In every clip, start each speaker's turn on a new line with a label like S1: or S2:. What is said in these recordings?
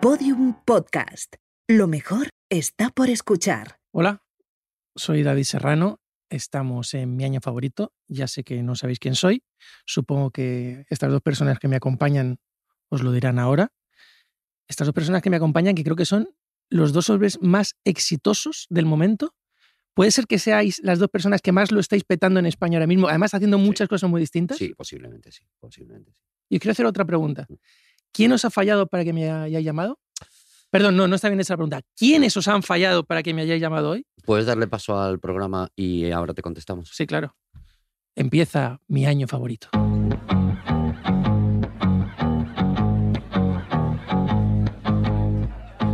S1: Podium Podcast. Lo mejor está por escuchar.
S2: Hola, soy David Serrano. Estamos en mi año favorito. Ya sé que no sabéis quién soy. Supongo que estas dos personas que me acompañan os lo dirán ahora. Estas dos personas que me acompañan, que creo que son los dos hombres más exitosos del momento. Puede ser que seáis las dos personas que más lo estáis petando en España ahora mismo, además haciendo muchas cosas muy distintas.
S3: Sí, posiblemente sí, posiblemente sí.
S2: Y os quiero hacer otra pregunta. ¿Quién os ha fallado para que me hayáis llamado? Perdón, no, no está bien esa pregunta. ¿Quiénes os han fallado para que me hayáis llamado hoy?
S3: Puedes darle paso al programa y ahora te contestamos.
S2: Sí, claro. Empieza mi año favorito.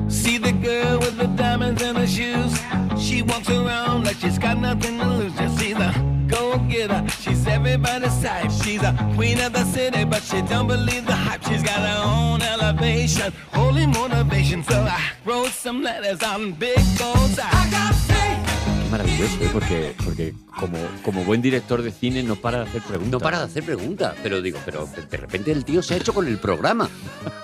S4: See the girl with the diamonds and the shoes. She walks around like she's got nothing to lose. Just she's a go getter. She's everybody's type. She's a queen of the city, but she don't believe the hype. She's got her own elevation, holy motivation. So I wrote some letters on big goals. I got faith.
S5: Es maravilloso, ¿eh? porque, porque como, como buen director de cine no para de hacer preguntas.
S3: No para de hacer preguntas, pero digo, pero de- de repente el tío se ha hecho con el programa.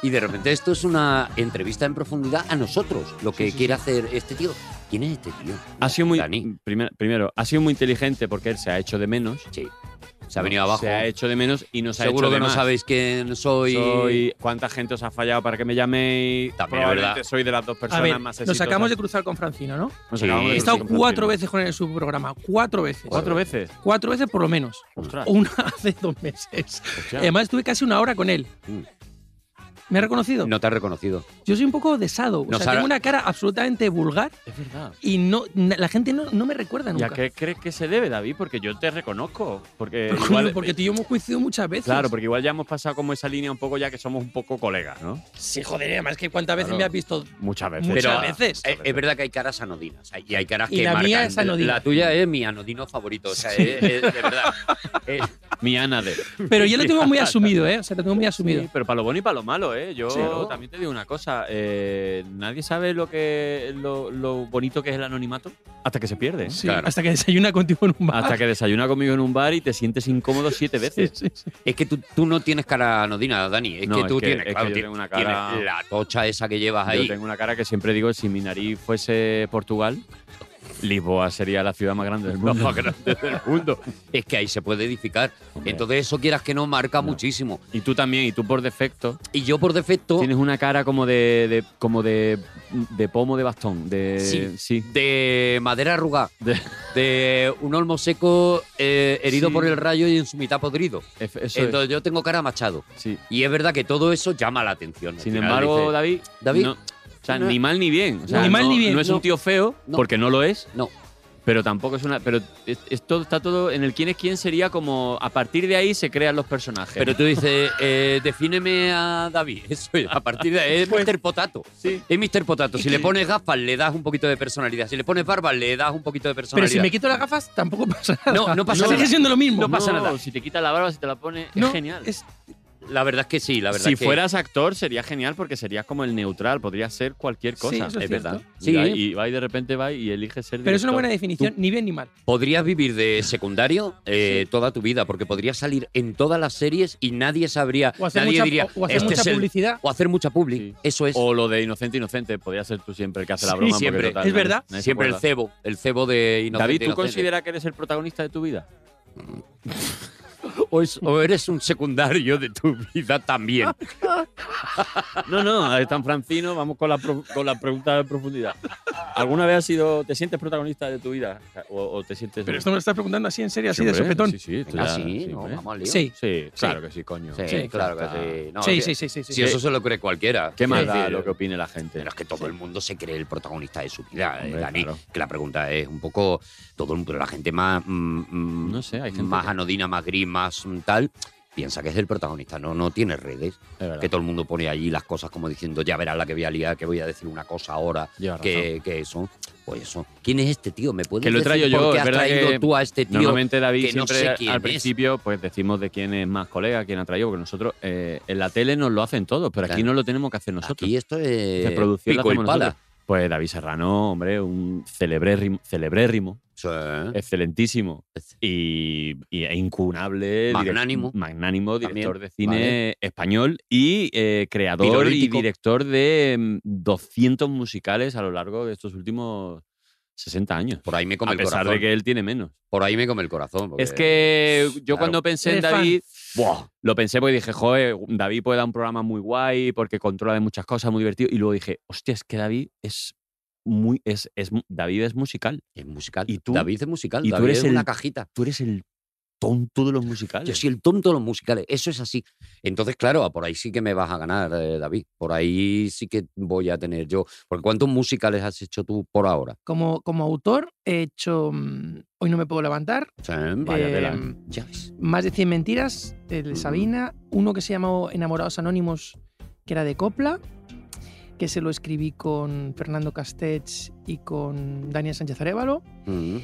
S3: Y de repente esto es una entrevista en profundidad a nosotros, lo que quiere hacer este tío. ¿Quién es este tío?
S5: Ha sido muy,
S3: Dani.
S5: primer- primero, ha sido muy inteligente porque él se ha hecho de menos.
S3: Sí. Se ha venido abajo.
S5: Se ha hecho de menos y nos ha
S3: Seguro
S5: hecho de
S3: que no
S5: más.
S3: sabéis quién soy.
S5: Soy- ¿Cuánta gente os ha fallado para que me llaméis?
S3: También es
S5: Probablemente
S3: verdad.
S5: soy de las dos
S2: A
S5: personas
S2: ver,
S5: más
S2: nos
S5: exitosas.
S2: acabamos de cruzar con Francino, ¿no?
S5: Nos
S3: Sí.
S5: acabamos
S2: He
S5: de
S3: Pero
S2: estado
S5: cruzar con
S2: cuatro
S5: Francino.
S2: veces con él en su programa. Cuatro veces.
S5: ¿Cuatro veces?
S2: Cuatro veces por lo menos.
S5: Ostras.
S2: Una hace dos meses.
S5: Hostia.
S2: Además, estuve casi una hora con él.
S3: Mm.
S2: ¿Me ha reconocido?
S3: No te ha reconocido.
S2: Yo soy un poco desado. O
S3: Nos
S2: sea,
S3: ha-
S2: tengo una cara absolutamente vulgar
S5: es verdad.
S2: y no, na- la gente no, no me recuerda
S5: ¿Y
S2: nunca.
S5: a qué crees que se debe, David? Porque yo te reconozco. Porque
S2: Pero,
S5: igual,
S2: coño, porque tú y yo hemos coincidido muchas veces.
S5: Claro, porque igual ya hemos pasado como esa línea un poco ya que somos un poco colegas, ¿no?
S2: Sí, joder, además que cuántas veces
S5: Claro.
S2: me has visto.
S5: Muchas veces.
S2: Muchas
S5: Pero- eh,
S2: veces.
S3: Es, es verdad que hay caras anodinas. hay- Y hay caras
S2: Y
S3: que
S2: la
S3: marcan.
S2: mía es anodina.
S3: La tuya es mi anodino favorito. O sea,
S2: Sí.
S3: es- es- de verdad. Es-
S5: Mi Ana de.
S2: Pero yo lo tengo muy asumido, ¿eh? O sea, lo tengo muy asumido.
S5: Sí, pero para lo bueno y para lo malo, ¿eh? Yo
S3: Sí, ¿no?
S5: también te digo una cosa. eh, Nadie sabe lo que lo, lo bonito que es el anonimato hasta que se pierde. ¿eh?
S2: Sí,
S3: claro.
S2: Hasta que desayuna contigo en un bar.
S5: Hasta que desayuna conmigo en un bar y te sientes incómodo siete veces.
S2: Sí, sí, sí.
S3: Es que tú, tú no tienes cara anodina, Dani. Es
S5: No,
S3: que
S5: es
S3: tú
S5: que-
S3: tienes,
S5: es que
S3: claro,
S5: yo
S3: tienes-
S5: tengo una cara-
S3: tienes la tocha esa que llevas
S5: Yo
S3: ahí.
S5: tengo una cara que siempre digo, si mi nariz fuese Portugal, Lisboa sería la ciudad más grande del
S3: La
S5: mundo.
S3: más grande del mundo. Es que ahí se puede edificar. Entonces eso quieras que no marca
S5: No.
S3: muchísimo.
S5: Y tú también, y tú por defecto,
S3: Y yo por
S2: Oh.
S3: defecto
S5: tienes una cara como de, de- como de, de pomo de bastón. De,
S3: Sí.
S5: sí.
S3: de madera arrugada, de, un olmo seco eh, herido
S5: Sí.
S3: por el rayo y en su mitad podrido.
S5: Ef- eso es.
S3: Entonces yo tengo cara machado.
S5: Sí.
S3: Y es verdad que todo eso llama la atención. Al
S5: Sin
S3: final
S5: embargo,
S3: dices,
S5: David,
S3: David,
S5: no- o sea,
S3: no-
S5: ni mal ni bien. O sea,
S2: Ni mal
S5: no,
S2: ni bien,
S5: No es
S2: no.
S5: un tío feo,
S3: No.
S5: porque no lo es,
S3: no,
S5: pero tampoco es una. Pero es- es todo- está todo. En el quién es quién sería como. A partir de ahí se crean los personajes.
S3: pero tú dices, eh, defíneme a David. Eso es, a partir de ahí es
S5: Pues
S3: Mr. Potato.
S5: Sí.
S3: Es Mr. Potato. Si le pones gafas, le das un poquito de personalidad. Si le pones barba, le das un poquito de
S2: Pero
S3: personalidad.
S2: si me quito las gafas, tampoco pasa nada.
S3: No, no pasa
S2: Sigue
S3: nada.
S2: siendo lo mismo.
S5: no pasa
S3: no.
S5: nada. Si te quita la barba, si te la pone,
S2: No,
S5: es genial.
S2: es-
S3: La verdad es que sí, la verdad
S5: si
S3: es que-
S5: fueras actor, sería genial porque serías como el neutral. Podría ser cualquier
S2: Sí,
S5: cosa.
S2: eso es cierto.
S5: verdad.
S3: Sí.
S5: Y, ahí- y va y de repente va y elige ser.
S2: pero es una
S5: director.
S2: buena definición, ni bien ni mal.
S3: Podrías vivir de secundario eh, toda tu vida, porque podrías salir en todas las series y nadie sabría,
S2: O hacer
S3: nadie
S2: mucha,
S3: diría,
S2: o hacer
S3: "Este
S2: mucha
S3: es el-".
S2: publicidad.
S3: o hacer mucha public,
S5: Sí.
S3: eso es.
S5: O lo de inocente, inocente. Podría ser tú siempre el que hace la
S3: Sí,
S5: broma. porque
S3: siempre.
S5: total,
S2: Es
S5: nadie-
S2: verdad.
S5: nadie se
S3: Siempre el
S5: acuerda.
S3: cebo, el cebo de Inocente.
S5: David, ¿tú
S3: Inocente.
S5: consideras que eres el protagonista de tu vida?
S3: O, es- o eres un secundario de tu vida también.
S2: Ah,
S5: No, no, está en Francino, vamos con la, pro- con la pregunta de profundidad. ¿Alguna vez has sido, te sientes protagonista de tu vida? O, o te sientes.
S2: Pero esto me lo estás preguntando así en serio, así de
S5: Siempre,
S2: sopetón.
S5: Sí, sí, esto
S3: Ah,
S5: ya-
S3: sí, no,
S5: siempre.
S3: vamos al lío.
S2: pues Sí.
S5: Sí, claro que sí, coño.
S3: Sí,
S2: Sí,
S3: claro
S5: está.
S3: que sí. No,
S2: sí,
S3: que-
S2: sí, sí, sí, sí.
S3: Si eso se lo cree cualquiera.
S5: ¿Qué más
S3: Quiero
S5: da
S3: decir,
S5: lo que opine la gente?
S3: Pero es que todo el mundo se cree el protagonista de su vida, eh,
S5: Hombre,
S3: Dani.
S5: claro.
S3: Que la pregunta es un poco. Todo el mundo, la gente más. mm, mm,
S5: No sé, hay gente
S3: Más
S5: que-
S3: anodina, más gris, más mm, tal. Piensa que es el protagonista, no, no tiene redes.
S5: Es verdad.
S3: Que todo el mundo pone allí las cosas como diciendo, ya verás la que voy a liar, que voy a decir una cosa ahora,
S5: Lleva razón.
S3: que, que eso. Pues eso. ¿Quién es este tío? ¿Me puedes
S5: Que lo he
S3: decir
S5: traído
S3: por
S5: yo,
S3: qué
S5: es
S3: has
S5: verdad
S3: traído
S5: que
S3: tú a este tío?
S5: Normalmente David
S3: que no
S5: siempre
S3: sé
S5: al-
S3: quién
S5: al
S3: es.
S5: principio pues decimos de quién es más colega, quién ha traído, porque nosotros eh, en la tele nos lo hacen todos, pero aquí
S3: Claro.
S5: no lo tenemos que hacer nosotros.
S3: Aquí esto
S5: De
S3: es
S5: producción la
S3: Eh, pico y
S5: hacemos
S3: pala.
S5: nosotros. Pues David Serrano, hombre, un celebrérrimo, celebrérrimo
S3: Sí.
S5: excelentísimo y, y- e incunable. direc-
S3: Magnánimo.
S5: Magnánimo, director
S3: También,
S5: de cine
S3: vale.
S5: español y eh, creador
S3: Pirolítico.
S5: y director de mm, 200 musicales a lo largo de estos últimos 60 años.
S3: Por ahí me come
S5: A
S3: el
S5: pesar
S3: corazón.
S5: de que él tiene menos.
S3: Por ahí me come el corazón. porque-
S5: Es que yo
S3: Pues, claro.
S5: cuando pensé en
S2: Eres fan.
S5: David, ¡buah! lo pensé porque dije, joder, David puede dar un programa muy guay porque controla de muchas cosas, muy divertido. Y luego dije, hostia, es que David es muy. Es, es, David es musical.
S3: Es musical.
S5: ¿Y tú?
S3: David es musical.
S5: ¿Y tú
S3: David
S5: eres
S3: es una
S5: el-
S3: cajita.
S5: Tú eres el tonto de los musicales.
S3: Yo soy el tonto de los musicales. Eso es así. Entonces, claro, por ahí sí que me vas a ganar, eh, David. Por ahí sí que voy a tener yo. Porque ¿cuántos musicales has hecho tú por ahora?
S2: Como, como autor he hecho mm, Hoy no me puedo levantar,
S3: O sea, ¿eh?
S5: Vaya tela, ¿eh?
S2: em,
S3: Ya ves.
S2: Más de 100 mentiras, el de
S3: Ujú.
S2: Sabina, uno que se llamó Enamorados Anónimos, que era de Copla, que se lo escribí con Fernando Castells y con Daniel Sánchez Arevalo.
S3: Mm.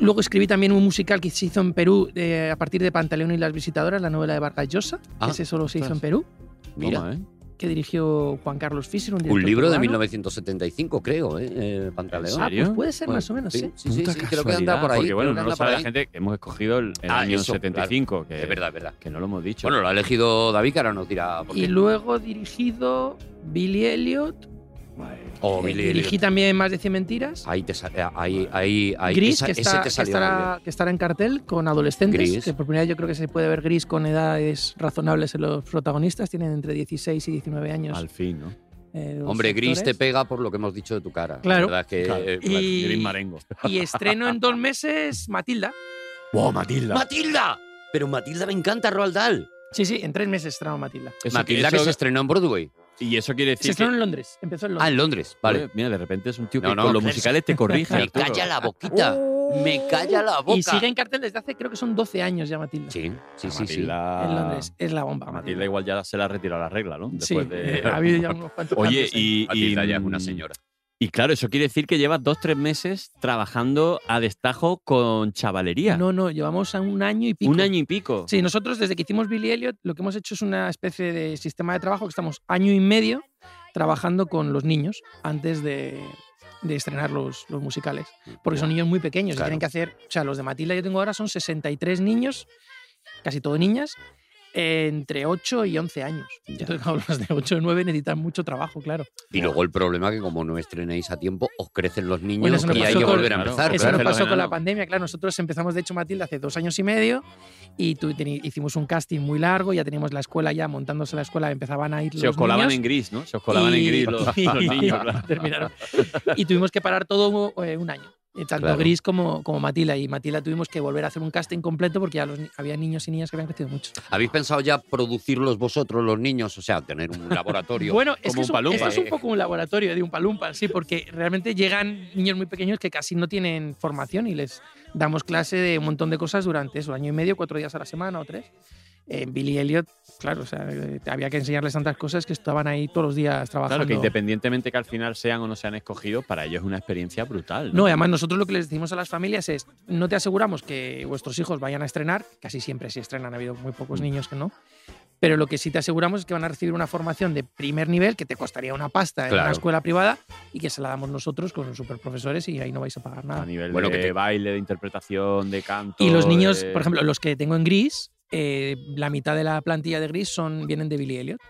S2: Luego escribí también un musical que se hizo en Perú eh, a partir de Pantaleón y las Visitadoras, la novela de Vargas Llosa.
S3: Ah,
S2: Ese solo se hizo
S5: ostras.
S2: en Perú,
S3: Mira.
S5: Toma, ¿eh?
S2: que dirigió Juan Carlos Fischer, un
S3: Un
S2: director
S3: libro de
S2: peruano.
S3: 1975, creo, ¿eh? Eh, Pantaleón.
S2: Ah, pues
S5: ¿Serio?
S2: puede ser más o menos,
S3: sí.
S2: sí.
S3: Sí, sí,
S5: ¿eh? Puta
S3: sí, creo que anda
S5: casualidad,
S3: por ahí.
S5: Porque bueno,
S3: creo que
S5: no lo
S3: anda por
S5: sabe la
S3: ahí.
S5: gente. que Hemos escogido el, el
S3: Ah,
S5: año
S3: eso, claro.
S5: 75, que,
S3: Es verdad, es verdad.
S5: que no lo hemos dicho.
S3: Bueno, lo ha elegido David, que ahora nos dirá por
S2: Y
S3: qué.
S2: luego dirigido Billy Elliot.
S3: Oh,
S2: eh,
S3: Billy
S2: dirigí
S3: Elliot.
S2: también Más de 100 mentiras.
S3: Ahí te sale. Ahí, ahí, ahí.
S2: Gris,
S3: esa-
S2: que,
S3: ese
S2: está,
S3: te
S2: que,
S3: salió
S2: estará, que estará en cartel con adolescentes,
S3: Gris.
S2: que por primera vez yo creo que se puede ver gris con edades razonables en los protagonistas, tienen entre 16 y 19 años.
S5: Al fin, ¿no?
S2: eh,
S3: bien.
S2: los
S3: Hombre, Gris te
S2: actores.
S3: pega por lo que hemos dicho de tu cara.
S2: Claro.
S3: La verdad es que.
S5: Claro.
S3: eh,
S2: Y-
S5: Gris Marengo.
S2: Y estreno en dos meses Matilda.
S5: ¡Wow, Matilda!
S3: ¡Matilda! Pero Matilda me encanta, Roald Dahl.
S2: Sí, sí, en tres meses estreno Matilda.
S5: Eso-
S3: Matilda que
S5: eso-
S3: se estrenó en Broadway.
S5: Y eso quiere
S2: Se
S5: decir
S2: estrenó
S5: que...
S2: en Londres, empezó en
S3: Ah,
S2: Londres.
S3: en Londres. Vale.
S5: Joder, Mira, de repente es un tío que
S3: No, no,
S5: con los
S3: claro.
S5: musicales te corrige.
S3: Me
S5: Arturo.
S3: calla la boquita. Me calla la boca.
S2: y sigue en cartel desde hace creo que son 12 años ya Matilda.
S3: Sí, sí,
S5: Ah,
S3: sí. sí.
S5: Matilda-
S2: En Londres, es la bomba.
S5: A Matilda igual ya se la ha retirado la regla, ¿no?
S2: Sí,
S5: Después de-
S2: ha habido ya unos cuantos
S5: Oye,
S2: cambios ahí.
S5: y, mm, y...
S3: Matilda ya es una señora.
S5: Y claro, eso quiere decir que llevas dos, tres meses trabajando a destajo con chavalería.
S2: No, no, llevamos a un año y pico.
S5: Un año y pico.
S2: Sí, nosotros desde que hicimos Billy Elliot lo que hemos hecho es una especie de sistema de trabajo que estamos año y medio trabajando con los niños antes de, de estrenar los, los musicales. Porque son niños muy pequeños y
S3: Claro.
S2: tienen que hacer, o sea, los de Matilda yo tengo ahora son 63 niños, casi todo niñas, entre 8 y 11 años. Entonces, claro, los de 8 o 9 necesitan mucho trabajo, claro.
S3: Y luego el problema es que como no estrenéis a tiempo, os crecen los niños
S2: Bueno, eso nos
S3: y hay
S2: pasó
S3: que
S2: con-
S3: volver a
S5: Claro,
S3: empezar.
S2: Eso
S5: claro.
S2: nos pasó con la
S5: Fenómeno.
S2: pandemia, claro. Nosotros empezamos, de hecho, Matilda hace dos años y medio y tu- teni- hicimos un casting muy largo, ya teníamos la escuela ya, montándose la escuela, empezaban a ir
S5: Se
S2: los
S5: os colaban
S2: niños
S5: en gris, ¿no? Se os colaban en
S2: y-
S5: gris los, los niños. claro.
S2: terminaron. Y tuvimos que parar todo eh, un año. eh, Tanto
S3: Claro.
S2: Gris como, como Matilda. Y Matilda tuvimos que volver a hacer un casting completo porque ya los ni- había niños y niñas que habían crecido mucho.
S3: ¿Habéis pensado ya producirlos vosotros, los niños? O sea, tener un laboratorio.
S2: Bueno, es
S5: como
S2: que es un,
S5: un palumpa,
S2: esto es un
S3: eh.
S2: poco un laboratorio de un palumpa, sí, porque realmente llegan niños muy pequeños que casi no tienen formación y les damos clase de un montón de cosas durante eso, año y medio, cuatro días a la semana o tres. En Billy Elliot, claro, o sea, eh, había que enseñarles tantas cosas que estaban ahí todos los días trabajando.
S5: Claro, que independientemente que al final sean o no sean escogidos, para ellos es una experiencia brutal.
S2: No, y además nosotros lo que les decimos a las familias es, no te aseguramos que vuestros hijos vayan a estrenar, casi siempre si estrenan, ha habido muy pocos niños que no, pero lo que sí te aseguramos es que van a recibir una formación de primer nivel que te costaría una pasta en
S3: Claro.
S2: una escuela privada y que se la damos nosotros con superprofesores y ahí no vais a pagar
S5: A
S2: nada.
S5: nivel
S3: Bueno,
S5: de
S3: que te-
S5: baile, de interpretación, de canto.
S2: Y los niños,
S5: de-
S2: por ejemplo, los que tengo en gris, eh, la mitad de la plantilla de gris son, vienen de Billy Elliot.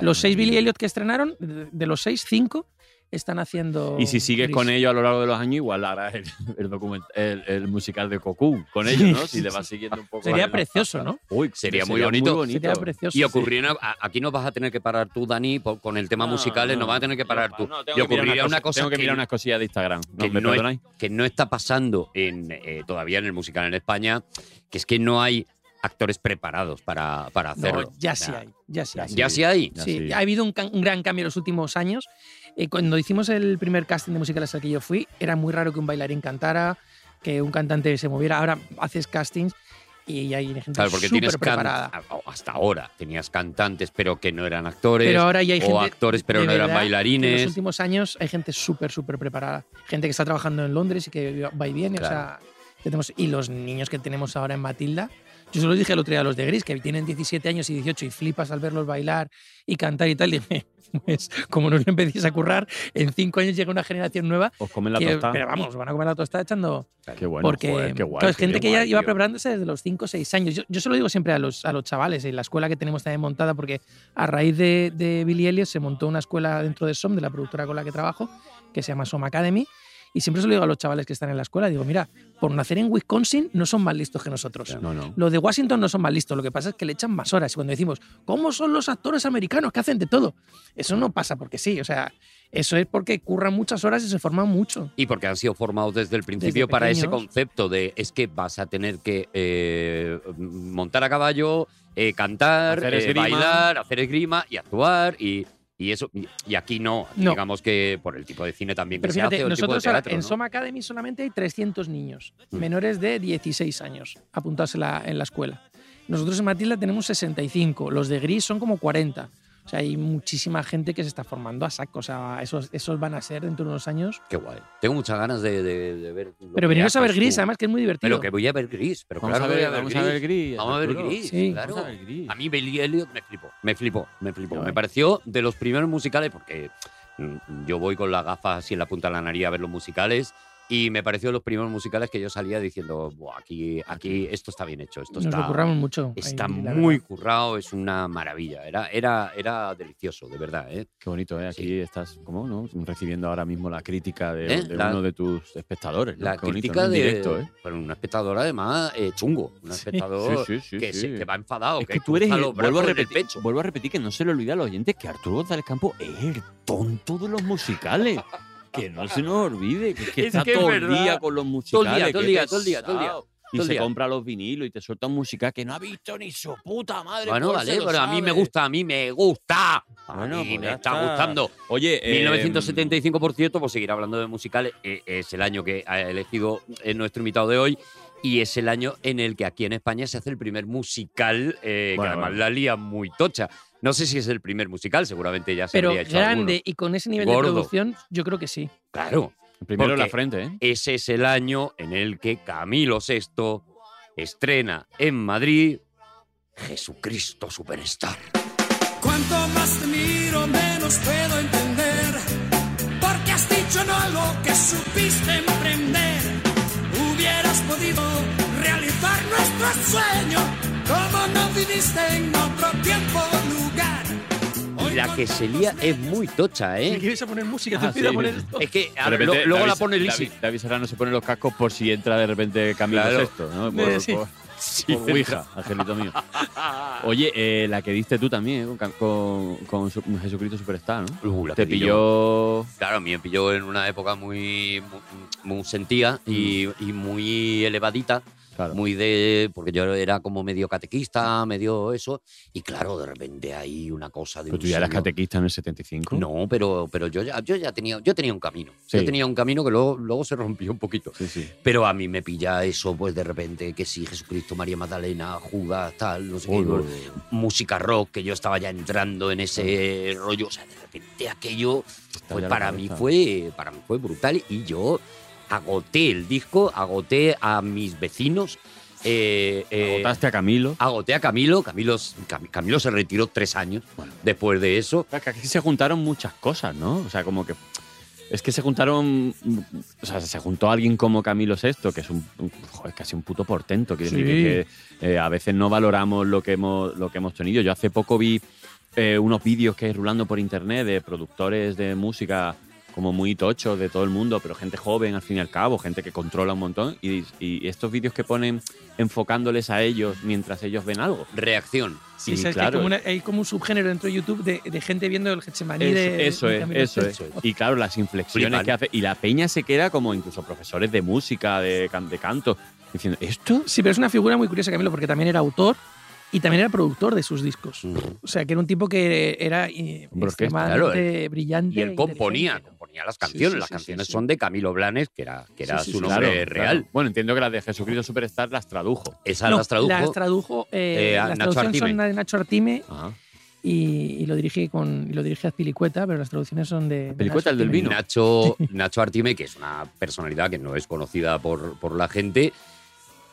S2: los seis Billy Elliot que estrenaron, de de los seis, cinco están haciendo...
S5: Y si sigues
S2: Gris.
S5: con ellos a lo largo de los años, igual harás el, el, document- el- el musical de Cocoon con ellos, ¿no? Si le vas siguiendo un poco.
S2: Sería
S5: la-
S2: precioso, ¿no?
S5: Uy,
S3: Sería muy bonito.
S2: Sería precioso.
S3: Y
S2: sí.
S3: ocurriría, a- aquí nos vas a tener que parar tú, Dani, por- con el tema
S5: No,
S3: musical, nos vas a tener que
S5: no,
S3: parar
S5: no,
S3: tú. y
S5: no, tengo que mirar
S3: ocurriría una cosa,
S5: Tengo que,
S3: que,
S5: mirar unas cosillas de Instagram.
S3: que
S5: No, ¿Me
S3: no es-
S5: perdonáis?
S3: que no está pasando en, eh, todavía en el musical en España, que es que no hay actores preparados para, para hacerlo.
S2: No, ya
S3: O sea,
S2: sí hay, ya sí
S5: ya
S2: hay.
S5: sí.
S3: Ya sí hay.
S5: Ya
S2: Sí,
S5: sí.
S2: ha habido un, ca- un gran cambio en los últimos años. Eh, cuando hicimos el primer casting de musicales al que yo fui, era muy raro que un bailarín cantara, que un cantante se moviera. Ahora haces castings y hay gente
S3: Claro, porque tienes
S2: súper
S3: can-
S2: preparada.
S3: a- hasta ahora tenías cantantes, pero que no eran actores.
S2: Pero ahora ya hay
S3: o
S2: gente
S3: actores, pero
S2: de
S3: no eran
S2: verdad, que En
S3: bailarines.
S2: los últimos años hay gente súper, súper preparada. Gente que está trabajando en Londres y que va y viene. o sea,
S3: Claro.
S2: ya tenemos- y los niños que tenemos ahora en Matilda Yo se lo dije el otro día a los de Gris, que tienen 17 años y 18 y flipas al verlos bailar y cantar y tal. Dije, pues como no lo empecéis a currar, en 5 años llega una generación nueva.
S5: Os comen la
S2: que-
S5: tostada.
S2: pero vamos, van a comer la tostada echando.
S5: Qué bueno,
S2: porque
S5: joder, qué guay,
S2: claro, es
S5: qué
S2: gente que ya
S5: guay,
S2: iba
S5: tío.
S2: preparándose desde los 5 o 6 años. Yo, yo se lo digo siempre a los, a los chavales en la escuela que tenemos también montada, porque a raíz de, de Billy Elliot se montó una escuela dentro de SOM, de la productora con la que trabajo, que se llama SOM Academy. Y siempre se lo digo a los chavales que están en la escuela, digo, mira, por nacer en Wisconsin no son más listos que nosotros.
S5: No, no.
S2: Los de Washington no son más listos, lo que pasa es que le echan más horas. Y cuando decimos, ¿cómo son los actores americanos que hacen de todo? Eso no pasa porque sí, o sea, eso es porque curran muchas horas y se forman mucho.
S3: Y porque han sido formados desde el principio para ese
S2: pequeños.
S3: concepto de es que vas a tener que eh, montar a caballo, eh, cantar,
S5: Hacer
S3: eh,
S5: esgrima.
S3: bailar, hacer esgrima y actuar y, y eso. Y, y aquí no, Aquí
S2: No.
S3: digamos que por el tipo de cine también
S2: Pero
S3: que se hace
S2: fíjate,
S3: o el tipo de
S2: nosotros ahora
S3: teatro,
S2: en
S3: ¿no?
S2: Soma Academy solamente hay 300 niños
S3: Mm.
S2: menores de 16 años apuntados en la, en la escuela. Nosotros en Matilda tenemos 65, los de Gris son como 40. O sea, hay muchísima gente que se está formando a saco. O sea, esos, esos van a ser dentro de unos años.
S3: Qué guay. Tengo muchas ganas de, de- de ver. lo
S2: Pero
S3: que
S2: veniros a ver
S3: haces
S2: Gris,
S3: tú.
S2: además que es muy divertido.
S3: Pero que voy a ver gris, pero
S5: Vamos
S3: claro
S5: a
S3: que voy
S5: ver,
S3: a ver
S5: vamos
S3: gris.
S5: a ver gris.
S3: Vamos a ver
S5: Arturo.
S3: gris,
S2: Sí.
S3: claro.
S5: Vamos a ver gris.
S3: A mí Billy Elliot me flipó, me flipó, me flipó.
S2: Qué
S3: Me
S2: guay.
S3: pareció de los primeros musicales, porque mm, yo voy con las gafas así en la punta de la nariz a ver los musicales, y me pareció de los primeros musicales que yo salía diciendo, "Buah, aquí, aquí esto está bien hecho, esto
S2: Nos lo
S3: está,
S2: curramos mucho. ahí,
S3: está
S2: la verdad.
S3: muy currado, es una maravilla. Era, era, era delicioso, de verdad. ¿eh?
S5: Qué bonito, ¿eh? Aquí
S3: Sí.
S5: estás, ¿cómo no? Recibiendo ahora mismo la crítica de,
S3: ¿Eh?
S5: de
S3: La-
S5: uno de tus espectadores. ¿no?
S3: La
S5: Qué bonito,
S3: crítica
S5: ¿no? En
S3: de
S5: directo, ¿eh?
S3: bueno, un espectador, además, eh, chungo. Un
S2: Sí.
S3: espectador
S5: Sí, sí, sí,
S3: que,
S5: sí.
S3: se- Ah, que va enfadado,
S5: Es que tú eres.
S3: cruza
S5: el-
S3: los
S5: vuelvo, a
S3: brazos en el
S5: repetir,
S3: pecho.
S5: vuelvo a repetir que no se le olvida a los oyentes que Arturo González Campo es el tonto de los musicales. Que no se nos olvide, que, es que
S3: Es
S5: está
S3: que es
S5: todo el
S3: verdad.
S5: día con los
S3: Todo
S5: musicales.
S3: el día, todo el
S5: qué
S3: día, todo el día, todo el día.
S5: pesado. Y
S3: todo el
S5: se
S3: día.
S5: compra los vinilos y te suelta un musical que no ha visto ni su puta madre.
S3: Bueno,
S5: Paul se
S3: vale,
S5: lo
S3: pero a mí me
S5: sabe.
S3: gusta, a mí me gusta. A
S5: Bueno,
S3: mí
S5: pues
S3: me
S5: ya
S3: está,
S5: está.
S3: gustando.
S5: Oye, eh,
S3: 1975, por cierto, por seguir hablando de musicales, eh, es el año que ha elegido eh, nuestro invitado de hoy y es el año en el que aquí en España se hace el primer musical, eh, que
S5: Bueno,
S3: además
S5: bueno.
S3: la lía muy tocha. No sé si es el primer musical, seguramente ya se
S2: Pero
S3: habría hecho
S2: grande
S3: alguno.
S2: y con ese nivel
S3: Gordo.
S2: de producción, yo creo que sí.
S3: Claro,
S5: Primero
S3: Porque-
S5: la frente, ¿eh?
S3: ese es el año en el que Camilo VI estrena en Madrid Jesucristo Superstar.
S6: Cuanto más te miro, menos puedo entender. Porque has dicho no a lo que supiste emprender. Hubieras podido realizar nuestro sueño. Como no viviste en otro tiempo o lugar. Hoy
S3: La
S6: con
S3: que se lía es muy tocha, ¿eh?
S2: quieres a poner música,
S5: te Ah, pido sí. poner esto.
S3: Es que
S5: De
S3: a-
S5: repente,
S3: lo- luego
S5: David-
S3: la pone Lisi.
S5: David, David Serrano se pone los cascos por si entra de repente Camilo
S3: Claro.
S5: Sexto, ¿no? Por,
S2: Sí.
S5: por- por Ouija, angelito mío. Oye, eh, la que diste tú también, ¿eh? con, Cam- con, con su- Jesucristo Superstar, ¿no?
S3: Uh, la
S5: Te
S3: que yo-
S5: pilló.
S3: Claro, a mí me pilló en una época muy, muy, muy sentía y, y muy elevadita.
S5: Claro.
S3: Muy de. Porque yo era como medio catequista, medio eso. Y claro, de repente hay una cosa de.
S5: Pero
S3: un
S5: Pues tú ya eras
S3: señor-
S5: catequista en el 75.
S3: No, pero, pero yo, ya, yo ya tenía, yo tenía un camino.
S5: Sí.
S3: Yo tenía un camino que luego, luego se rompió un poquito.
S5: Sí, sí.
S3: Pero a mí me pilla eso, pues de repente, que sí, Jesucristo, María Magdalena, Judas, tal, no sé
S5: Uy,
S3: qué.
S5: uy, uy.
S3: pues música rock, que yo estaba ya entrando en ese rollo. O sea, de repente aquello,
S5: ya
S3: pues
S5: la
S3: para mí
S5: cabeza.
S3: fue, para mí fue brutal y yo agoté el disco, agoté a mis vecinos. eh, eh,
S5: Agotaste a Camilo.
S3: agoté a Camilo, Camilo, Cam- Camilo se retiró tres años después de eso.
S5: Es que aquí se juntaron muchas cosas, ¿no? O sea, como que. Es que se juntaron. O sea, se juntó alguien como Camilo VI, que es un. un- joder, casi un puto portento. Quiero decir
S2: Sí.
S5: que eh, a veces no valoramos lo que hemos, lo que hemos tenido. Yo hace poco vi eh, unos vídeos que hay rulando por internet de productores de música como muy tochos de todo el mundo, pero gente joven al fin y al cabo, gente que controla un montón. Y, y estos vídeos que ponen enfocándoles a ellos mientras ellos ven algo.
S3: Reacción.
S2: Sí,
S5: Y
S2: sabes que hay,
S5: claro,
S2: como una- hay como un subgénero dentro de YouTube de, de gente viendo el Getsemaní
S5: Eso,
S2: de.
S5: eso
S2: de
S5: es,
S2: Camilo
S5: eso es.
S2: Sesto.
S5: Y claro, las inflexiones
S3: Flipan.
S5: que hace. Y la peña se queda como incluso profesores de música, de, can- de canto, diciendo, ¿esto?
S2: Sí, pero es una figura muy curiosa, Camilo, porque también era autor y también era productor de sus
S3: Mm.
S2: discos. O sea, que era un tipo que era eh,
S5: Hombre, orquesta,
S2: extremadamente brillante.
S3: eh. Y
S2: e
S3: él componía,
S2: inteligente.
S3: componía las
S2: Sí,
S3: canciones.
S2: sí,
S3: las
S2: sí,
S3: canciones
S2: sí, sí.
S3: son de Camilo Blanes, que era, que era
S2: Sí, sí,
S3: su
S2: sí,
S3: nombre
S5: Claro,
S3: real.
S5: claro. Bueno, entiendo que las de Jesucristo Superstar las tradujo.
S3: Esa
S2: No,
S3: las tradujo.
S2: Las tradujo. eh,
S3: eh, a
S2: las
S3: Nacho
S2: traducciones son
S3: Artime.
S2: de Nacho Artime
S5: Ah,
S2: y, y lo dirige con y lo dirige a Pilicueta, pero las traducciones son de. de
S5: Azpilicueta,
S2: Nacho
S5: el del
S2: Artime.
S5: vino.
S3: Nacho, Nacho Artime, que es una personalidad que no es conocida por, por la gente,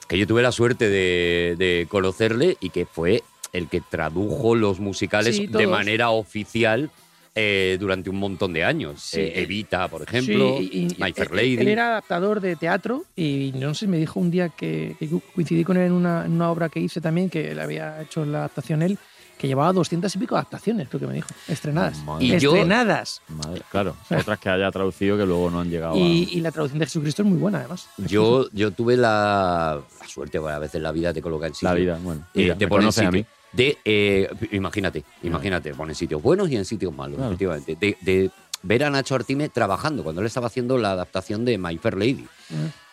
S3: que yo tuve la suerte de, de conocerle y que fue el que tradujo los musicales
S2: Sí,
S3: de
S2: todos.
S3: manera oficial eh, durante un montón de años.
S2: Sí.
S3: Eh, Evita, por ejemplo,
S2: Sí, y- y-
S3: My Fair
S2: él-
S3: Lady.
S2: Él era adaptador de teatro y no sé, me dijo un día que, que coincidí con él en una, en una obra que hice también, que le había hecho la adaptación él, que llevaba 200 y pico adaptaciones, creo que me dijo, estrenadas.
S5: Madre.
S3: Oh, Y yo-
S2: estrenadas.
S5: Madre, claro, otras que haya traducido que luego no han llegado
S2: Y, y la traducción de Jesucristo es muy buena, además.
S3: Ah, Yo, yo tuve la, la suerte, bueno, a veces la vida te coloca en
S5: a la
S3: sitios.
S5: vida. Bueno,
S3: eh,
S5: mira,
S3: te
S5: me
S3: pone en
S5: conoces a mí.
S3: sitio- De, eh, imagínate,
S2: Ah.
S3: imagínate, pone en sitios buenos y en sitios malos,
S5: Claro.
S3: efectivamente. De, de ver a Nacho Artime trabajando cuando él estaba haciendo la adaptación de My Fair Lady.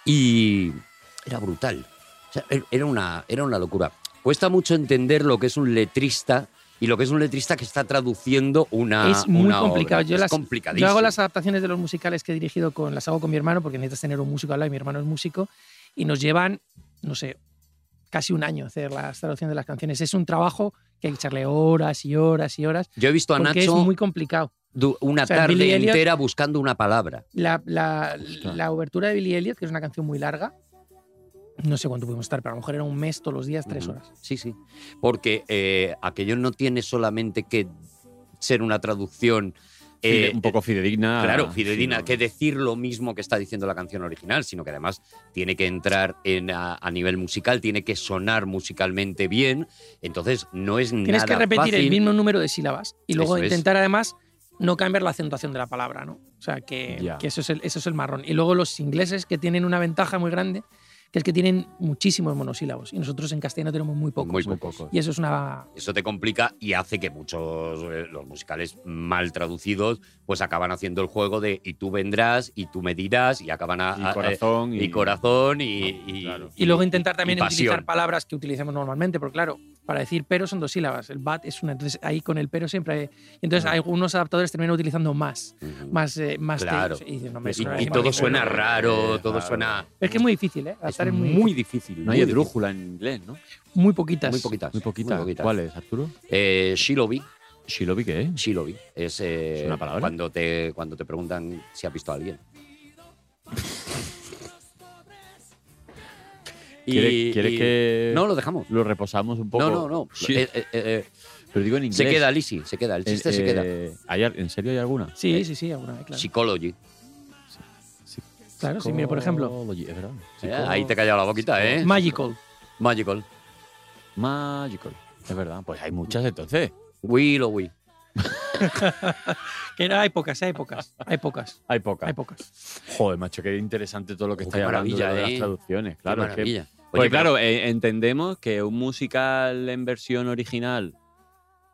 S3: Y era brutal. O sea, er- era, una, era una locura. Cuesta mucho entender lo que es un letrista y lo que es un letrista que está traduciendo una.
S2: es muy
S3: una obra.
S2: complicado. Yo,
S3: es
S2: las,
S3: complicadísimo.
S2: yo hago las adaptaciones de los musicales que he dirigido con las hago con mi hermano porque necesitas tener un músico al lado y mi hermano es músico y nos llevan, no sé, casi un año hacer la traducción de las canciones. Es un trabajo que hay que echarle horas y horas y horas
S3: Yo he visto a
S2: porque es
S3: Nacho
S2: muy complicado.
S3: du- una
S2: o sea,
S3: tarde
S2: Billy Elliot-
S3: entera buscando una palabra.
S2: La, la,
S5: Ostras.
S2: la obertura de Billy Elliot, que es una canción muy larga, no sé cuánto pudimos estar, pero a lo mejor era un mes todos los días, tres
S3: Ujú.
S2: horas.
S3: Sí, sí. Porque eh, aquello no tiene solamente que ser una traducción. eh,
S5: Fide- un poco fidedigna.
S3: Claro, fidedigna,
S5: sino-
S3: que decir lo mismo que está diciendo la canción original, sino que además tiene que entrar en, a, a nivel musical, tiene que sonar musicalmente bien. Entonces, no es
S2: Tienes
S3: nada
S2: que repetir el
S3: fácil.
S2: mismo número de sílabas y luego
S3: Eso es.
S2: intentar además no cambiar la acentuación de la palabra, ¿no? O sea, que,
S5: Ya.
S2: que eso, es el, eso es el marrón. Y luego los ingleses que tienen una ventaja muy grande, que es que tienen muchísimos monosílabos y nosotros en castellano tenemos muy pocos.
S3: Muy
S5: Muy
S3: pocos.
S5: poco.
S2: y eso es una...
S3: Eso te complica y hace que muchos eh, los musicales mal traducidos pues acaban haciendo el juego de y tú vendrás y tú me dirás y acaban a, a-
S5: Y corazón.
S3: Ah, eh, y corazón y, y-
S5: Claro.
S2: Y luego
S3: y-
S2: intentar también
S3: y pasión.
S2: utilizar palabras que utilizamos normalmente, porque claro, para decir pero son dos sílabas, el bat es una, entonces ahí con el pero siempre hay... Entonces algunos adaptadores terminan utilizando más,
S3: Ujú.
S2: más, eh, más que-
S3: Claro.
S2: y dices, no, hombre,
S3: Y-
S2: eso no
S3: y
S2: es
S3: todo
S2: más que
S3: suena
S2: pero.
S3: raro, todo
S5: Claro.
S3: suena
S2: Es que es muy difícil, ¿eh? Adaptar es muy,
S3: difícil.
S5: Mm. No hay esdrújula en inglés, ¿no?
S2: muy poquitas.
S3: Muy poquitas.
S5: Muy poquita.
S3: muy poquitas.
S5: ¿Cuál es, Arturo?
S3: Eh, Shilobi.
S5: Shilobi, ¿qué es?
S3: Shilobi. Es, eh,
S5: ¿Es una palabra?
S3: Cuando te, cuando te preguntan si has visto a alguien. Y-
S5: ¿Quieres, quieres
S3: y-
S5: que
S3: No, lo dejamos.
S5: lo reposamos un poco?
S3: No, no, no.
S5: Sí.
S3: Eh, eh, eh,
S5: Pero digo en inglés.
S3: se queda, Lisi, se queda. El chiste se
S5: Eh,
S3: queda.
S5: eh, ¿hay al- ¿En serio hay alguna?
S2: Sí, sí, sí, alguna vez, claro.
S3: Psychology. eh,
S2: Claro, sí, mira, por ejemplo.
S5: Psychology, Oh, es verdad.
S3: Eh, ahí te he callado la boquita, ¿eh?
S2: Magical.
S3: Magical.
S5: Magical. Es verdad. Pues hay muchas entonces.
S3: Willowy.
S2: Que era- hay pocas, hay pocas, hay pocas,
S5: Hay pocas.
S2: hay pocas.
S5: Joder, macho, qué interesante todo lo que
S3: Oh,
S5: estáis
S3: qué
S5: hablando de,
S3: maravilla,
S5: lo de
S3: ¿eh?
S5: las traducciones. Claro,
S3: Qué
S5: es que-
S3: maravilla. Oye,
S5: Pues
S3: pero-
S5: claro, eh, entendemos que un musical en versión original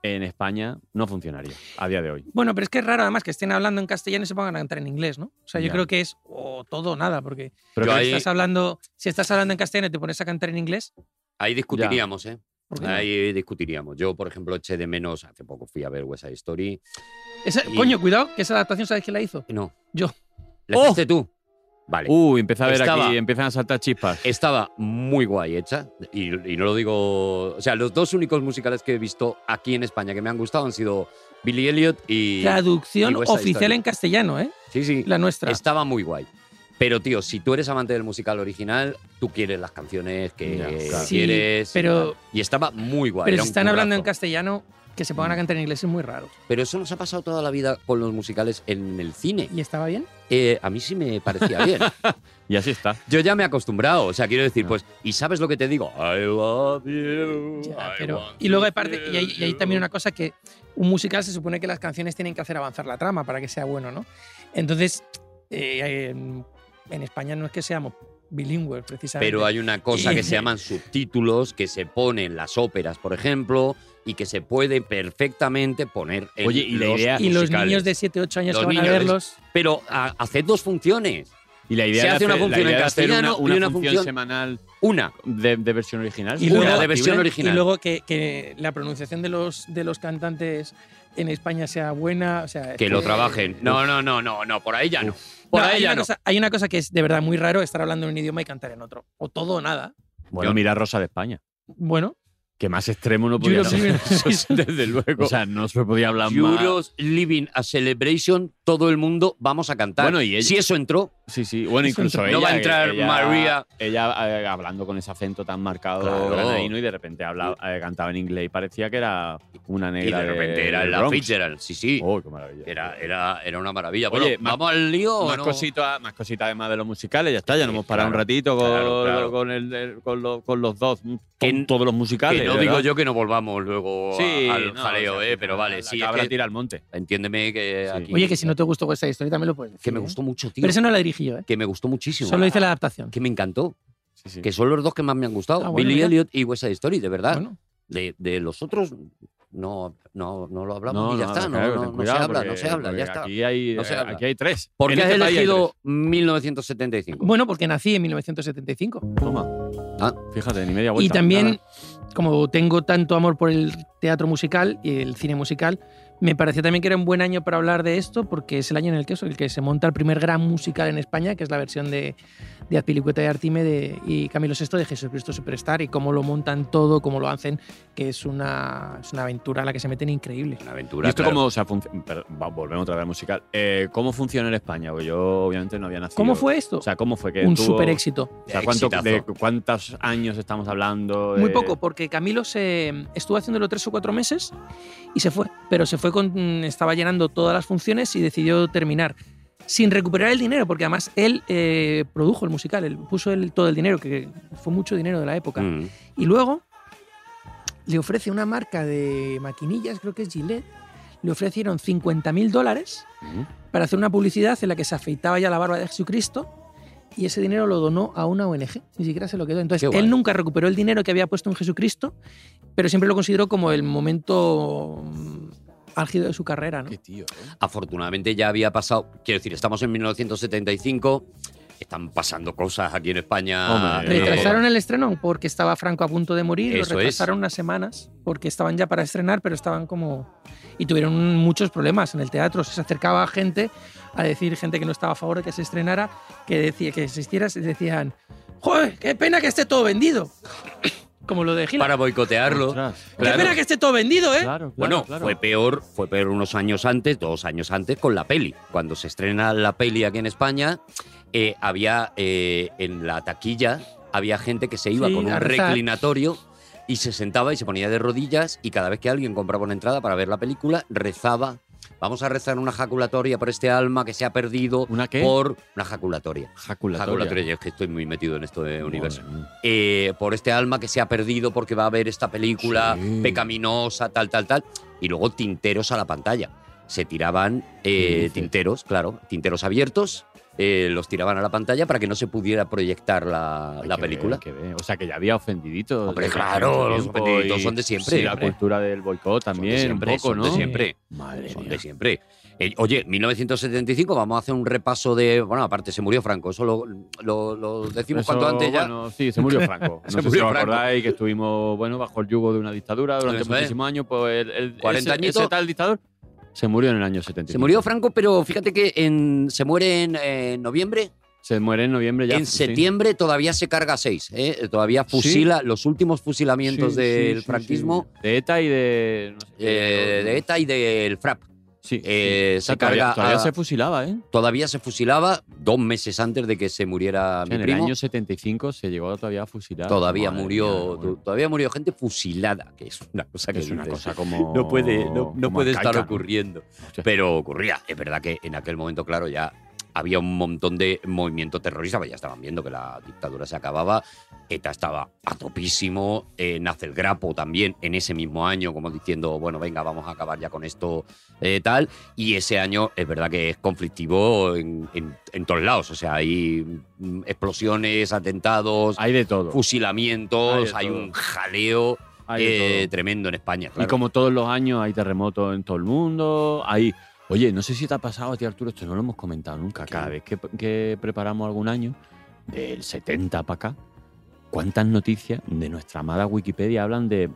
S5: en España no funcionaría a día de hoy.
S2: Bueno, pero es que es raro además que estén hablando en castellano y se pongan a cantar en inglés, ¿no? O sea, yo
S5: Ya.
S2: creo que es o todo o nada, porque
S5: Pero
S3: Yo
S5: que-
S3: ahí-
S2: estás hablando, si estás hablando en castellano y te pones a cantar en inglés,
S3: Ahí discutiríamos, ¿eh?
S2: ¿por qué no?
S3: Ahí discutiríamos. Yo, por ejemplo, eché de menos, hace poco fui a ver West Side Story.
S2: Esa-
S3: y-
S2: Coño, cuidado, que esa adaptación, ¿sabes quién la hizo?
S3: No.
S2: Yo. Uh.
S3: ¿La
S5: ¡Oh!
S3: hiciste tú? Vale.
S5: Uy, empieza a ver
S3: Estaba- Eh,
S5: aquí, empiezan a saltar chispas.
S3: Estaba muy guay hecha y, y no lo digo... O sea, los dos únicos musicales que he visto aquí en España que me han gustado han sido Billy Elliot y...
S2: Traducción
S3: y West Side
S2: oficial
S3: Story.
S2: en castellano, ¿eh?
S3: Sí, sí.
S2: La nuestra.
S3: Estaba muy guay. Pero, tío, si tú eres amante del musical original, tú quieres las canciones que
S5: Ya, claro.
S2: Sí,
S3: quieres. y
S2: pero-
S3: tal. Y estaba muy guay.
S2: pero
S3: era
S2: si
S3: un
S2: están hablando en
S3: currazo.
S2: castellano, que se pongan a cantar en inglés es muy raro.
S3: Pero eso nos ha pasado toda la vida con los musicales en el cine.
S2: ¿Y estaba bien?
S3: Eh, a mí sí me parecía bien.
S5: Y así está.
S3: Yo ya me he acostumbrado. O sea, quiero decir,
S2: Ah.
S5: Ya.
S3: pues, ¿y sabes lo que te digo? I love you.
S2: Ya,
S3: I
S2: pero-
S3: want
S2: y luego hay
S3: to
S2: parte, y hay, y hay
S3: you.
S2: también una cosa que un musical se supone que las canciones tienen que hacer avanzar la trama para que sea bueno, ¿no? Entonces, eh, en, en España no es que seamos bilingües, precisamente.
S3: Pero hay una cosa que se llaman subtítulos que se ponen en las óperas, por ejemplo, y que se puede perfectamente poner en
S5: Oye, y la
S3: los
S5: idea-
S2: y los
S3: musicales.
S2: niños de 7, 8 años
S3: Los
S2: que van a
S3: niños de-
S2: verlos,
S3: Pero ha- haced dos funciones.
S5: Y la idea
S3: Se
S5: de
S3: hace una
S5: hacer- la
S3: función en
S5: idea de hacer
S3: castellano
S5: una,
S3: y
S5: una
S3: una
S5: función,
S3: función-
S5: semanal
S3: Una.
S5: de, de versión original.
S2: Y luego-
S5: ¿Es
S3: una de
S5: compatible?
S3: versión
S2: y
S3: original.
S2: luego que, que la pronunciación de los, de los cantantes en España sea buena, o sea...
S3: que lo
S2: este-
S3: trabajen. No, no, no, no, no. Por ahí ya no.
S2: No,
S3: Por ahí
S2: hay,
S3: ya
S2: una
S3: no.
S2: cosa, hay una cosa que es de verdad muy raro estar hablando en un idioma y cantar en otro. O todo o nada.
S5: Bueno,
S3: Yo-
S5: mira Rosa de España.
S2: Bueno,
S5: Que más extremo no podía
S2: Judas
S5: ser.
S2: Priest.
S5: Desde luego. O sea, no se podía hablar más.
S3: Euros Living a Celebration, todo el mundo vamos a cantar.
S5: Bueno, y ella-
S3: si eso entró,
S5: Sí, sí. Bueno,
S2: Eso
S5: incluso
S2: entra-
S5: ella.
S3: No va a entrar
S5: ella-
S3: María.
S5: Ella eh, hablando con ese acento tan marcado
S3: Claro.
S5: granadino y de repente hablaba, eh, cantaba en inglés y parecía que era una
S3: Y
S5: negra.
S3: de repente era
S5: del
S3: la
S5: Bronx.
S3: Fitzgerald, sí, sí.
S5: Oh, qué maravilla.
S3: Era, era, era una maravilla.
S5: Oye,
S3: Bueno,
S5: más-
S3: ¿vamos al lío o
S5: Más
S3: no?
S5: cositas, más cositas además de los musicales, ya está, ya
S3: Sí,
S5: nos hemos parado
S3: claro,
S5: un ratito con,
S3: claro, claro.
S5: con el- el- con los, con los dos,
S3: Que
S5: con
S3: n-
S5: todos los musicales.
S3: Que no
S5: ¿eh? ¿verdad?
S3: digo yo que no volvamos luego a-
S5: Sí,
S3: al
S5: no,
S3: jaleo,
S5: o sea,
S3: eh, pero vale,
S5: la
S3: sí, es
S5: cabra
S3: que-
S5: tira al monte.
S3: entiéndeme que
S5: Sí.
S3: aquí...
S2: Oye, que si no te gustó esta historia también lo puedes decir.
S3: Que me
S2: ¿eh?
S3: gustó mucho, tío.
S2: Pero ese no la dirigí yo, ¿eh?
S3: Que me gustó muchísimo.
S2: Solo hice la adaptación.
S3: Que me encantó.
S5: Sí, sí.
S3: Que son los dos que más me han gustado.
S2: Ah, bueno,
S3: Billy
S2: mira.
S3: Elliot y West Side Story, de verdad.
S2: Bueno,
S3: De, de los otros no, no, no lo hablamos
S5: No,
S3: y ya
S5: no,
S3: está. No,
S5: claro,
S3: no-
S5: ten
S3: no se
S5: cuidado,
S3: habla, no
S5: porque-
S3: se habla,
S5: porque
S3: ya está.
S5: Aquí hay,
S3: No se
S5: eh,
S3: habla.
S5: aquí hay tres.
S3: ¿Por
S5: En
S3: qué has
S5: este país hay
S3: elegido 1975?
S2: bueno, porque nací en 1975.
S5: tres. Toma.
S3: Ah.
S5: Fíjate, ni media
S2: Y
S5: vuelta.
S2: también,
S5: Nada.
S2: como tengo tanto amor por el teatro musical y el cine musical, me pareció también que era un buen año para hablar de esto, porque es el año en el que, eso, el que se monta el primer gran musical en España, que es la versión de, de Azpilicueta y Artime de, y Camilo VI de Jesucristo Superstar, y cómo lo montan todo, cómo lo hacen, que es una, es una aventura a la que se meten increíble.
S3: Una
S5: ¿Y
S3: aventura.
S5: esto
S3: claro.
S5: cómo, o sea, func- pero, va, volvemos otra vez al musical. Eh, ¿Cómo funciona en España? Porque yo obviamente no había nacido.
S2: ¿Cómo fue esto?
S5: O sea, ¿cómo fue que
S2: un
S5: tuvo-
S2: super éxito.
S5: O sea, ¿cuánto-
S3: Exitazo.
S5: de ¿Cuántos años estamos hablando?
S3: Eh,
S2: Muy
S5: de-
S2: poco, porque Camilo se estuvo haciéndolo tres o cuatro meses y se fue. Pero se fue con. Estaba llenando todas las funciones y decidió terminar. Sin recuperar el dinero, porque además él eh, produjo el musical, él puso el, todo el dinero, que fue mucho dinero de la época.
S3: Mm.
S2: Y luego le ofrece una marca de maquinillas, creo que es Gillette, le ofrecieron 50 mil dólares
S5: Ujú.
S2: para hacer una publicidad en la que se afeitaba ya la barba de Jesucristo y ese dinero lo donó a una ONG, ni siquiera se lo quedó. Entonces,
S3: Qué guay.
S2: él nunca recuperó el dinero que había puesto en Jesucristo, pero siempre lo consideró como el momento mm, álgido de su carrera, ¿no?
S5: Qué tío, ¿eh?
S3: afortunadamente ya había pasado, quiero decir, estamos en 1975, están pasando cosas aquí en España.
S5: Hombre,
S2: Retrasaron el estreno porque estaba Franco a punto de morir,
S3: Eso
S2: lo
S3: es.
S2: retrasaron unas semanas porque estaban ya para estrenar, pero estaban como... Y tuvieron muchos problemas en el teatro, se acercaba gente a decir, gente que no estaba a favor de que se estrenara, que decía que existiera, se decían, ¡joder, qué pena que esté todo vendido! como lo de Gila.
S3: para boicotearlo.
S5: Ostras,
S2: ¡Qué
S3: claro.
S2: pena que esté todo vendido, eh!
S5: claro, claro,
S3: bueno,
S5: claro.
S3: fue peor, fue peor unos años antes, dos años antes, con la peli. Cuando se estrena la peli aquí en España, eh, había eh, en la taquilla había gente que se iba
S2: Sí,
S3: con
S2: a
S3: un
S2: rezar.
S3: reclinatorio y se sentaba y se ponía de rodillas y cada vez que alguien compraba una entrada para ver la película rezaba. Vamos a rezar una jaculatoria por este alma que se ha perdido
S5: ¿Una qué?
S3: por una jaculatoria.
S5: Jaculatoria.
S3: Jaculatoria, yo es que estoy muy metido en esto de
S5: Madre
S3: universo.
S5: mía.
S3: Eh, por este alma que se ha perdido porque va a ver esta película
S5: Sí.
S3: pecaminosa, tal, tal, tal. Y luego tinteros a la pantalla. Se tiraban eh,
S5: ¿Qué dices?
S3: tinteros, claro, tinteros abiertos, eh, los tiraban a la pantalla para que no se pudiera proyectar la,
S5: Hay
S3: la
S5: que ver,
S3: película.
S5: hay que ver. O sea, que ya había ofendiditos.
S3: Hombre,
S5: desde
S3: claro,
S5: hace mucho
S3: los
S5: tiempo
S3: ofendiditos
S5: y-
S3: son de siempre,
S5: Sí, la
S3: hombre.
S5: cultura del boicot
S3: Son de
S5: también,
S3: siempre,
S5: un poco,
S3: son
S5: ¿no?
S3: de siempre.
S5: Madre
S3: Son
S5: mía.
S3: de siempre. Eh, oye, 1975, vamos a hacer un repaso de. Bueno, aparte se murió Franco, eso lo, lo- lo decimos
S5: Eso,
S3: cuanto antes ya.
S5: Bueno, sí, se murió Franco. No
S3: Se
S5: sé si
S3: murió
S5: os
S3: Franco.
S5: acordáis que estuvimos bueno, bajo el yugo de una dictadura durante
S3: Eso es.
S5: muchísimos años. Pues el, el-
S3: 40
S5: ese,
S3: añitos.
S5: ese tal dictador se murió en el año 70.
S3: se murió Franco, pero fíjate que en, se muere en eh, noviembre
S5: Se muere en noviembre ya.
S3: en
S5: sí.
S3: septiembre todavía se carga seis, ¿eh? todavía
S5: Sí.
S3: fusila los últimos
S5: Sí,
S3: fusilamientos
S5: sí,
S3: del
S5: sí, sí.
S3: franquismo,
S5: De ETA y de. no sé qué,
S3: eh,
S5: ¿no?
S3: de ETA y del FRAP.
S5: Sí.
S3: eh,
S5: sí. O sea,
S3: se
S5: todavía-
S3: carga
S5: Todavía
S3: a-
S5: se fusilaba, ¿eh?
S3: Todavía se fusilaba dos meses antes de que se muriera
S5: O sea,
S3: mi
S5: en
S3: primo.
S5: el año 75 se llegó todavía a fusilar.
S3: todavía
S5: Madre mía,
S3: murió,
S5: no, bueno.
S3: todavía murió gente fusilada, que es una cosa que
S5: es una
S3: dices,
S5: cosa como.
S3: no puede, no, no
S5: como
S3: puede estar
S5: arcaica, ¿no?
S3: ocurriendo.
S5: Hostia.
S3: Pero ocurría. Es verdad que en aquel momento, claro, ya había un montón de movimiento terrorista, pues ya estaban viendo que la dictadura se acababa, ETA estaba a topísimo, eh, nace el Grapo también en ese mismo año, como diciendo, bueno, venga, vamos a acabar ya con esto eh, tal, y ese año es verdad que es conflictivo en, en- en todos lados, o sea, hay mm, explosiones, atentados,
S5: Hay de todo.
S3: Pues, fusilamientos,
S5: Hay
S3: hay,
S5: de todo.
S3: un jaleo
S5: hay de
S3: eh,
S5: todo.
S3: tremendo en España.
S5: Y
S3: claro.
S5: como todos los años hay terremotos en todo el mundo, hay... Oye, no sé si te ha pasado a ti, Arturo, esto no lo hemos comentado nunca.
S3: ¿Qué?
S5: Cada vez que, que preparamos algún año, del 70 para acá, ¿cuántas noticias de nuestra amada Wikipedia hablan de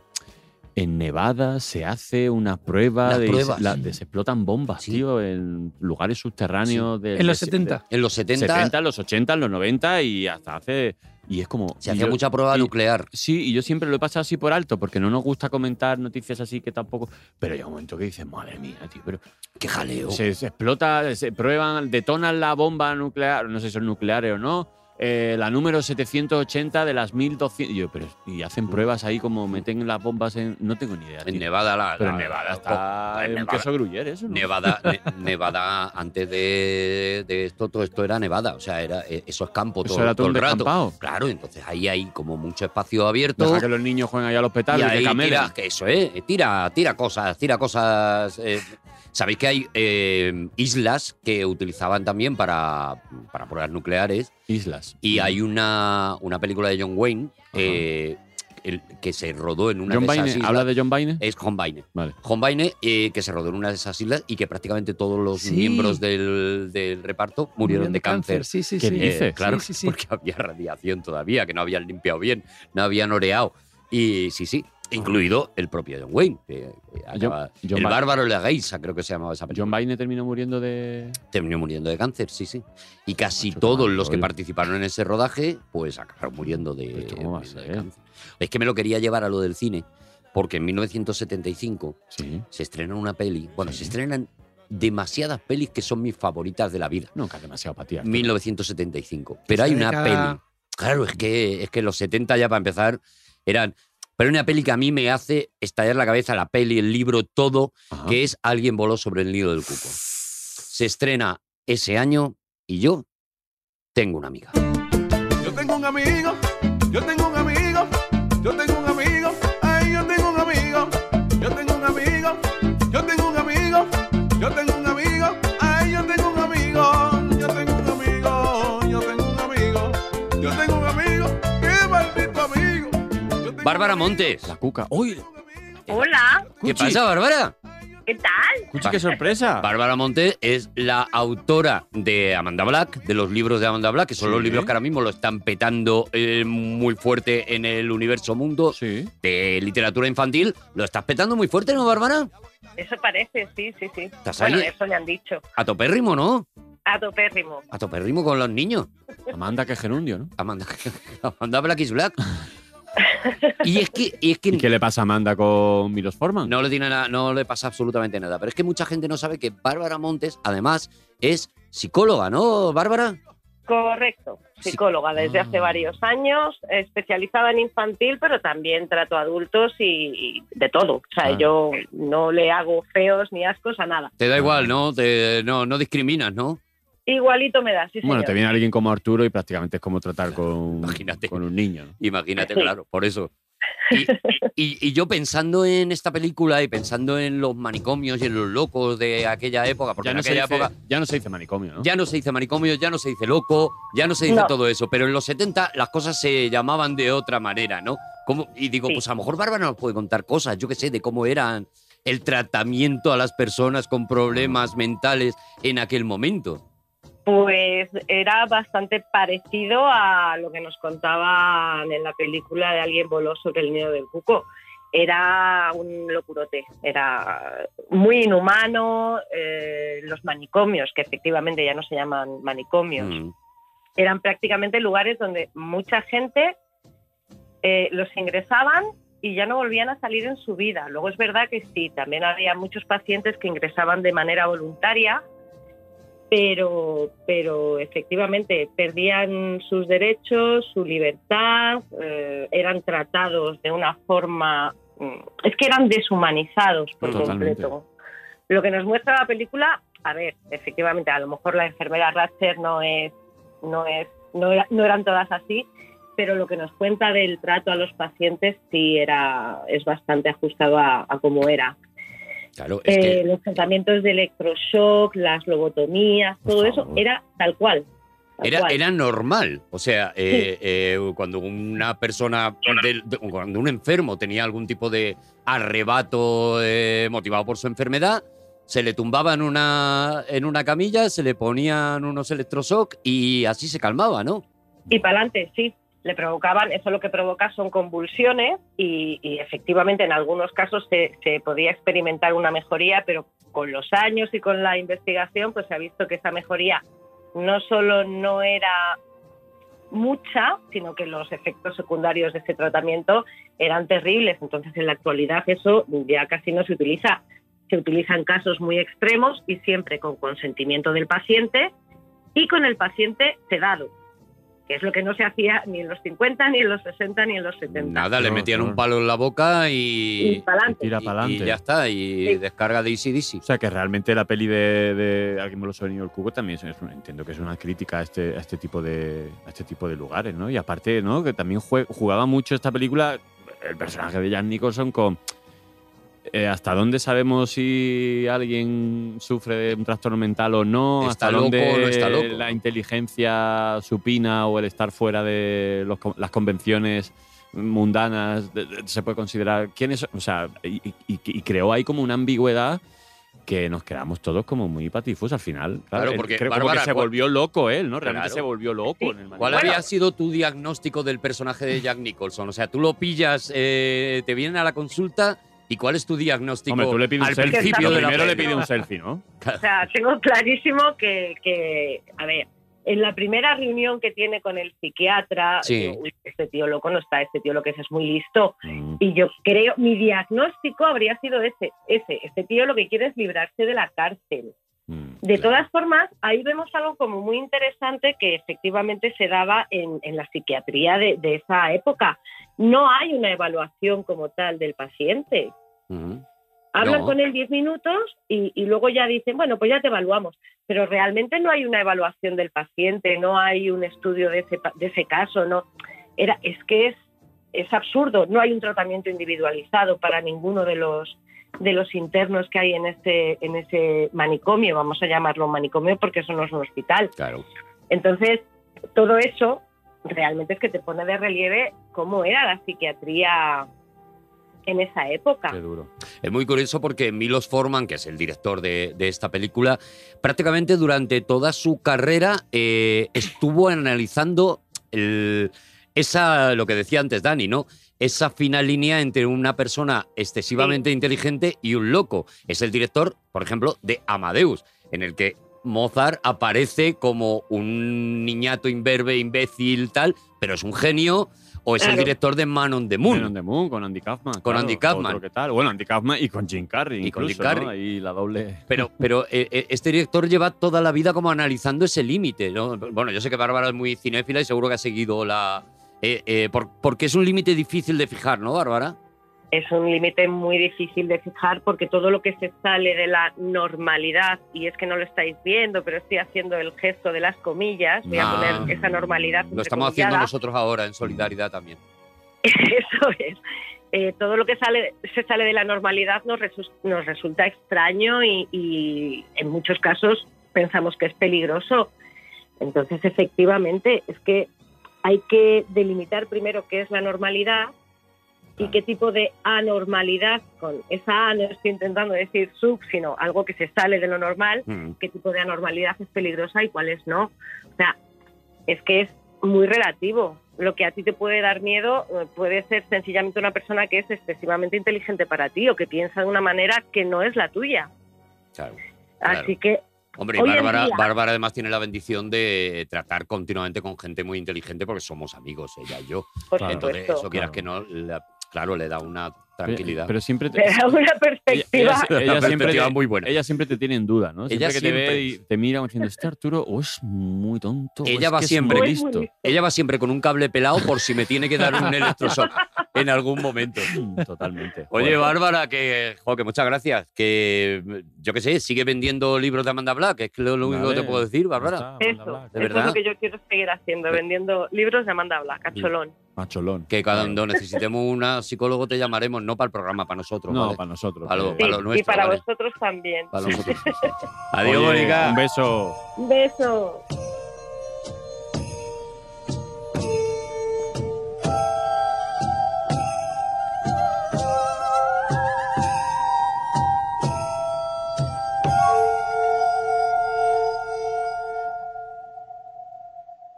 S5: en Nevada se hace una prueba
S3: Las
S5: de,
S3: pruebas.
S5: la- de- se explotan bombas,
S3: Sí.
S5: tío, en lugares subterráneos de
S2: En los
S5: de-
S2: 70.
S3: En los
S5: de-
S3: 70,
S5: 70, los 80, los 90 y hasta hace y es como
S3: se
S5: y
S3: hacía
S5: yo-
S3: mucha prueba
S5: y-
S3: nuclear.
S5: Sí, y yo siempre lo he pasado así por alto porque no nos gusta comentar noticias así que tampoco, pero llega un momento que dices, madre mía, tío, pero
S3: ¡Qué jaleo!
S5: se, se explota, se prueban, detonan la bomba nuclear, no sé si son nucleares o no, eh, la número 780 de las 1200. Y, yo, pero, y hacen pruebas ahí como meten las bombas en. No tengo ni idea.
S3: Mm. En
S5: tío.
S3: Nevada la...
S5: Pero en
S3: la-
S5: Nevada
S3: la-
S5: está.
S3: en
S5: en
S3: Nevada.
S5: queso gruyere, eso, ¿no?
S3: Nevada, ne- Nevada, antes de, de esto, todo esto era Nevada, o sea, era, eh, eso es campo todo,
S5: Eso era todo
S3: todo
S5: un
S3: el rato.
S5: descampado.
S3: Claro, entonces ahí hay como mucho espacio abierto.
S5: Deja que los niños jueguen allá a los
S3: Y
S5: petales y que
S3: ahí
S5: camelen.
S3: tira, que eso, ¿eh? Tira, tira cosas, tira cosas. eh. Sabéis que hay eh, islas que utilizaban también para, para pruebas nucleares
S5: Islas.
S3: y hay una, una película de John Wayne eh, el- que se rodó en una
S5: John
S3: de esas
S5: Baine,
S3: islas. Eh,
S5: ¿habla de John Baine?
S3: Es John Baine.
S5: Vale.
S3: John Baine, eh, que se rodó en una de esas islas y que prácticamente todos los
S2: Sí.
S3: miembros del, del reparto murieron de cáncer.
S2: Sí, sí,
S5: ¿Qué
S2: sí.
S5: dices?
S3: Eh, claro,
S2: Sí, sí, sí.
S3: porque había radiación todavía, que no habían limpiado bien, no habían oreado. Y sí, sí, incluido el propio John Wayne. que, que acaba-
S5: John
S3: el
S5: Ba-
S3: bárbaro de la Geisa, creo que se llamaba esa
S5: John
S3: película.
S5: Baine terminó muriendo de.
S3: Terminó muriendo de cáncer, sí, sí. Y casi
S5: Macho,
S3: todos
S5: qué
S3: los que
S5: rollo.
S3: participaron en ese rodaje, pues acabaron muriendo de,
S5: Pero esto cómo va a
S3: de
S5: ser.
S3: cáncer. Es que me lo quería llevar a lo del cine, porque en 1975
S5: Sí.
S3: se estrena una peli. Bueno,
S5: Sí.
S3: se estrenan demasiadas pelis que son mis favoritas de la vida.
S5: Nunca demasiado patía.
S3: 1975. Pero hay
S2: Esa
S3: una
S2: década-
S3: peli. Claro, es que, es que los 70 ya para empezar eran. Pero una peli que a mí me hace estallar la cabeza, la peli, el libro, todo,
S5: Ah.
S3: que es Alguien voló sobre el nido del cuco. Se estrena ese año y yo tengo una amiga.
S7: Yo tengo un amigo, yo tengo un amigo, yo tengo un amigo, ay, yo tengo un amigo, yo tengo un amigo, yo tengo un amigo, yo tengo un amigo, ay, yo tengo un amigo, yo tengo un amigo, yo tengo un amigo, yo tengo un amigo, qué maldito amigo. yo tengo
S3: Bárbara
S7: un amigo,
S3: Montes.
S5: La cuca. ¡Uy!
S8: Hola,
S3: ¿Qué
S5: Cuchi,
S3: pasa, Bárbara?
S8: ¿qué tal?
S5: Cuchi, qué sorpresa!
S3: Ah. Bárbara Montes es la autora de Amanda Black, de los libros de Amanda Black, que son los
S5: Sí.
S3: libros que ahora mismo lo están petando eh, muy fuerte en el universo mundo
S5: Sí.
S3: de literatura infantil. Lo estás petando muy fuerte, ¿no, Bárbara?
S8: Eso parece, sí, sí, sí.
S3: ¿Estás
S8: Bueno, eh.
S3: ahí?
S8: eso me han dicho.
S3: A topérrimo, ¿no?
S8: A topérrimo.
S3: A topérrimo con los niños.
S5: Amanda, qué gerundio, ¿no?
S3: Amanda, Amanda Black is Black. Y es que, y es que
S5: ¿Y qué le pasa a Amanda con Milos Forman?
S3: no, le tiene nada- no le pasa absolutamente nada. Pero es que mucha gente no sabe que Bárbara Montes, además, es psicóloga, ¿no, Bárbara?
S8: Correcto,
S3: Sí.
S8: psicóloga desde
S5: Ah.
S8: hace varios años, especializada en infantil, pero también trato a adultos y, y de todo. O sea,
S5: Ah.
S8: yo no le hago feos ni ascos a nada.
S3: Te da igual, ¿no? Te- no, no discriminas, ¿no?
S8: Igualito me da, sí,
S5: Bueno,
S8: señor.
S5: te viene alguien como Arturo y prácticamente es como tratar con,
S3: imagínate.
S5: con un niño. ¿no?
S3: Imagínate,
S8: Sí.
S3: claro, por eso. Y, y- y yo pensando en esta película y pensando en los manicomios y en los locos de aquella época, porque
S5: Ya,
S3: en
S5: no se
S3: aquella
S5: dice,
S3: época
S5: ya no se dice manicomio, ¿no?
S3: Ya no se dice manicomio, ya no se dice loco, ya no se dice
S8: No.
S3: todo eso, pero en los 70 las cosas se llamaban de otra manera, ¿no? Como- y digo,
S8: Sí.
S3: pues a lo mejor Bárbara nos puede contar cosas, yo qué sé, de cómo eran el tratamiento a las personas con problemas
S5: Mm.
S3: mentales en aquel momento.
S8: Pues era bastante parecido a lo que nos contaban en la película de Alguien voló sobre el nido del cuco. Era un locurote, era muy inhumano. eh, los manicomios, que efectivamente ya no se llaman manicomios,
S3: Mm.
S8: eran prácticamente lugares donde mucha gente eh, los ingresaban y ya no volvían a salir en su vida. Luego es verdad que sí, también había muchos pacientes que ingresaban de manera voluntaria, pero, pero efectivamente perdían sus derechos, su libertad, eh, eran tratados de una forma... mm, Es que eran deshumanizados por
S5: Totalmente.
S8: completo. Lo que nos muestra la película, a ver, efectivamente, a lo mejor la enfermera Ratcher no es no es no, era- no eran todas así pero lo que nos cuenta del trato a los pacientes sí era es bastante ajustado a, a cómo era
S3: Claro, es
S8: Eh, los tratamientos de electroshock las lobotomías todo eso era tal cual tal
S3: que era,
S8: cual.
S3: era normal, o sea, eh, eh, cuando una persona, del- de- cuando un enfermo tenía algún tipo de arrebato eh, motivado por su enfermedad, se le tumbaba en una, en una camilla, se le ponían unos electroshock y así se calmaba, ¿no?
S8: y para adelante sí le provocaban, eso lo que provoca son convulsiones y, y efectivamente en algunos casos se, se podía experimentar una mejoría, pero con los años y con la investigación pues se ha visto que esa mejoría no solo no era mucha, sino que los efectos secundarios de ese tratamiento eran terribles. Entonces, en la actualidad eso ya casi no se utiliza. Se utilizan casos muy extremos y siempre con consentimiento del paciente y con el paciente sedado, que es lo que no se hacía ni en los 50, ni en los 60, ni en los 70.
S3: Nada, le
S5: No,
S3: metían
S5: claro.
S3: un palo en la boca
S8: Y
S3: y,
S5: Y
S8: pa'lante.
S5: tira
S3: y-
S5: para
S3: y ya
S5: adelante.
S3: está, y
S8: Sí.
S3: descarga de Easy Dizzy.
S5: O sea, que realmente la peli de, de Alguien me lo sonido el cubo también es, es un- entiendo que es una crítica a este, a este tipo de a este tipo de lugares, ¿no? Y aparte, ¿no? Que también jue- jugaba mucho esta película, el personaje de Jack Nicholson con eh, hasta dónde sabemos si alguien sufre de un trastorno mental o no,
S3: ¿Está
S5: hasta
S3: loco o
S5: dónde
S3: no está loco?
S5: la inteligencia supina o el estar fuera de los con- las convenciones mundanas de- de- se puede considerar quién es, o sea, y, y- y- y creó ahí como una ambigüedad que nos quedamos todos como muy patifus al final.
S3: Claro,
S5: él-
S3: porque,
S5: creo como
S3: Bárbara,
S5: que se
S3: ¿cuál-
S5: volvió loco él, ¿no? Realmente
S3: Claro.
S5: se volvió loco. En el
S3: ¿Cuál
S5: matrimonio.
S3: había sido tu diagnóstico del personaje de Jack Nicholson? O sea, tú lo pillas, eh, te vienen a la consulta y ¿cuál es tu diagnóstico
S5: Hombre, tú le pides
S3: al
S5: un selfie.
S3: principio
S5: Lo
S3: de la
S5: primero le
S3: peli?
S5: pide un selfie, ¿no?
S8: O sea, tengo clarísimo que, que, a ver, en la primera reunión que tiene con el psiquiatra,
S3: Sí.
S8: digo, "Uy, este tío loco no está, este tío lo que es es muy listo. Y yo creo, mi diagnóstico habría sido ese, ese, este tío lo que quiere es librarse de la cárcel.
S5: Mm.
S8: De todas formas, ahí vemos algo como muy interesante que efectivamente se daba en, en la psiquiatría de, de esa época. No hay una evaluación como tal del paciente.
S3: Ujú.
S8: Hablan
S3: No.
S8: con él 10 minutos y, y luego ya dicen, bueno, pues ya te evaluamos. Pero realmente no hay una evaluación del paciente, no hay un estudio de ese, pa- de ese caso, no. Era, es que es, es absurdo, no hay un tratamiento individualizado para ninguno de los de los internos que hay en este en ese manicomio, vamos a llamarlo manicomio porque eso no es un hospital.
S3: Claro.
S8: Entonces, todo eso realmente es que te pone de relieve cómo era la psiquiatría en esa época.
S5: Qué duro.
S3: Es muy curioso porque Milos Forman, que es el director de, de esta película, prácticamente durante toda su carrera eh, estuvo analizando el- esa, lo que decía antes Dani, ¿no? Esa fina línea entre una persona excesivamente inteligente y un loco. Es el director, por ejemplo, de Amadeus, en el que Mozart aparece como un niñato imberbe, imbécil, tal, pero es un genio, o es el
S8: Claro.
S3: director de Man on the
S5: Man on
S3: Moon.
S5: the Moon, con Andy Kaufman.
S3: Con
S5: claro,
S3: Andy Kaufman.
S5: otro que tal. Bueno, Andy Kaufman y con Jim Carrey.
S3: Y con
S5: incluso,
S3: Jim Carrey.
S5: ¿no? Ahí la doble.
S3: Pero, pero eh, eh, este director lleva toda la vida como analizando ese límite. ¿no? Bueno, yo sé que Bárbara es muy cinéfila y seguro que ha seguido la. eh, eh, por- porque es un límite difícil de fijar, ¿no, Bárbara?
S8: es un límite muy difícil de fijar porque todo lo que se sale de la normalidad, y es que no lo estáis viendo, pero estoy haciendo el gesto de las comillas, voy
S3: Ah,
S8: a poner esa normalidad.
S3: Lo estamos haciendo
S8: entrecomillada.
S3: nosotros ahora en solidaridad también.
S8: Eso es. Eh, todo lo que sale, se sale de la normalidad nos, resu- nos resulta extraño y, y en muchos casos pensamos que es peligroso. Entonces, efectivamente, es que hay que delimitar primero qué es la normalidad y qué tipo de anormalidad, con esa A no estoy intentando decir sub, sino algo que se sale de lo normal, qué tipo de anormalidad es peligrosa y cuáles no. O sea, es que es muy relativo. Lo que a ti te puede dar miedo eh, puede ser sencillamente una persona que es excesivamente inteligente para ti o que piensa de una manera que no es la tuya.
S3: Claro.
S8: Así que
S3: Hombre, y
S8: Hoy en
S3: Bárbara,
S8: día-
S3: Bárbara además tiene la bendición de tratar continuamente con gente muy inteligente porque somos amigos, ella y yo.
S8: por
S5: Claro.
S3: Entonces,
S8: supuesto,
S3: eso quieras que no, la- claro, le da una tranquilidad.
S5: Pero siempre. te-
S8: te da una
S5: ella- ella-
S8: perspectiva.
S5: ella
S3: Una
S5: siempre
S3: perspectiva
S5: te-
S3: muy buena.
S5: Ella siempre te tiene en duda, ¿no? Siempre
S3: Ella
S5: que te ve
S3: siempre.
S5: y te mira como diciendo, este Arturo o es muy tonto. o
S3: Ella
S5: es
S3: va
S5: que es
S3: siempre
S5: muy
S8: listo.
S5: listo.
S3: Ella va siempre con un cable pelado por si me tiene que dar un electroshock en algún momento.
S5: Mm, Totalmente.
S3: Oye,
S5: Joder.
S3: Bárbara, que, jo, que muchas gracias. Que yo qué sé, sigue vendiendo libros de Amanda Black. Es que lo, lo único
S5: Vale.
S3: que te puedo decir, Bárbara.
S5: Está, manda
S8: Eso,
S5: hablar.
S3: ¿De
S8: eso es
S3: verdad?
S8: lo que yo quiero seguir haciendo, vendiendo libros de Amanda Black, a cholón.
S5: Macholón.
S3: Que cuando necesitemos una psicólogo te llamaremos, no para el programa, para nosotros.
S5: No,
S3: ¿vale?
S5: para nosotros.
S3: Para lo-
S5: que-
S8: Sí,
S3: para lo
S8: y
S3: nuestro,
S8: para
S3: vale.
S8: vosotros también.
S3: Para
S5: Sí, sí,
S3: nosotros.
S5: sí, sí, sí.
S3: Adiós,
S5: Oye,
S3: Mónica.
S5: Un beso.
S8: Un beso.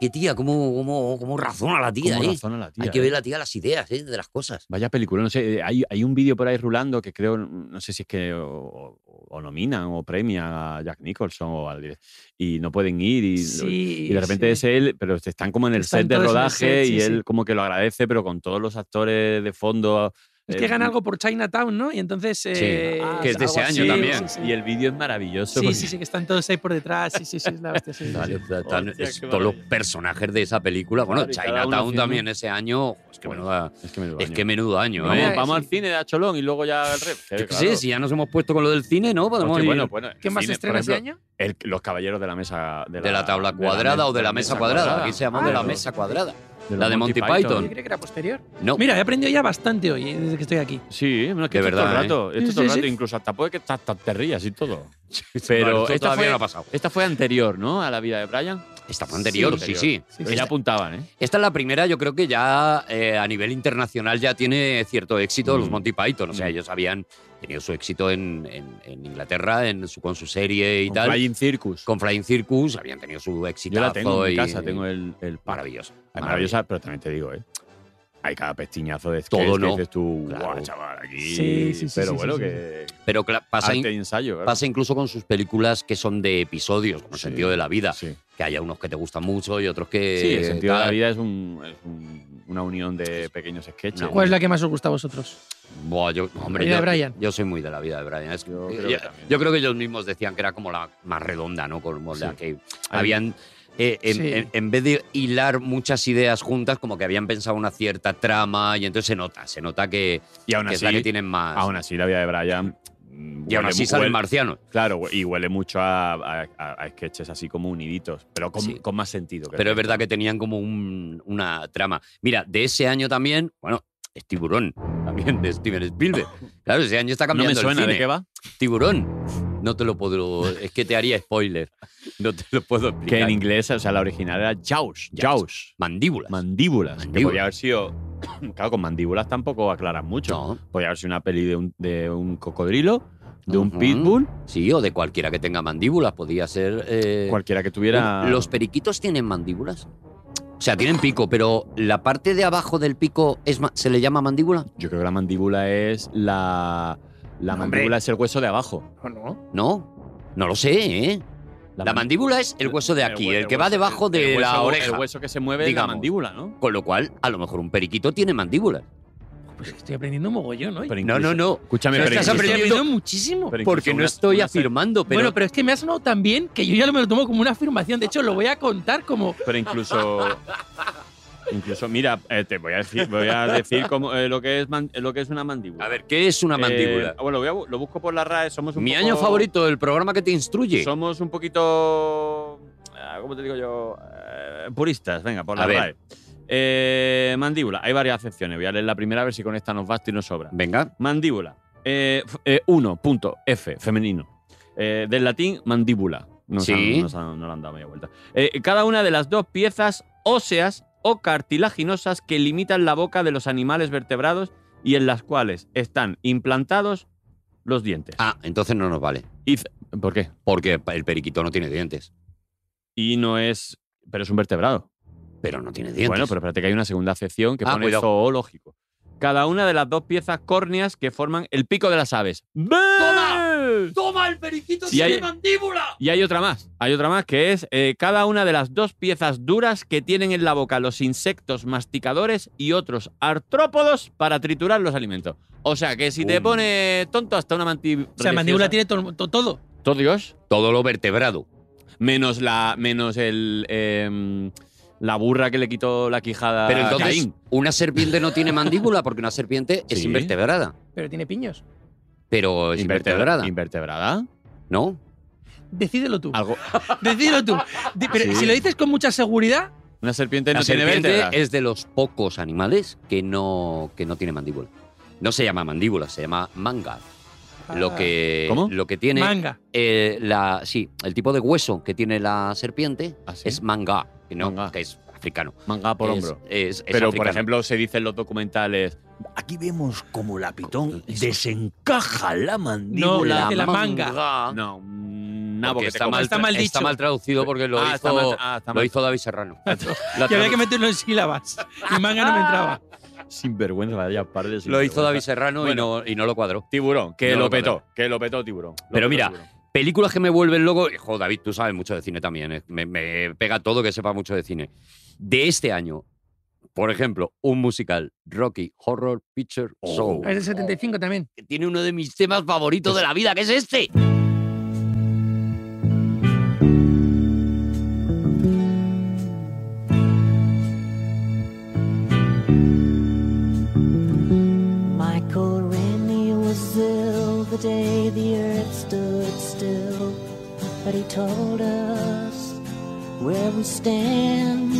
S3: Qué tía, cómo, cómo, cómo razona la tía,
S5: ¿Cómo
S3: ¿eh?
S5: razona la tía,
S3: Hay que
S5: eh?
S3: ver la tía las ideas, ¿eh? De las cosas.
S5: Vaya película, no sé, eh, hay, hay un vídeo por ahí rulando que creo, no sé si es que o, o- o nominan o premia a Jack Nicholson o al direct- y no pueden ir y,
S2: Sí,
S5: y de repente
S2: sí.
S5: es él, pero están como en el
S2: Están
S5: set de
S2: todos en el
S5: rodaje
S2: set, sí,
S5: y
S2: sí.
S5: él como que lo agradece, pero con todos los actores de fondo.
S2: Es
S5: eh,
S2: que gana algo por Chinatown, ¿no? Y entonces. eh,
S5: Ah, que es de
S2: algo
S5: ese año
S2: así,
S5: también.
S2: Sí,
S5: Y el vídeo es
S2: sí,
S5: maravilloso.
S2: sí,
S5: porque-
S2: sí, sí, que están todos ahí por detrás. Sí, sí, sí, es la hostia. sí, sí, sí.
S3: Vale, o sea, tan-
S5: eh. Hostia,
S3: es-
S5: qué
S3: todos los
S5: maravilla.
S3: personajes de esa película. Bueno,
S5: Claro, y cada uno
S3: Chinatown
S5: haciendo- Pues,
S3: también ese año. Es que
S5: Bueno,
S3: menuda-
S5: Es que me lo
S3: Es
S5: baño.
S3: que menudo año,
S5: Vamos,
S3: ¿eh?
S2: Mira,
S5: vamos
S2: sí.
S5: al cine de Cholón y luego ya al rep.
S3: Yo qué
S5: Claro.
S3: sé, si ya nos hemos puesto con lo del cine, ¿no? Podemos
S5: Oye,
S3: ir-
S5: bueno, pues, bueno, el
S2: ¿Qué más
S5: cine,
S2: se
S5: por
S2: estrena ese
S5: ejemplo,
S2: año?
S5: el- los caballeros de la mesa. De la,
S3: de la tabla
S5: de
S3: cuadrada
S5: me-
S3: o de la mesa cuadrada. Aquí se llama
S2: Ah,
S3: de la
S5: los-
S3: mesa cuadrada.
S5: los
S3: la de Monty Python.
S2: Yo creía que era posterior.
S3: No,
S2: Mira, he aprendido ya bastante hoy, eh, desde que estoy aquí.
S5: Sí, bueno, es que
S3: De
S5: esto
S3: verdad,
S5: todo el
S3: ¿eh?
S5: rato, esto
S2: Sí,
S5: todo el
S2: sí,
S5: rato,
S2: sí.
S5: incluso hasta puede que hasta, hasta te rías y todo.
S3: Pero
S5: Pero
S3: esto
S5: esta
S3: todavía
S5: fue-
S3: no ha pasado.
S5: Esta fue anterior, ¿no? A la vida de Brian.
S3: Esta fue anterior, sí,
S5: Sí,
S3: sí.
S2: Sí,
S5: Pero ya apuntaban, ¿eh?
S3: Esta es la primera, yo creo que ya eh, a nivel internacional ya tiene cierto éxito los
S5: Mm.
S3: Monty Python. O sea,
S5: Mm.
S3: ellos habían tenido su éxito en, en- en Inglaterra en su, con su serie y
S5: Con
S3: tal.
S5: Flying Circus.
S3: Con Flying Circus habían tenido su éxito.
S5: Yo la tengo en mi casa, tengo el, el pack.
S3: Maravilloso.
S5: Hay maravillosa, pero también te digo, ¿eh? Hay cada pestiñazo de sketch
S3: Todo
S5: que
S3: no.
S5: dices tú,
S3: Claro.
S5: "Guau, chaval, aquí.
S2: Sí, sí, sí,
S5: pero
S2: sí,
S5: bueno,
S2: sí, sí,
S5: que
S3: Pero cla- pasa, in-
S5: arte y ensayo, claro.
S3: pasa incluso con sus películas que son de episodios, con el
S5: Sí.
S3: sentido de la vida.
S5: Sí.
S3: Que haya unos que te gustan mucho y otros que.
S5: Sí, el sentido de la
S3: eh, tal.
S5: vida es, un- es un- una unión de pequeños sketches.
S3: No.
S2: ¿Cuál es la que más os gusta a vosotros?
S3: Buah, yo, hombre,
S2: vida
S3: yo,
S2: de Brian.
S3: yo soy muy de la vida de Brian. Es-
S5: Yo
S3: eh,
S5: creo
S3: yo-
S5: que también.
S3: yo creo que ellos mismos decían que era como la más redonda, ¿no? Como la
S5: Sí.
S3: que habían. eh, en,
S2: Sí.
S3: en- en vez de hilar muchas ideas juntas, como que habían pensado una cierta trama, y entonces se nota, se nota que,
S5: Y aún
S3: que es
S5: así,
S3: la que tienen más.
S5: aún así, la vida de Brian. mm,
S3: y aún
S5: huele
S3: así
S5: mu-
S3: salen
S5: huele-
S3: marcianos.
S5: Claro, hue- y huele mucho a, a- a- a sketches así como uniditos, pero con,
S3: Sí.
S5: con más sentido. que
S3: Pero es
S5: el resto.
S3: verdad que tenían como un- una trama. Mira, de ese año también, bueno, es Tiburón, también de Steven Spielberg. Claro, ese año está
S5: No
S3: cambiando
S5: me suena,
S3: el cine.
S5: ¿de qué va?
S3: Tiburón. No te lo puedo. Es que te haría spoiler. No te lo puedo explicar.
S5: Que en inglés, o sea, la original era Jaws. Jaws.
S3: Jaws. Mandíbulas.
S5: Mandíbulas. Que
S3: Mandíbulas.
S5: podía haber sido. Claro, con mandíbulas tampoco aclaras mucho.
S3: No.
S5: Podía haber sido una peli de un, de un cocodrilo, de un
S3: Ujú.
S5: pitbull,
S3: Sí, o de cualquiera que tenga mandíbulas. Podía ser. eh,
S5: cualquiera que tuviera.
S3: ¿Los periquitos tienen mandíbulas? O sea, tienen pico, pero la parte de abajo del pico es ma- se le llama mandíbula.
S5: Yo creo que la mandíbula es la. La
S2: No, hombre.
S5: mandíbula es el hueso de abajo.
S2: ¿O no?
S3: No, no lo sé, ¿eh? La,
S5: mand-
S3: mandíbula es el hueso de aquí,
S5: hue-
S3: el, que va
S5: hueso-
S3: debajo
S5: el-
S3: de
S5: el
S3: la
S5: hueso-
S3: oreja.
S5: El hueso que se mueve es la
S3: digamos.
S5: mandíbula, ¿no?
S3: Con lo cual, a lo mejor un periquito tiene mandíbulas.
S2: Pues estoy aprendiendo mogollón hoy.
S5: Pero
S3: No,
S5: incluso-
S3: no, no.
S5: Escúchame,
S3: No
S5: pero
S3: estás
S5: incluso-
S2: estoy
S3: aprendiendo-
S2: aprendiendo muchísimo.
S5: pero incluso
S3: Porque no
S5: una-
S3: estoy
S5: una serie-
S3: afirmando, pero,
S2: bueno, pero es que me ha sonado tan bien que yo ya lo me lo tomo como una afirmación. De hecho, lo voy a contar como.
S5: Pero incluso. Incluso, mira, eh, te voy a decir, voy a decir cómo, eh, lo, que es man- lo que es una mandíbula.
S3: A ver, ¿qué es una
S5: Eh,
S3: mandíbula?
S5: bueno, voy a bu- lo busco por la RAE. Somos un
S3: Mi
S5: poco-
S3: año favorito, el programa que te instruye.
S5: Somos un poquito. ah, ¿Cómo te digo yo? Eh, puristas, venga, por
S3: A
S5: la
S3: ver.
S5: RAE. Eh, mandíbula, hay varias acepciones. Voy a leer la primera a ver si con esta nos basta y nos sobra.
S3: Venga.
S5: Mandíbula. Eh, 1.f, femenino. Eh, del latín, mandíbula. Nos,
S3: Sí.
S5: han, nos han- nos lo han dado media vuelta. Eh, cada una de las dos piezas óseas o cartilaginosas que limitan la boca de los animales vertebrados y en las cuales están implantados los dientes.
S3: Ah, entonces no nos vale.
S5: Y c- ¿Por qué?
S3: Porque el periquito no tiene dientes.
S5: Y no es. Pero es un vertebrado.
S3: Pero no tiene dientes.
S5: Bueno, pero espérate que hay una segunda acepción que
S3: Ah,
S5: pone
S3: cuidado.
S5: zoológico. Cada una de las dos piezas córneas que forman el pico de las aves.
S3: ¡Toma, el periquito
S5: Y hay-
S3: mandíbula!
S5: Y hay otra más, hay otra más que es eh, cada una de las dos piezas duras que tienen en la boca los insectos masticadores y otros artrópodos para triturar los alimentos. O sea que si te
S3: Uh.
S5: pone tonto hasta una mandíbula.
S2: O sea, mandíbula tiene to- to- todo.
S5: Todo Dios.
S3: Todo lo vertebrado.
S5: Menos la. Menos el. em, la burra que le quitó la quijada
S3: Pero entonces,
S5: a Caín.
S3: una serpiente no tiene mandíbula porque una serpiente es
S5: Sí.
S3: invertebrada.
S2: Pero tiene piños.
S3: Pero es pues,
S5: Invertebra- Este
S3: invertebrada,
S5: Invertebrada.
S3: ¿no?
S2: Decídelo tú.
S5: Algo,
S2: Decídelo tú. Di- Pero
S5: Ah. Sí.
S2: si lo dices con mucha seguridad,
S5: una serpiente
S3: La
S5: no tiene
S3: serpiente
S5: vértebras.
S3: es de los pocos animales que no, que no tiene mandíbula. No se llama mandíbula, se llama manga. Lo
S2: Ah.
S3: que,
S5: ¿Cómo?
S3: Lo que tiene
S2: manga.
S3: eh, la, sí, el tipo de hueso que tiene la serpiente
S5: ¿Ah, sí?
S3: es manga, que, no,
S5: Manga.
S3: que es africano.
S5: Manga por
S3: Es-
S5: hombro.
S3: es- es
S5: Pero, por
S3: africano.
S5: ejemplo, se dice en los documentales.
S9: Aquí vemos como la pitón desencaja la
S2: No,
S9: mandíbula.
S5: Ah.
S2: la, de la manga.
S5: No, mm, nabo
S3: Porque
S5: que te
S3: está,
S5: comes.
S3: mal,
S2: Está
S3: tra-
S2: mal dicho.
S3: está mal traducido porque lo,
S5: Ah,
S3: hizo,
S5: está mal- ah, está
S3: lo
S5: mal.
S3: hizo David Serrano. La
S2: Que había que
S3: traducción-
S2: meterlo en sílabas. Y manga no me entraba.
S5: Ah. Sin vergüenza, vaya par de
S3: Lo hizo
S5: sinvergüenza.
S3: David Serrano y, no, y no lo cuadró.
S5: Tiburón, que
S3: No,
S5: lo
S3: lo
S5: petó, que lo petó Tiburón. Lo
S3: Pero
S5: petó
S3: mira,
S5: Tiburón.
S3: Películas que me vuelven loco. Joder, David, tú sabes mucho de cine también. eh. Me, me pega todo que sepa mucho de cine. De este año, por ejemplo, un musical, Rocky Horror Picture Show.
S5: Oh.
S2: Es del 75 también.
S3: que tiene uno de mis temas favoritos de la vida, que es este.
S9: Michael Rennie was ill the day the earth stood still, but he told us where we stand.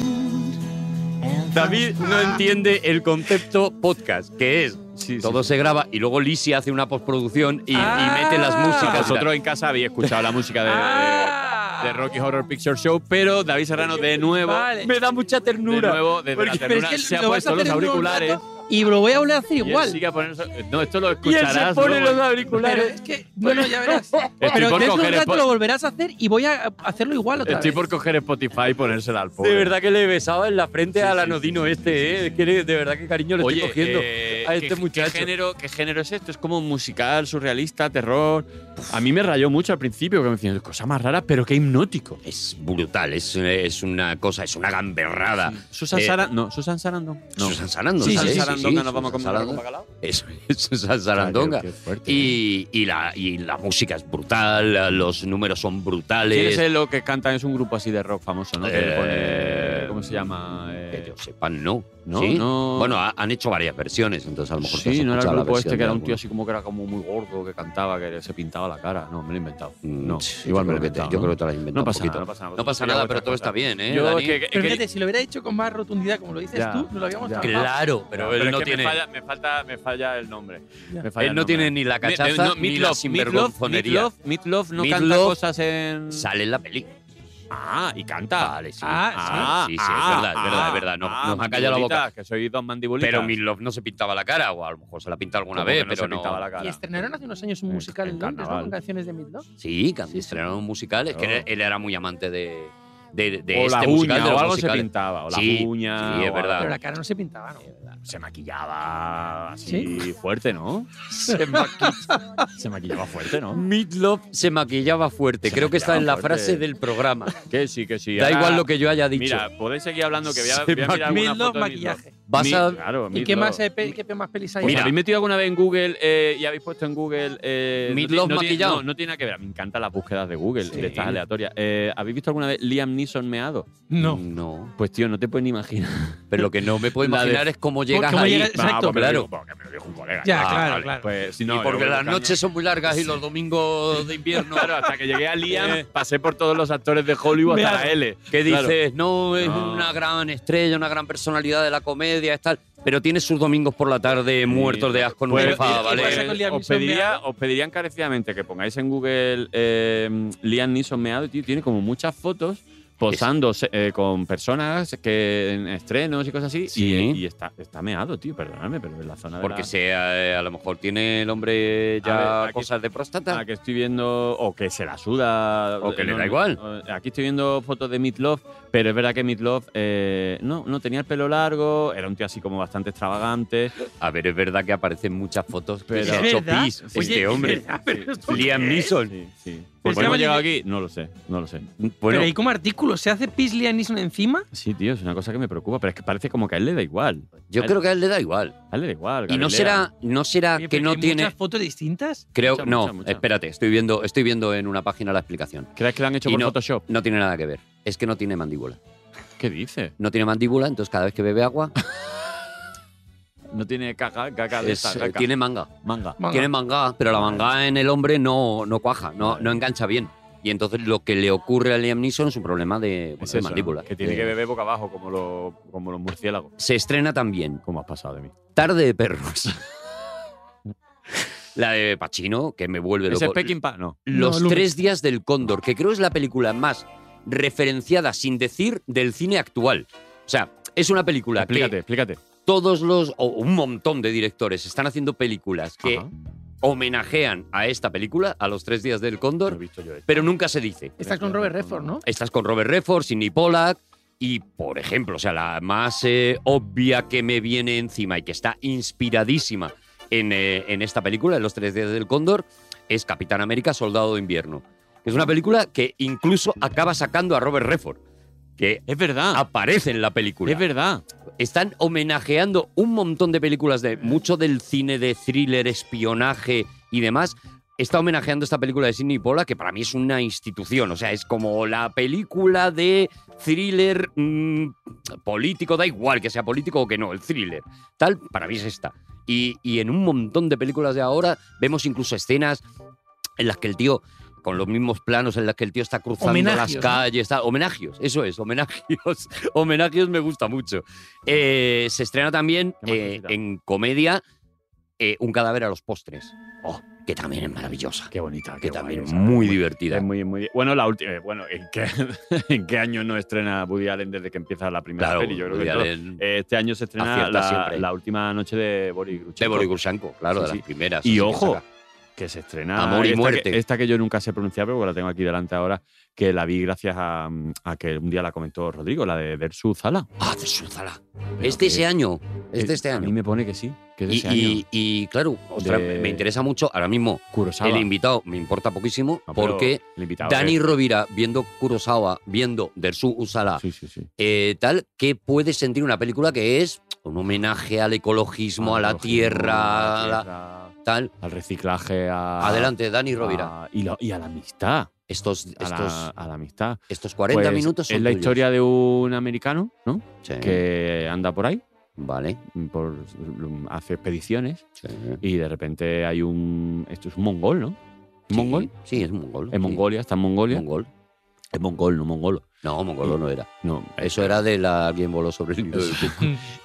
S9: And
S3: David no entiende el concepto podcast, que es todo se graba y luego Lisi hace una postproducción y, y
S2: Ah.
S3: mete las músicas.
S5: Vosotros en casa habéis escuchado la música de, de- Eh,
S2: Ah.
S5: de Rocky Horror Picture Show, pero David Serrano de nuevo,
S2: Vale.
S3: me da mucha
S5: de
S3: ternura.
S5: nuevo desde la
S2: Porque-
S5: ternura, se ha
S2: lo vas a
S5: puesto los
S2: hacer en un
S5: auriculares.
S2: rato Y lo voy a volver a hacer
S5: y él
S2: igual.
S5: sigue a poner- no, esto lo
S3: y él
S5: escucharás.
S3: se pone
S5: luego.
S3: los
S2: Pero
S3: auriculares.
S2: es que, bueno, ya verás.
S5: Estoy
S2: Pero
S5: por
S2: dentro de un
S5: coger
S2: rato
S5: Spo-
S2: lo volverás a hacer y voy a hacerlo igual otra
S5: Estoy
S2: vez.
S5: por coger Spotify y ponérsela al pobre.
S3: De verdad que le besaba en la frente
S5: Sí,
S3: al
S5: sí,
S3: anodino
S5: sí, sí,
S3: este,
S5: sí,
S3: ¿eh?
S5: sí.
S3: Que le- de verdad que cariño le
S5: Oye,
S3: estoy cogiendo.
S5: eh,
S3: a este
S5: ¿qué-
S3: muchacho.
S5: ¿qué género, ¿Qué género es esto? ¿Es como musical, surrealista, terror? A mí me rayó mucho al principio, que me decían, cosas más raras, pero qué hipnótico.
S3: Es brutal, es, es una cosa, es una gamberrada.
S5: Susan
S3: Eh,
S5: Sarandon. No, Susan Sarandon. No.
S3: Susan Sarandon,
S5: Susan
S3: sí, sí, sí,
S5: Sarandon,
S3: sí,
S5: nos vamos a comer
S3: Susan
S5: un
S3: Sarandon.
S5: bacalao.
S3: Eso es Susan Sarandonga.
S5: Qué fuerte.
S3: Y, y la, y la música es brutal, los números son
S5: ¿Quién
S3: brutales.
S5: es el lo que canta? Es un grupo así de rock famoso, ¿no? Que le pone-
S3: Eh,
S5: ¿Cómo se llama?
S3: Que
S5: Eh,
S3: yo sepan, no.
S5: no,
S3: ¿Sí?
S5: no.
S3: Bueno, ha- han hecho varias versiones, entonces a lo mejor te has
S5: sí, no era el
S3: escuchado la
S5: grupo este
S3: versión de
S5: que era un tío
S3: alguno.
S5: así como que era como muy gordo, que cantaba, que se pintaba la cara. No, me lo he inventado.
S3: Mm,
S5: No,
S3: sí,
S5: igual
S3: yo
S5: me
S3: creo
S5: lo he
S3: que te-
S5: inventado.
S3: Yo creo que te la has inventado
S5: No pasa
S3: un poquito.
S5: nada, no pasa nada.
S3: No pasa nada, pero todo está bien, ¿eh?
S5: Yo
S3: Dani?
S5: es que- que-
S2: Pero
S5: que-
S2: fíjate, si lo hubiera hecho con más rotundidad, como lo dices
S5: Ya,
S2: tú, no lo habíamos
S5: ya.
S2: tratado.
S3: Claro, pero él no
S5: es que
S3: tiene.
S5: Me falla, me falta, me falla el nombre.
S2: Ya.
S5: Me falla
S3: él
S5: el
S3: no
S5: nombre.
S3: tiene ni la
S5: Me-
S3: cachaza
S5: no,
S3: ni
S5: Meatloaf,
S3: la sinvergonzonería.
S5: Meatloaf, Meatloaf no
S3: Meatloaf
S5: canta cosas en.
S3: Sale en la peli.
S5: Ah, y canta.
S3: Vale, sí.
S2: Ah,
S3: sí, sí, es verdad, es verdad, es verdad. No- nos ha callado la boca.
S5: mandibulitas, ah, Que soy dos mandibulitas.
S3: Pero Milov no se pintaba la cara, o a lo mejor se la pinta alguna
S5: Como que
S3: vez,
S5: no
S3: pero
S5: se
S3: no. este
S5: pintaba la cara.
S2: Y estrenaron hace unos años un
S5: En-
S2: musical
S5: en
S2: en, Londres, ¿no?
S5: carnaval.
S2: Con canciones de Midloaf.
S3: Sí, can-
S2: Sí, sí.
S3: estrenaron un musical. Es que
S5: Claro.
S3: él, él era muy amante de, de, de
S5: o
S3: este
S5: la
S3: musical, de
S5: uña, o
S3: los
S5: algo se
S3: musicales.
S5: pintaba. O la
S3: Sí,
S5: uña.
S3: sí, es
S5: o
S3: verdad.
S5: algo.
S2: Pero la cara no se pintaba, ¿no?
S5: Se maquillaba así
S2: ¿Sí?
S5: Ah, fuerte, ¿no?
S3: Se maquillaba,
S5: Se maquillaba fuerte, ¿no?
S3: Meatloaf se maquillaba fuerte.
S5: Se
S3: Creo que está en la
S5: maquillaba fuerte.
S3: frase del programa.
S5: Que sí, que sí.
S3: da
S5: ahora-
S3: igual lo que yo haya dicho.
S5: Mira, podéis seguir hablando que voy a,
S3: Se
S5: voy a mirar alguna
S2: Midloaf
S5: foto de Meatloaf.
S2: maquillaje.
S3: Vas
S5: Mi-
S3: a-
S5: claro,
S2: ¿Y qué
S5: Meatloaf.
S2: más, eh, pe- qué pe- más pelis hay?
S5: Mira, Pues
S3: Mira.
S5: ¿habéis metido alguna vez en Google eh, y habéis puesto en Google. Eh, no
S3: Meatloaf
S5: tiene- no, tiene-
S3: maquillado.
S5: No, no tiene nada que ver. Me encantan las búsquedas de Google,
S2: Sí.
S5: de estas aleatorias. Eh, ¿Habéis visto alguna vez Liam Neeson meado?
S2: No.
S3: No.
S5: Pues, tío, no te puedes ni imaginar.
S3: Pero lo que no me puedo
S5: La de-
S3: imaginar es cómo llegas
S2: ¿Cómo
S3: ahí.
S2: llegas? Exacto.
S5: me lo
S3: Claro.
S5: dijo- porque me lo dijo un colega.
S2: Ya,
S5: Ah,
S2: claro,
S5: vale.
S2: claro.
S5: Pues, si no,
S3: Y
S5: yo
S3: porque
S5: voy
S3: las
S5: buscando.
S3: noches son muy largas y los domingos de invierno.
S5: Claro, hasta que llegué a Liam, pasé por todos los actores de Hollywood hasta
S2: Meado.
S5: la L.
S3: que
S5: Eh. Claro.
S3: dices, no, es
S5: No.
S3: una gran estrella, una gran personalidad de la comedia, es tal, pero tiene sus domingos por la tarde muertos de asco en
S5: Pues,
S3: una enfada,
S2: y- y
S3: ¿vale?
S2: pasa con Liam
S5: os,
S2: Neeson
S5: pediría,
S2: meado.
S5: os pediría encarecidamente que pongáis en Google eh, Liam Neeson meado, y, tío, tiene como muchas fotos posando eh, con personas que en estrenos y cosas así.
S3: Sí.
S5: Y, y está, está meado, tío, perdonadme, pero en la zona de
S3: Porque
S5: la-
S3: sea, eh, a lo mejor tiene el hombre
S5: A
S3: ya
S5: ver, aquí-
S3: cosas de próstata.
S5: Ah, que estoy viendo, o que se la suda.
S3: O que le
S5: no,
S3: da
S5: no,
S3: igual.
S5: o- Aquí estoy viendo fotos de Meatloaf, pero es verdad que Meatloaf eh, no, no tenía el pelo largo, era un tío así como bastante extravagante.
S3: a ver, es verdad que aparecen muchas fotos que
S5: Pero-
S3: se ha
S5: Es
S3: hecho
S2: verdad.
S3: pis
S2: Oye,
S3: este
S2: es
S3: hombre.
S2: verdad, pero esto-
S3: Liam Neeson.
S5: Sí, sí.
S2: Pero
S5: eh, ¿Por
S2: se
S5: qué hemos
S2: llama
S5: llegado
S2: Liam-
S5: aquí? No lo sé, no lo sé.
S3: Bueno,
S2: Pero ¿y como artículo? ¿Se hace Pis Liam Neeson encima?
S5: Sí, tío, es una cosa que me preocupa, pero es que parece como que a él le da igual.
S3: yo creo que a él le da igual.
S5: A él le da igual.
S3: Y no
S5: Galilea.
S3: será, no será
S2: Oye,
S3: que
S2: pero
S3: no
S2: hay
S3: tiene.
S2: muchas fotos distintas?
S3: Creo,
S5: Mucha,
S3: no,
S5: mucha, mucha.
S3: espérate, estoy viendo, estoy viendo en una página la explicación.
S5: ¿Crees que lo han hecho
S3: Y
S5: por
S3: no-
S5: Photoshop?
S3: No tiene nada que ver. Es que no tiene mandíbula.
S5: ¿Qué dice?
S3: No tiene mandíbula, entonces cada vez que bebe agua
S5: No tiene caca, caca de
S3: es- eh,
S5: esta, caca.
S3: tiene manga.
S5: manga.
S2: Manga.
S3: Tiene manga, pero la manga en el hombre no, no cuaja, no,
S5: Vale.
S3: no engancha bien. Y entonces lo que le ocurre a Liam Neeson es un problema de,
S5: Es
S3: de
S5: eso, ¿no?
S3: mandíbula.
S5: Que tiene
S3: Eh,
S5: que beber boca abajo, como, los- como los murciélagos.
S3: Se estrena también
S5: ¿Cómo has pasado de mí?
S3: Tarde de Perros. la de Pacino, que me vuelve
S5: ¿Ese es
S3: loco.
S5: Peckinpah? No.
S3: Los
S2: No, Loomis.
S3: tres días del cóndor, que creo es la película más referenciada, sin decir, del cine actual. O sea, es una película
S5: explícate,
S3: que
S5: explícate.
S3: todos los, o un montón de directores están haciendo películas que
S5: Ajá.
S3: homenajean a esta película, a los tres días del cóndor, pero nunca se dice.
S2: Estás con Robert Redford, ¿no?
S3: Estás con Robert Redford, Sidney Pollack y, por ejemplo, o sea, la más eh, obvia que me viene encima y que está inspiradísima en, eh, en esta película, en Los Tres Días del Cóndor, es Capitán América, Soldado de Invierno. que Es una película que incluso acaba sacando a Robert Redford, que
S5: Es verdad.
S3: aparece en la película.
S5: Es verdad.
S3: Están homenajeando un montón de películas de mucho del cine de thriller, espionaje y demás. Está homenajeando esta película de Sidney Pola, que para mí es una institución. O sea, es como la película de thriller mm, político, da igual que sea político o que no, el thriller. Tal, para mí es esta. Y, y en un montón de películas de ahora vemos incluso escenas en las que el tío, con los mismos planos en las que el tío está cruzando
S2: Homenagios,
S3: las
S2: ¿no?
S3: calles, tal, homenagios, eso es, homenagios, homenagios me gusta mucho. Eh, se estrena también
S5: Qué
S3: eh,
S5: magnífica.
S3: en comedia eh, Un cadáver a los postres, Oh, que también es maravillosa,
S5: Qué bonita.
S3: que
S5: qué
S3: también
S5: guay
S3: es
S5: esa.
S3: muy divertida.
S5: Es muy, muy, bueno, la última. eh, Bueno, ¿en qué, ¿en qué año no estrena Woody Allen desde que empieza la primera
S3: Claro,
S5: peli? Yo creo
S3: Woody
S5: que todo-
S3: Allen
S5: eh, este año se estrena
S3: acierta
S5: la,
S3: siempre.
S5: la última noche de Boris Grushenko.
S3: de Boris Grushenko, claro, de
S5: Sí,
S3: las
S5: sí.
S3: primeras. así
S5: Y
S3: que
S5: ojo,
S3: saca.
S5: que se estrena.
S3: Amor y
S5: esta
S3: muerte.
S5: Que, esta que yo nunca sé pronunciar, pero la tengo aquí delante ahora, que la vi gracias a, a que un día la comentó Rodrigo, la de Versus Zala.
S3: Ah, de Suzala.
S5: Pero
S3: Este
S5: eh, que-
S3: ese año, este este
S5: A mí
S3: año.
S5: me pone que sí, que es de
S3: Y,
S5: ese año.
S3: y- y, claro, ostras,
S5: De-
S3: me interesa mucho ahora mismo
S5: Kurosawa.
S3: el invitado, me importa poquísimo,
S5: No, pero
S3: porque
S5: el invitado,
S3: Dani
S5: eh.
S3: Rovira viendo Kurosawa, viendo Dersu Usala,
S5: Sí, sí, sí.
S3: eh, tal, que puede sentir una película que es un homenaje al ecologismo, a la
S5: Ecologismo,
S3: tierra,
S5: a
S3: a
S5: la
S3: la-
S5: tierra, Ah,
S3: tal.
S5: al reciclaje, a.
S3: Adelante, Dani Rovira.
S5: a- y, lo- y a la amistad.
S3: Estos,
S5: ah, A,
S3: estos,
S5: la, a la amistad.
S3: estos 40
S5: Pues,
S3: minutos son
S5: Es la
S3: tuyos.
S5: historia de un americano, ¿no?
S3: Sí,
S5: Que anda por ahí,
S3: Vale.
S5: por, hace expediciones
S3: sí.
S5: y de repente hay un. Esto es un mongol, ¿no?
S3: Sí,
S5: ¿Mongol?
S3: Sí, es mongol.
S5: En
S3: sí.
S5: Mongolia, está en Mongolia.
S3: Mongol.
S5: Es mongol, no mongolo.
S3: No, mongolo no era.
S5: No,
S3: Eso era de la alguien voló sobre el nido del cuco.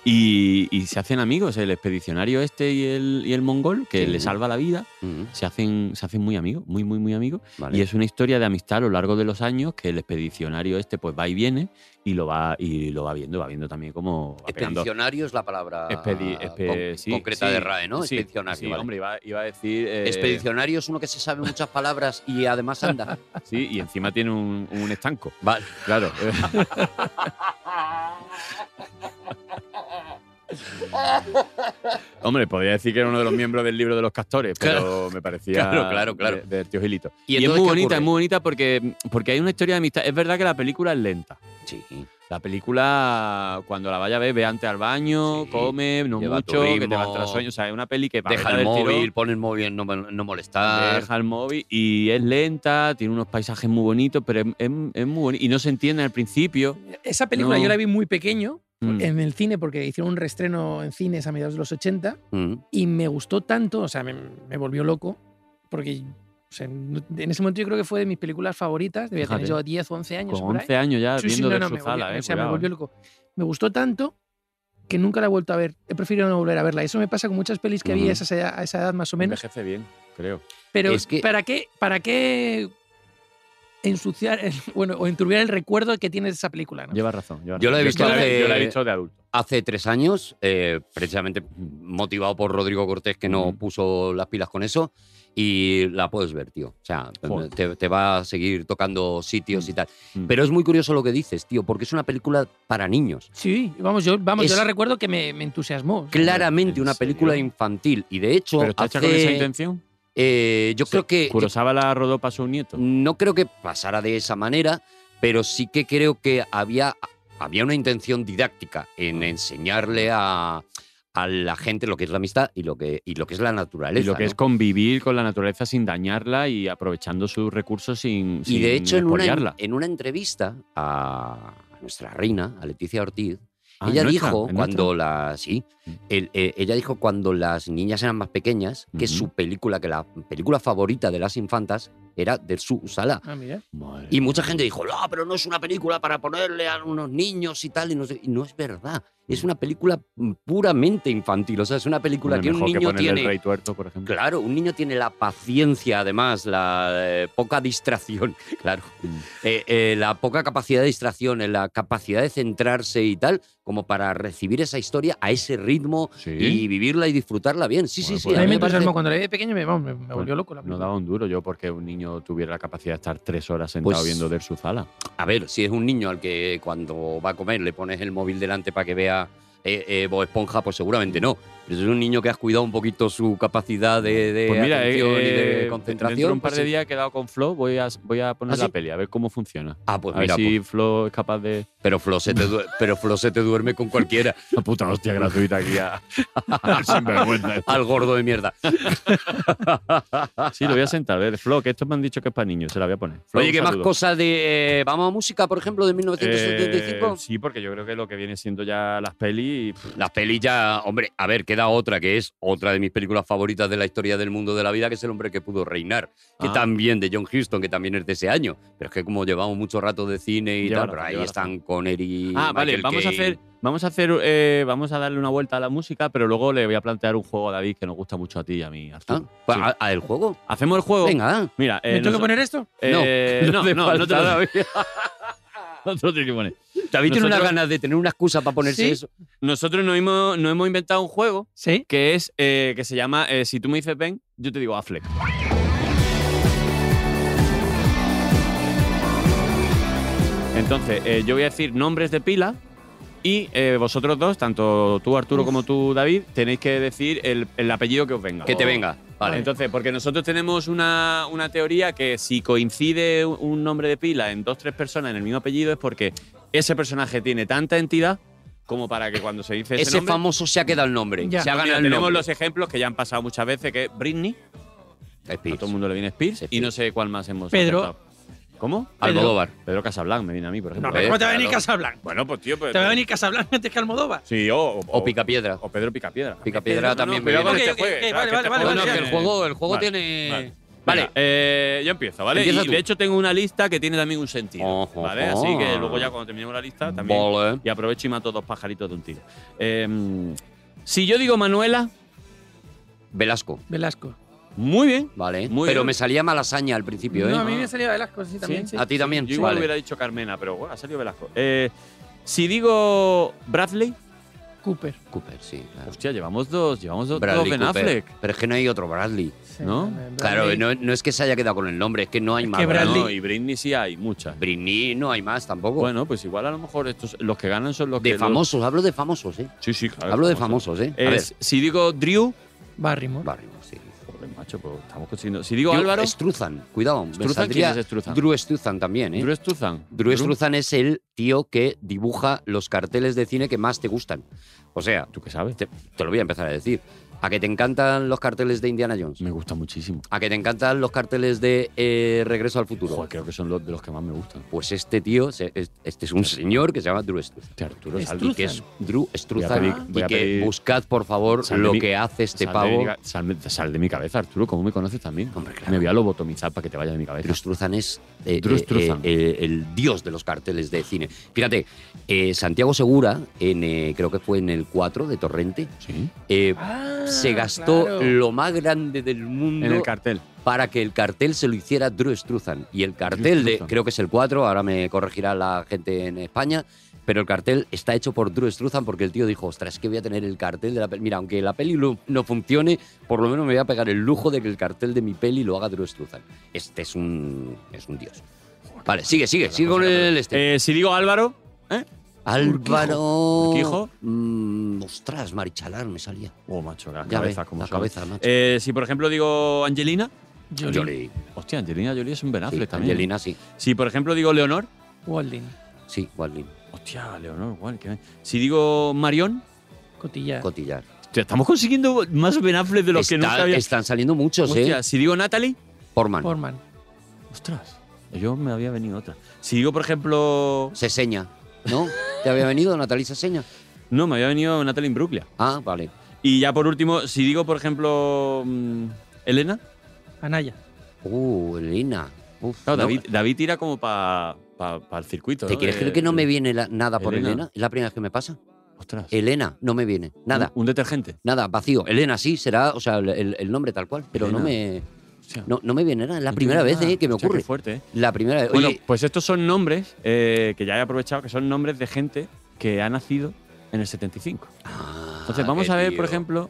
S5: Y, y se hacen amigos, el expedicionario este y el, y el mongol, que
S3: Sí.
S5: le salva la vida,
S3: Mm,
S5: se hacen, se hacen muy amigos, muy, muy, muy amigos.
S3: Vale.
S5: Y es una historia de amistad a lo largo de los años que el expedicionario este pues va y viene y lo va, y lo va viendo, va viendo también cómo va pegando.
S3: Expedicionario es la palabra
S5: Expedi- espe-
S3: con-
S5: sí,
S3: concreta
S5: sí,
S3: de RAE, ¿no?
S5: sí,
S3: Expedicionario.
S5: Sí,
S3: vale.
S5: hombre, iba, iba a decir. eh,
S3: Expedicionario es uno que se sabe muchas palabras y además anda.
S5: Sí, y encima tiene un, un estanco.
S3: Vale.
S5: Claro. Hombre, podría decir que era uno de los miembros del libro de los castores, pero me parecía
S3: Claro, claro, claro.
S5: De, del tío Gilito.
S3: ¿Y
S5: Y, es
S3: entonces
S5: muy
S3: qué
S5: bonita,
S3: ocurre?
S5: es muy bonita porque, porque hay una historia de amistad. Es verdad que la película es lenta.
S3: Sí.
S5: La película, cuando la vaya a ver, ve antes al baño,
S3: Sí.
S5: come, no
S3: Lleva tu
S5: mucho, que te
S3: ritmo.
S5: va a entrar sueño. O sea, es una peli que va
S3: Deja el móvil, pon el móvil en no, mol- no molestar.
S5: Deja el móvil y es lenta, tiene unos paisajes muy bonitos, pero es, es- es muy bonito. Y no se entiende al principio.
S2: Esa película
S5: No.
S2: yo la vi muy pequeño
S5: Mm.
S2: en el cine porque hicieron un restreno en cines a mediados de los 80
S3: Mm,
S2: y me gustó tanto, o sea, me, me volvió loco porque o sea, no- en ese momento yo creo que fue de mis películas favoritas, debía
S5: Fíjate.
S2: tener yo 10 o 11 años.
S5: Con
S2: por ahí.
S5: 11 años ya
S2: Sí, sí,
S5: viendo
S2: no,
S5: de
S2: no,
S5: su
S2: me volvió-
S5: sala, eh,
S2: o sea, me
S5: cuidado,
S2: volvió
S5: eh.
S2: loco. Me gustó tanto que nunca la he vuelto a ver. He preferido no volver a verla. Eso me pasa con muchas pelis que vi
S5: Ujú.
S2: a esa, edad, a esa edad más o menos.
S5: Envejece bien, creo.
S2: Pero
S3: Es que-
S2: ¿para qué para qué ensuciar, el- bueno, o enturbiar el recuerdo que tienes de esa película? ¿no?
S5: Lleva razón. lleva
S3: Yo la he
S5: razón.
S3: visto
S5: yo,
S3: hace-
S5: yo la he visto de adulto.
S3: Hace tres años, eh, precisamente motivado por Rodrigo Cortés, que no
S5: Ujú.
S3: puso las pilas con eso, y la puedes ver, tío. O sea,
S5: Joder.
S3: te, te va a seguir tocando sitios y tal.
S5: Mm.
S3: Pero es muy curioso lo que dices, tío, porque es una película para niños.
S2: Sí, vamos, yo, vamos, yo
S3: Es-
S2: la recuerdo que me, me entusiasmó.
S3: Claramente
S5: ¿en
S3: una
S5: serio?
S3: película infantil. Y de hecho,
S5: ¿Pero está hecha con
S3: hace-
S5: esa intención?
S3: eh, yo creo que. yo
S5: Kurosawa la rodó para su nieto.
S3: No creo que pasara de esa manera, pero sí que creo que había, había una intención didáctica en enseñarle a, a la gente lo que es la amistad y lo que, y lo que es la naturaleza.
S5: Y lo que
S3: ¿no?
S5: es convivir con la naturaleza sin dañarla y aprovechando sus recursos sin,
S3: y de
S5: sin
S3: hecho, en una,
S5: espoliarla.
S3: en una entrevista a nuestra reina, a Leticia Ortiz,
S5: Ah,
S3: ella
S5: ¿es nuestra?
S3: dijo
S5: ¿Es
S3: cuando
S5: nuestra?
S3: la sí,
S5: Mm.
S3: el- eh, ella dijo cuando las niñas eran más pequeñas que
S5: Ujú.
S3: su película, que la película favorita de las infantas era de su sala.
S2: Ah, mira.
S5: Madre
S3: Y mucha gente dijo, no, pero no es una película para ponerle a unos niños y tal. Y no, sé- y no es verdad. Es una película mm, puramente infantil. O sea, es una película
S5: Hombre,
S3: que un
S5: mejor
S3: niño
S5: ponerle
S3: tiene.
S5: El Rey Tuerto, por ejemplo.
S3: Claro, un niño tiene la paciencia, además, la eh, poca distracción, claro,
S5: Mm.
S3: eh, eh, la poca capacidad de distracción, eh, la capacidad de centrarse y tal, como para recibir esa historia a ese ritmo
S5: Sí.
S3: y vivirla y disfrutarla bien. Sí,
S5: Bueno,
S3: sí, sí.
S5: pues
S2: a mí me
S5: me Pues
S2: entusiasmó
S3: parece-
S2: cuando la vi de pequeño me, vamos, me, me volvió loco la
S5: No
S2: película.
S5: daba un duro yo porque un niño tuviera la capacidad de estar tres horas sentado
S3: Pues-
S5: viendo de su sala.
S3: A ver, si es un niño al que cuando va a comer le pones el móvil delante para que vea eh, eh, Bob Esponja, pues seguramente no. Pero si es un niño que has cuidado un poquito su capacidad de, de
S5: pues mira, eh,
S3: atención y
S5: eh,
S3: de
S5: dentro de
S3: concentración.
S5: un par
S3: pues
S5: de
S3: sí.
S5: días he quedado con Flo, voy a, voy a poner
S3: ¿Ah,
S5: la
S3: sí?
S5: peli, a ver cómo funciona.
S3: Ah, pues
S5: a ver
S3: mira,
S5: si Flo es capaz de...
S3: pues- pero, Flo se te due- pero Flo se te duerme con cualquiera.
S5: La puta hostia gratuita aquí a... Sinvergüenza.
S3: al gordo de mierda.
S5: Sí, lo voy a sentar. A ver, Flo, que esto me han dicho que es para niños, se la voy a poner. Flo,
S3: Oye,
S5: un
S3: ¿qué más
S5: saludo.
S3: cosas de. eh, Vamos a música, por ejemplo, de
S5: Eh,
S3: 1975?
S5: sí, porque yo creo que lo que viene siendo ya las pelis... pff,
S3: Las pelis ya. Hombre, a ver, queda otra que es otra de mis películas favoritas de la historia del mundo de la vida, que es El hombre que pudo reinar. Que
S5: Ah.
S3: también de John Huston, que también es de ese año. Pero es que como llevamos mucho rato de cine y
S5: Lleva
S3: tal,
S5: razón,
S3: pero ahí
S5: lleva
S3: están Connery.
S5: Ah, vale,
S3: Michael
S5: vamos a
S3: Caine.
S5: hacer, vamos a hacer, eh, vamos a darle una vuelta a la música, pero luego le voy a plantear un juego a David que nos gusta mucho a ti y a mí.
S3: Ah,
S5: Arturo.
S3: pues,
S5: Sí.
S3: ¿a- a el juego?
S5: Hacemos el juego.
S3: Venga.
S5: Mira,
S2: ¿Me
S5: eh,
S2: tengo
S5: nos-
S2: que poner esto?
S5: eh, no, no, no, te lo
S3: David.
S5: no te lo tienes que poner.
S3: David tiene unas
S5: Nosotros-
S3: ganas de tener una excusa para ponerse
S2: Sí.
S3: eso.
S5: Nosotros nos hemos, nos hemos inventado un juego
S2: Sí.
S5: que es eh, que se llama eh, Si tú me dices Ben, yo te digo Affleck. Entonces, eh, yo voy a decir nombres de pila y eh, vosotros dos, tanto tú Arturo como tú David, tenéis que decir el, el apellido que os venga.
S3: Que te venga. Vale.
S5: Entonces, porque nosotros tenemos una, una teoría que si coincide un- un nombre de pila en dos, tres personas en el mismo apellido es porque ese personaje tiene tanta entidad como para que cuando se dice ese,
S3: Ese
S5: nombre…
S3: famoso se ha quedado el nombre.
S2: Ya.
S3: Se ha
S5: Mira,
S3: ganado el
S5: tenemos
S3: nombre.
S5: los ejemplos que ya han pasado muchas veces, que es Britney, a
S3: Spears.
S5: todo el mundo le viene Spears,
S3: Spears.
S5: y no sé cuál más hemos
S2: Pedro.
S5: acertado. ¿Cómo?
S2: Pedro.
S3: Almodóvar.
S5: Pedro Casablanc me viene a mí, por ejemplo.
S2: No, pero
S3: eh,
S2: ¿cómo te va a venir
S3: claro.
S2: Casablanca?
S5: Bueno, pues tío… Pues,
S2: ¿Te va a venir Casablanca antes que Almodóvar?
S5: Sí, o… O,
S3: O Picapiedra.
S5: o Pedro Picapiedra.
S3: Picapiedra también me
S5: Cuidado con
S3: viene.
S5: este
S2: Ok, ok,
S5: juego,
S2: ok,
S5: claro,
S2: vale,
S5: que este
S2: vale,
S5: juego
S2: vale,
S5: tiene-
S2: vale.
S3: el juego, el juego
S5: Vale,
S3: tiene.
S5: vale. Vale,
S3: Vale.
S5: eh, yo empiezo, ¿vale?
S3: Empieza
S5: Y
S3: tú.
S5: de hecho tengo una lista que tiene también un sentido,
S3: Ojo,
S5: ¿vale?
S3: ojo.
S5: Así que luego ya cuando terminemos la lista también…
S3: Vale.
S5: Y aprovecho y mato dos pajaritos de un tiro. Eh, si yo digo Manuela,
S3: Velasco.
S2: Velasco.
S5: muy bien.
S3: Vale.
S5: Muy
S3: Pero
S5: bien.
S3: me salía Malasaña al principio, ¿eh?
S2: No, a mí me salía Velasco, sí, también. sí.
S3: a ti también.
S5: Yo igual
S3: Vale.
S5: hubiera dicho Carmena, pero bueno, ha salido Velasco. Eh, si digo Bradley,
S2: Cooper.
S3: Cooper, sí. claro.
S5: hostia, llevamos dos, llevamos dos, dos
S3: Bradley
S5: Ben
S3: Cooper.
S5: Affleck.
S3: Pero es que no hay otro Bradley.
S2: Sí,
S5: ¿No?
S2: también,
S3: Claro,
S2: Bradley.
S3: no, no es que se haya quedado con el nombre, es que no hay
S2: Es
S3: más.
S2: que
S3: Bradley.
S5: No, y Britney sí hay muchas.
S3: Britney no hay más tampoco.
S5: Bueno, pues igual a lo mejor estos, los que ganan son los que.
S3: de
S5: los-
S3: famosos, hablo de famosos, ¿eh?
S5: Sí, sí, claro.
S3: Hablo de famosos, ¿eh? A
S5: Eh,
S3: ver.
S5: si digo Drew,
S2: Barrymore.
S3: Barrymore, sí.
S5: joder, macho, pues estamos consiguiendo. Si digo
S3: Yo,
S5: Álvaro,
S3: Struzan, cuidado. me
S5: Struzan,
S3: saldría
S5: ¿quién es Struzan?
S3: Drew Struzan también, ¿eh?
S5: Drew Struzan.
S3: Drew Struzan es el tío que dibuja los carteles de cine que más te gustan. O sea,
S5: ¿Tú qué sabes?
S3: te, te lo voy a empezar a decir. A que te encantan los carteles de Indiana Jones.
S5: Me gusta muchísimo.
S3: A que te encantan los carteles de eh, Regreso al Futuro.
S5: Joder, creo que son los de los que más me gustan.
S3: Pues este tío, se- es- este es un señor que se llama Drew Struzan.
S5: Hostia, Arturo, sal-
S3: Y que es Drew Struzan.
S5: pedir- voy
S3: y
S5: a
S3: que
S5: pedir-
S3: buscad, por favor,
S5: Sal de
S3: lo
S5: mi-
S3: que hace este
S5: sal de
S3: pavo.
S5: mi ca- sal, de- sal de mi cabeza, Arturo, ¿cómo me conoces también?
S3: Hombre, claro.
S5: Me voy a lobotomizar para que te vaya de mi cabeza.
S3: Drew Struzan es eh,
S5: Drew
S3: eh,
S5: Struzan.
S3: eh, eh, el dios de los carteles de cine. Fíjate, eh, Santiago Segura, en, eh, creo que fue en el 4 de Torrente,
S5: Sí.
S3: eh,
S2: Ah,
S3: se gastó
S2: claro.
S3: lo más grande del mundo
S5: En el cartel.
S3: para que el cartel se lo hiciera Drew Struzan. Y el cartel de,
S5: Struzan.
S3: creo que es el 4, ahora me corregirá la gente en España, pero el cartel está hecho por Drew Struzan porque el tío dijo, ostras, es que voy a tener el cartel de la peli. Mira, aunque la peli lo- no funcione, por lo menos me voy a pegar el lujo de que el cartel de mi peli lo haga Drew Struzan. Este es un, es un dios. Vale, sigue,
S5: Pues
S3: sigue, sigue con el este.
S5: Eh, si digo Álvaro,
S3: Álvaro...
S5: Urquijo.
S3: Mm, ostras, Marichalar me salía.
S5: oh macho, la
S3: Ya
S5: cabeza,
S3: ves,
S5: como
S3: la cabeza, macho.
S5: Eh, si por ejemplo digo Angelina,
S2: Jolie
S3: Jolie.
S5: hostia, Angelina Jolie es un Ben
S3: Sí,
S5: Affleck también.
S3: Angelina, sí.
S5: Si por ejemplo digo Leonor,
S2: Walding.
S3: Sí, Walding.
S5: hostia, Leonor, igual. que- Si digo Marion,
S2: Cotilla.
S3: Cotillar.
S5: hostia, estamos consiguiendo más Ben Affleck de los que
S3: Está-
S5: nunca había.
S3: Están saliendo muchos,
S5: Hostia,
S3: ¿eh?
S5: si digo Natalie,
S3: Porman.
S2: Forman.
S5: ostras, yo me había venido otra. Si digo por ejemplo,
S3: Seseña, ¿no? ¿Te había venido Natalie Seseña?
S5: no, me había venido Natalie Imbruglia.
S3: Ah, vale.
S5: Y ya por último, si digo por ejemplo mm, Elena,
S2: Anaya.
S3: Uh, Lina. Uf,
S5: Claro,
S3: no.
S5: David, David tira como para el circuito.
S3: ¿Te
S5: ¿no?
S3: quieres
S5: De-
S3: creer que no me viene la- nada por
S5: Elena.
S3: Elena? Es la primera vez que me pasa.
S5: Ostras.
S3: Elena, no me viene. Nada,
S5: Un, un detergente.
S3: nada, vacío. Elena sí, será, o sea, el- el, el nombre tal cual, pero no me,
S5: Hostia,
S3: no, no me viene nada. Es la
S5: no
S3: primera
S5: tiene
S3: vez
S5: nada.
S3: eh, que me
S5: Hostia, qué
S3: ocurre.
S5: fuerte, ¿eh?
S3: La primera vez.
S5: Bueno,
S3: Oye,
S5: pues estos son nombres eh, que ya he aprovechado, que son nombres de gente que ha nacido en el 75.
S3: ah,
S5: Entonces, vamos
S3: qué
S5: a ver,
S3: tío,
S5: por ejemplo,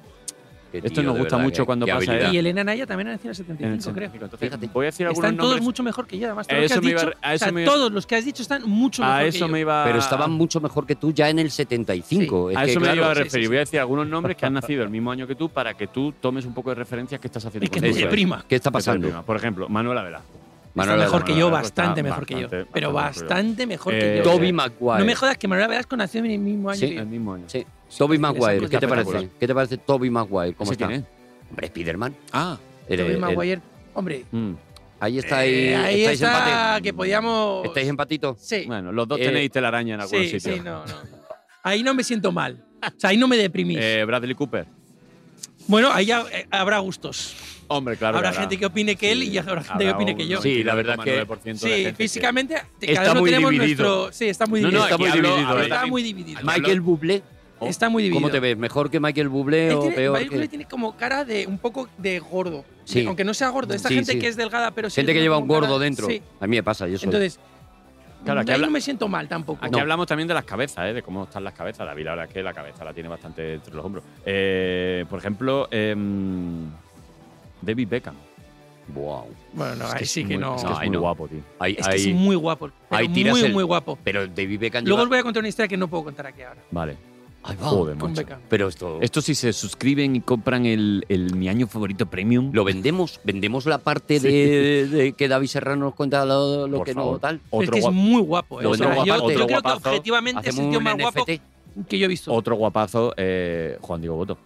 S3: qué
S5: esto
S3: tío,
S5: nos
S3: de
S5: gusta
S3: verdad,
S5: mucho
S3: qué-
S5: cuando
S3: qué
S5: pasa, ¿eh?
S3: habilidad.
S2: Y Elena Naya también ha nacido en el
S5: en el
S2: 75, creo.
S5: 75. Entonces,
S3: Fíjate.
S5: voy a decir algunos
S2: Están todos
S5: nombres.
S2: mucho mejor que yo, además.
S5: A
S2: Todo lo que
S5: eso
S2: has
S5: me iba-
S2: dicho,
S5: a eso
S2: o sea,
S5: me iba-
S2: todos los que has dicho están mucho mejor
S5: a
S2: que
S5: eso
S2: yo.
S5: me iba
S3: Pero estaban mucho mejor que tú ya en el 75. Es
S5: Ah. a
S3: que,
S5: eso me
S3: claro,
S5: iba
S2: sí,
S5: a
S2: sí,
S5: referir.
S2: sí.
S5: Voy a decir algunos nombres que han nacido el mismo año que tú para que tú tomes un poco de referencias que estás haciendo.
S2: Y que
S5: con
S2: te
S5: tu vida.
S2: deprima.
S3: ¿Qué está
S5: Que te
S3: pasando?
S5: deprima. Por ejemplo, Manuela Velasco.
S2: Está
S3: Manuela
S2: mejor
S3: Velasco.
S2: que
S5: Manuela
S2: yo,
S5: Velasco está
S2: bastante mejor que yo.
S5: bastante,
S2: Pero
S5: bastante mejor.
S2: bastante mejor
S5: Eh,
S2: que yo.
S3: Toby Maguire.
S2: No me jodas que Manuel Velasco nació en el mismo año.
S3: Sí.
S2: que yo.
S5: El mismo año.
S3: Sí. Toby Maguire,
S2: ese
S3: ¿qué te parece?
S5: espectacular.
S3: ¿Qué te parece Toby Maguire? ¿Cómo
S5: ¿Ese
S3: está?
S5: quién es?
S3: Hombre, Spiderman.
S5: Ah.
S3: Era-
S2: Tobey
S3: era-
S2: Maguire, hombre,
S5: mm.
S3: Ahí está ahí.
S2: eh, ahí
S3: estáis
S2: está
S3: empate.
S2: que podíamos...
S3: ¿Estáis empatitos?
S2: Sí,
S5: Bueno, los dos
S3: Eh,
S5: tenéis telaraña en algún
S2: sí,
S5: sitio.
S2: sí, no, no. Ahí no me siento mal. O sea, ahí no me deprimís.
S5: Eh, Bradley Cooper.
S2: bueno, ahí ya, eh, habrá gustos.
S5: Hombre, claro.
S2: habrá
S5: que habrá.
S2: gente que opine que él y habrá gente que opine que yo.
S3: Sí, la verdad es que-
S5: 99% de
S2: Sí,
S5: gente que-
S2: físicamente te-
S3: Está
S2: cada uno
S3: muy
S2: tenemos
S3: dividido.
S2: nuestro. Sí, está muy
S5: No,
S2: dividido.
S5: no,
S3: Está
S5: aquí
S3: muy
S5: hablo-
S3: dividido,
S5: hablo
S3: eh.
S2: está
S5: también-
S2: muy dividido.
S3: Michael Bublé.
S2: Oh. Está muy dividido.
S3: ¿Cómo te ves? ¿Mejor que Michael Bublé
S2: Él
S3: o
S2: tiene,
S3: peor
S2: Michael Bublé
S3: que
S2: tiene como cara de un poco de gordo.
S3: Sí.
S2: Aunque no sea gordo, esta
S3: Sí,
S2: gente
S3: sí.
S2: que es delgada, pero sí
S3: gente que
S2: tiene
S3: lleva
S2: como
S3: un gordo
S2: cara-
S3: dentro?
S2: Sí.
S3: A mí me pasa, yo soy.
S2: Entonces,
S5: Claro, aquí
S2: ahí
S5: habla-
S2: no me siento mal tampoco.
S5: Aquí
S3: No.
S5: hablamos también de las cabezas, ¿eh? de cómo están las cabezas. David, la verdad es que la cabeza la tiene bastante entre los hombros. Eh, por ejemplo, em, David Beckham.
S3: wow.
S2: Bueno, no,
S5: Es
S2: ahí
S5: es
S2: sí que
S5: muy-
S2: no.
S5: Es que es
S3: ahí
S5: muy
S3: no.
S5: guapo, tío.
S3: Ahí,
S2: Es que es
S3: ahí-
S2: muy guapo. pero
S3: ahí tiras
S2: muy,
S3: el-
S2: muy guapo.
S3: Pero David Beckham
S2: Luego os
S3: lleva-
S2: voy a contar una historia que no puedo contar aquí ahora.
S5: Vale.
S3: Ahí va.
S5: Joder,
S2: Con
S5: macho.
S2: Beckham.
S3: Pero esto...
S5: Esto si se suscriben y compran el, el mi año favorito premium.
S3: Lo vendemos, vendemos la parte de, de que David Serrano nos cuenta lo, lo
S5: Por
S3: que
S5: favor.
S3: no tal.
S2: Pero es que
S5: otro,
S2: es
S5: guap-
S2: muy guapo. eh.
S3: Lo
S2: O sea,
S3: otro
S2: yo,
S3: guapazo,
S2: yo
S3: otro
S2: creo que
S5: guapazo.
S2: objetivamente es el
S3: Hacemos
S2: tío
S3: un
S2: más guapo
S3: NFT.
S2: que yo he visto.
S5: otro guapazo, eh, Juan Diego Boto.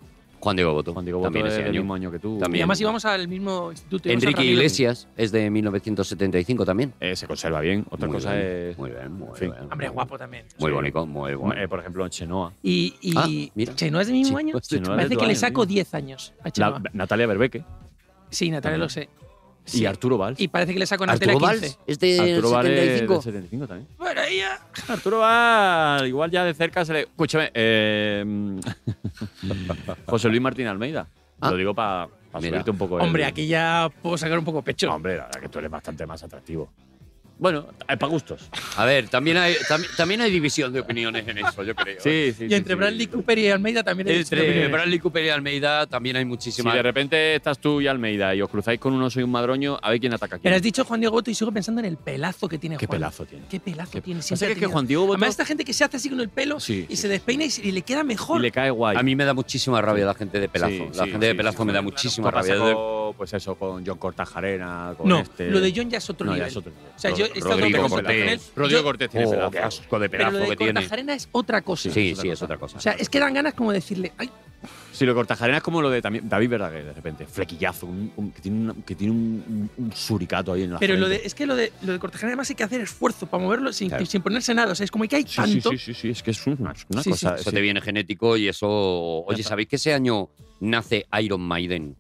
S3: Juan Diego Boto.
S5: Juan Diego Boto
S3: también
S5: es
S3: ese
S5: del
S3: año.
S5: mismo año que tú.
S2: Y
S3: También.
S2: además íbamos al mismo instituto. íbamos al
S3: Enrique
S2: Ramiro.
S3: Iglesias es de 1975 también.
S5: Eh, se conserva bien. Otra
S3: Muy
S5: cosa
S3: bien,
S5: es.
S3: Muy bien, muy
S5: Sí.
S3: bien.
S2: Hombre, guapo también.
S3: Muy
S5: Sí.
S3: bonito, muy
S5: eh,
S3: bueno.
S5: por ejemplo, Chenoa.
S2: Y, y
S3: Ah, mira.
S2: Chenoa es del mismo año.
S3: Chenoa
S5: es de
S2: Parece
S5: tu
S2: que le
S5: año,
S2: saco
S5: tío.
S2: 10 años a
S5: La-
S2: Chenoa.
S5: Natalia Berbeque
S2: sí, Natalia lo sé. Sí.
S5: y Arturo Valls.
S2: Y parece que le saco a Natalia
S3: Arturo
S2: 15.
S3: Valls es de
S5: Arturo Valls es del
S3: 75.
S5: 75 también.
S2: Bueno, ahí ya.
S5: Arturo Val, igual ya de cerca se le. Escúchame, eh, José Luis Martín Almeida.
S3: Ah.
S5: Lo digo para
S3: Mira.
S5: subirte un poco. el-
S2: Hombre, aquí ya puedo sacar un poco pecho.
S5: Pues Hombre, la verdad que tú eres bastante más atractivo. Bueno, para gustos.
S3: A ver, también hay, tam- también hay división de opiniones en eso, yo creo. ¿eh?
S5: Sí, sí.
S2: y entre Bradley Cooper y Almeida también he dicho
S3: Entre
S2: también.
S3: Bradley Cooper y Almeida también hay
S5: Si
S3: muchísimas.
S5: de repente estás tú y Almeida y os cruzáis con un oso y un madroño, a ver quién ataca a quién.
S2: Pero has dicho Juan Diego Boto y sigo pensando en el pelazo que tiene
S5: Qué
S2: Juan.
S5: pelazo tiene.
S2: Qué pelazo
S5: Qué-
S2: tiene.
S5: Pasa
S2: Siempre ha
S5: que es que
S2: tenido.
S5: Juan Diego Boto
S2: Además, esta gente que se hace así con el pelo
S5: Sí,
S2: y
S5: sí,
S2: se despeina y se- y le queda
S5: y
S2: mejor.
S5: le cae guay.
S3: A mí me da muchísima rabia la gente de pelazo.
S5: Sí,
S3: la
S5: sí,
S3: gente de
S5: sí,
S3: pelazo
S5: sí,
S3: me da
S5: claro,
S3: muchísima
S5: Esto pasa
S3: rabia. De-
S5: con, pues eso, con John Cortajarena, con
S2: no,
S5: este.
S2: lo de John ya es otro
S5: No, ya
S2: nivel.
S5: es otro nivel.
S2: O sea, yo he
S5: Rod-
S2: estado
S3: Rodrigo
S2: dos veces con él.
S5: Cortés. Rodrigo
S2: Yo-
S5: Cortés tiene
S3: Oh,
S5: pelazo.
S3: qué asco de
S2: Pero lo
S3: pelazo
S2: de
S3: que tiene.
S2: Cartagena es otra cosa.
S3: Sí, sí, es otra cosa.
S2: O sea, es que dan ganas como decirle, ay,
S5: Si lo cortajarena es como lo de también David Verdaguer, de repente, flequillazo, un- un- que tiene, una- que tiene un, un- un suricato ahí en la
S2: Pero lo de,
S5: frente.
S2: es que lo de, lo de Cortajana además hay que hacer esfuerzo para moverlo sin,
S3: Claro.
S2: sin ponerse nada. O sea, es como que hay
S5: Sí, sí,
S2: tanto.
S5: sí, sí, sí, es que es una, una
S2: Sí, sí.
S5: cosa.
S3: Eso
S5: sí.
S3: te viene genético y eso. Oye,
S5: está.
S3: ¿sabéis que ese año nace Iron Maiden?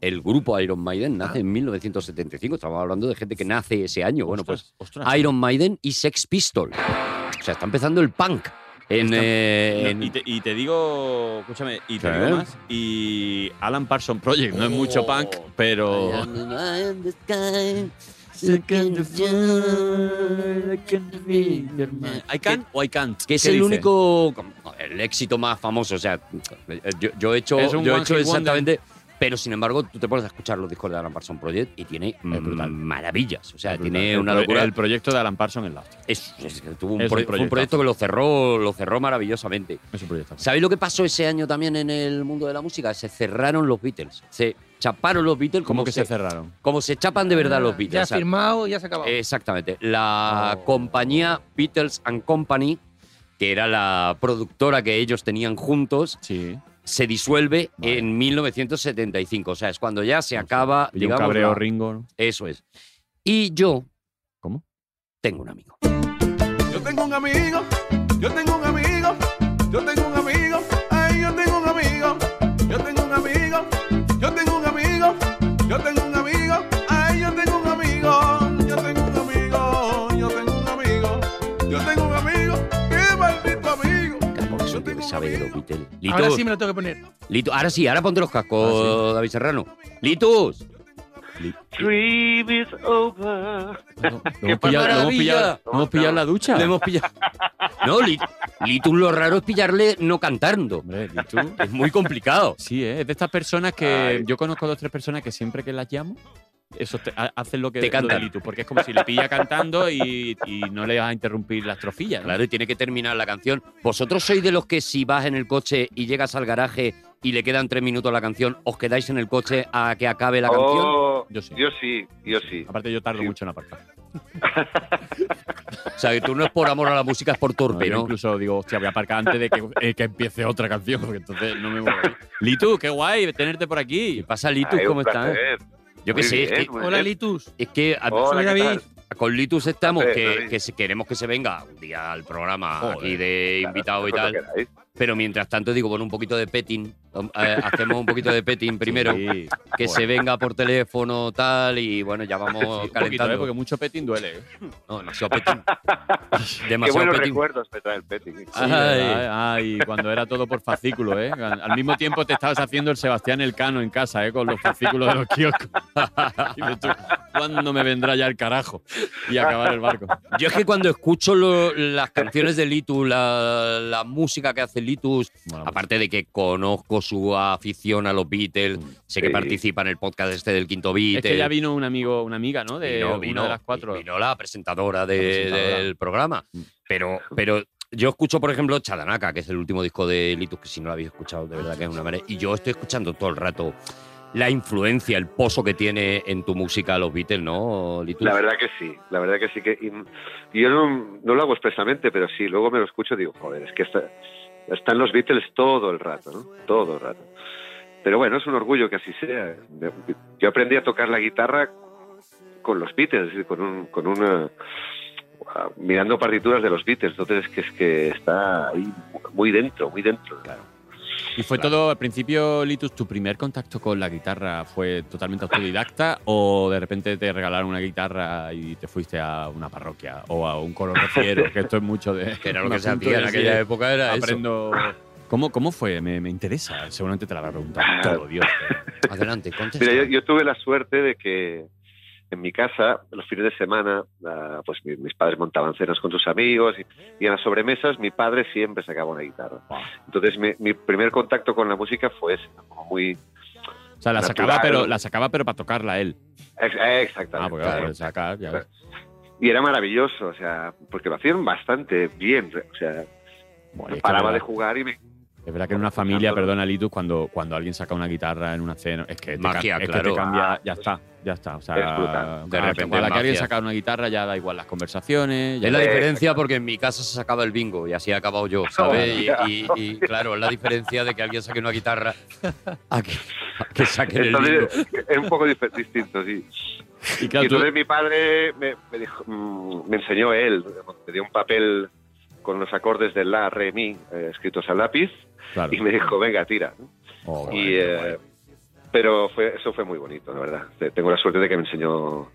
S3: El grupo Iron Maiden
S5: Ah.
S3: nace en 1975. Estamos hablando de gente que nace ese año. Bueno, pues
S5: Ostras, ostras.
S3: Iron Maiden y Sex Pistol. O sea, está empezando el punk. En,
S5: Está-
S3: eh, en-
S5: No, y, te, y te digo, escúchame, y te
S3: ¿Qué?
S5: digo más. Y Alan Parsons Project, no es mucho
S3: Oh.
S5: punk, pero. I can o I can't.
S3: Que es
S5: ¿Qué
S3: el
S5: dice?
S3: único. El éxito más famoso. O sea, yo, yo he hecho,
S5: Es un
S3: yo he
S5: one
S3: hecho
S5: hit wonder.
S3: exactamente. Pero sin embargo, tú te pones a escuchar los discos de Alan Parsons Project y tiene
S5: brutal.
S3: maravillas. O sea,
S5: Es brutal.
S3: tiene
S5: El
S3: una
S5: pro-
S3: locura.
S5: El proyecto de Alan Parsons es la hostia.
S3: Es- es- tuvo un,
S5: Es
S3: pro- fue un
S5: un proyectazo.
S3: proyecto que lo cerró, lo cerró maravillosamente.
S5: Es un proyecto.
S3: ¿Sabéis lo que pasó ese año también en el mundo de la música? Se cerraron los Beatles. Se chaparon los Beatles
S5: ¿Cómo
S3: como,
S5: que se cerraron?
S3: como se chapan de verdad los
S2: Ah, Ya
S3: Beatles. o sea, eh,
S2: firmado, ya se ha acabado.
S3: Exactamente. La
S5: Oh.
S3: compañía Beatles and Company, que era la productora que ellos tenían juntos,
S5: Sí.
S3: se disuelve
S5: Vale.
S3: en 1975. O sea, es cuando ya se acaba,
S5: Y un
S3: digamos,
S5: cabreo
S3: la-
S5: Ringo. ¿no?
S3: Eso es. Y yo
S5: ¿Cómo?
S3: tengo un amigo.
S7: Yo tengo un amigo, yo tengo un amigo, yo tengo un amigo, ay, yo tengo un amigo, yo tengo un amigo, yo tengo un amigo, yo tengo un amigo, ay, yo tengo
S3: sabe de los Beatles. Litus,
S2: Ahora sí me lo tengo que poner.
S3: Litus, ahora sí, ahora ponte los cascos, David Serrano. Litus. Li-
S10: Dream is over.
S5: Lo, lo
S10: ¡Qué
S5: hemos pillado, lo hemos
S3: maravilla!
S5: pillado- lo hemos pillado en la ducha.
S3: Le hemos pillado. No, Li- Litus lo raro es pillarle no cantando.
S5: Hombre, ¿y tú?
S3: Es muy complicado.
S5: Sí, ¿eh? es de estas personas que
S10: Ay.
S5: yo conozco dos tres personas que siempre que las llamo, eso te- ha- hacen lo que
S3: Te
S5: lo
S3: cantan.
S5: de Litu, porque es como si le pilla cantando y, y no le vas a interrumpir las trofillas. ¿no?
S3: Claro, y tiene que terminar la canción. ¿Vosotros sois de los que si vas en el coche y llegas al garaje y le quedan tres minutos a la canción, os quedáis en el coche a que acabe la canción?
S10: Oh,
S5: Yo sí.
S10: Yo sí, yo sí.
S5: Aparte yo tardo
S10: Sí.
S5: mucho en apartar.
S3: O sea, que tú no es por amor a la música, es por torpe,
S5: Yo
S3: ¿no?
S5: Incluso digo, hostia, voy a aparcar antes de que, eh, que empiece otra canción, porque entonces no me voy. Litu, qué guay tenerte por aquí.
S3: ¿Qué pasa, Litus?
S10: Ay, Ah, un
S3: ¿Cómo estás?
S10: placer.
S3: Yo qué
S10: eh. Muy
S3: sé, es
S10: bien, Oh.
S3: que,
S10: muy
S2: Hola,
S10: bien.
S2: Litus.
S3: es que a-
S10: Hola,
S2: Soy
S10: ¿qué
S2: David.
S10: tal?
S3: con Litus estamos,
S10: Hombre,
S3: que,
S10: David.
S3: que si queremos que se venga un día al programa
S5: Joder,
S3: aquí de
S10: Claro,
S3: invitado y
S10: cuando
S3: Ah, tal.
S10: queráis.
S3: Pero mientras tanto digo, bueno, un poquito de petting. um, eh, hacemos un poquito de petting primero.
S5: Sí.
S3: Que se
S5: Joder.
S3: venga por teléfono tal y bueno, ya vamos
S5: Sí, un poquito,
S3: calentando.
S5: ¿eh? porque mucho petting duele. ¿eh?
S3: No, demasiado petting.
S10: Qué
S3: demasiado
S10: buenos
S3: petting.
S10: recuerdos me trae el petting.
S5: Sí, ¿verdad? ¿eh? ay, cuando era todo por fascículo, ¿eh? Al mismo tiempo te estabas haciendo el Sebastián Elcano en casa, ¿eh? Con los fascículos de los kioscos. Dices tú, ¿Cuándo me vendrá ya el carajo? Y acabar el barco.
S3: Yo es que cuando escucho lo- las canciones de Litus, la, la música que hace Litus,
S5: Mola mucho.
S3: aparte de que conozco su afición a los Beatles, sé que
S10: Sí.
S3: participa en el podcast este del Quinto Beatle.
S5: Es que ya vino un amigo, una amiga, ¿no? De
S3: Vino-
S5: una
S3: vino-
S5: de las cuatro.
S3: vino la presentadora, de-
S5: La presentadora.
S3: del programa.
S5: Mm.
S3: Pero, pero yo escucho, por ejemplo, Chadanaka, que es el último disco de Litus, que si no lo habéis escuchado, de verdad que es una manera. Y yo estoy escuchando todo el rato la influencia, el pozo que tiene en tu música los Beatles, ¿no, Litus?
S10: La verdad que sí, la verdad que sí que y- yo no, no lo hago expresamente, pero sí, luego me lo escucho y digo, joder, es que está- están los Beatles todo el rato, ¿no? Todo el rato. Pero bueno, es un orgullo que así sea. ¿eh? Yo aprendí a tocar la guitarra con los Beatles, es decir, con, un, con una ah, mirando partituras de los Beatles, entonces es que es que está ahí muy dentro, muy dentro.
S5: Y fue todo, al principio, Litus, ¿tu primer contacto con la guitarra fue totalmente autodidacta o de repente te regalaron una guitarra y te fuiste a una parroquia o a un colorociero? que esto es mucho de...
S3: que era lo
S5: un
S3: que se
S5: asunto
S3: hacía en
S5: de
S3: aquella
S5: decir,
S3: época, era eso.
S5: aprendo. ¿Cómo, ¿Cómo fue? Me, me interesa. Seguramente te la habrá preguntado
S10: Ah.
S5: todo, Dios.
S3: Adelante, contesta.
S10: Mira, yo, yo tuve la suerte de que en mi casa, los fines de semana, ah, pues mi- mis padres montaban cenas con sus amigos y, y en las sobremesas mi padre siempre sacaba una guitarra. Entonces mi, mi primer contacto con la música fue ese, ¿no? como muy...
S5: O sea, la
S10: Natural.
S5: sacaba, pero, la sacaba, pero para tocarla él.
S10: ex- eh, Exactamente.
S5: Ah, porque
S10: claro.
S5: claro, por sacar, ya ves.
S10: Y era maravilloso, o sea, porque lo hacían bastante bien, o sea,
S5: Bueno, y es, que es
S10: paraba de
S5: verdad,
S10: jugar y me...
S5: es verdad que en una familia, perdona, Litus, cuando, cuando alguien saca una guitarra en una cena, es que te, ca-
S3: Magia,
S5: es que
S3: claro.
S5: te cambia, ya está, ya está. O sea,
S10: Es brutal.
S5: de
S3: De repente
S5: repente, a la que
S3: magia.
S5: alguien saca una guitarra ya da igual las conversaciones. ya
S3: Es la
S10: eh,
S5: da-
S3: diferencia porque en mi casa se sacaba el bingo y así he acabado
S10: Oh,
S3: yo, ¿sabes? Y, y- y, claro, es la diferencia de que alguien saque una guitarra a que, a que saquen el bingo.
S10: Entonces, es un poco dif- distinto, sí.
S5: y claro,
S10: y
S5: tú-
S10: entonces mi padre me, me dijo- mm, me enseñó él, me dio un papel con los acordes de la, re, mi, eh, escritos a lápiz,
S5: claro.
S10: y me dijo, venga, tira.
S5: Oh,
S10: Y,
S5: qué
S10: eh,
S5: guay.
S10: pero fue, eso fue muy bonito, la verdad. Te- Tengo la suerte de que me enseñó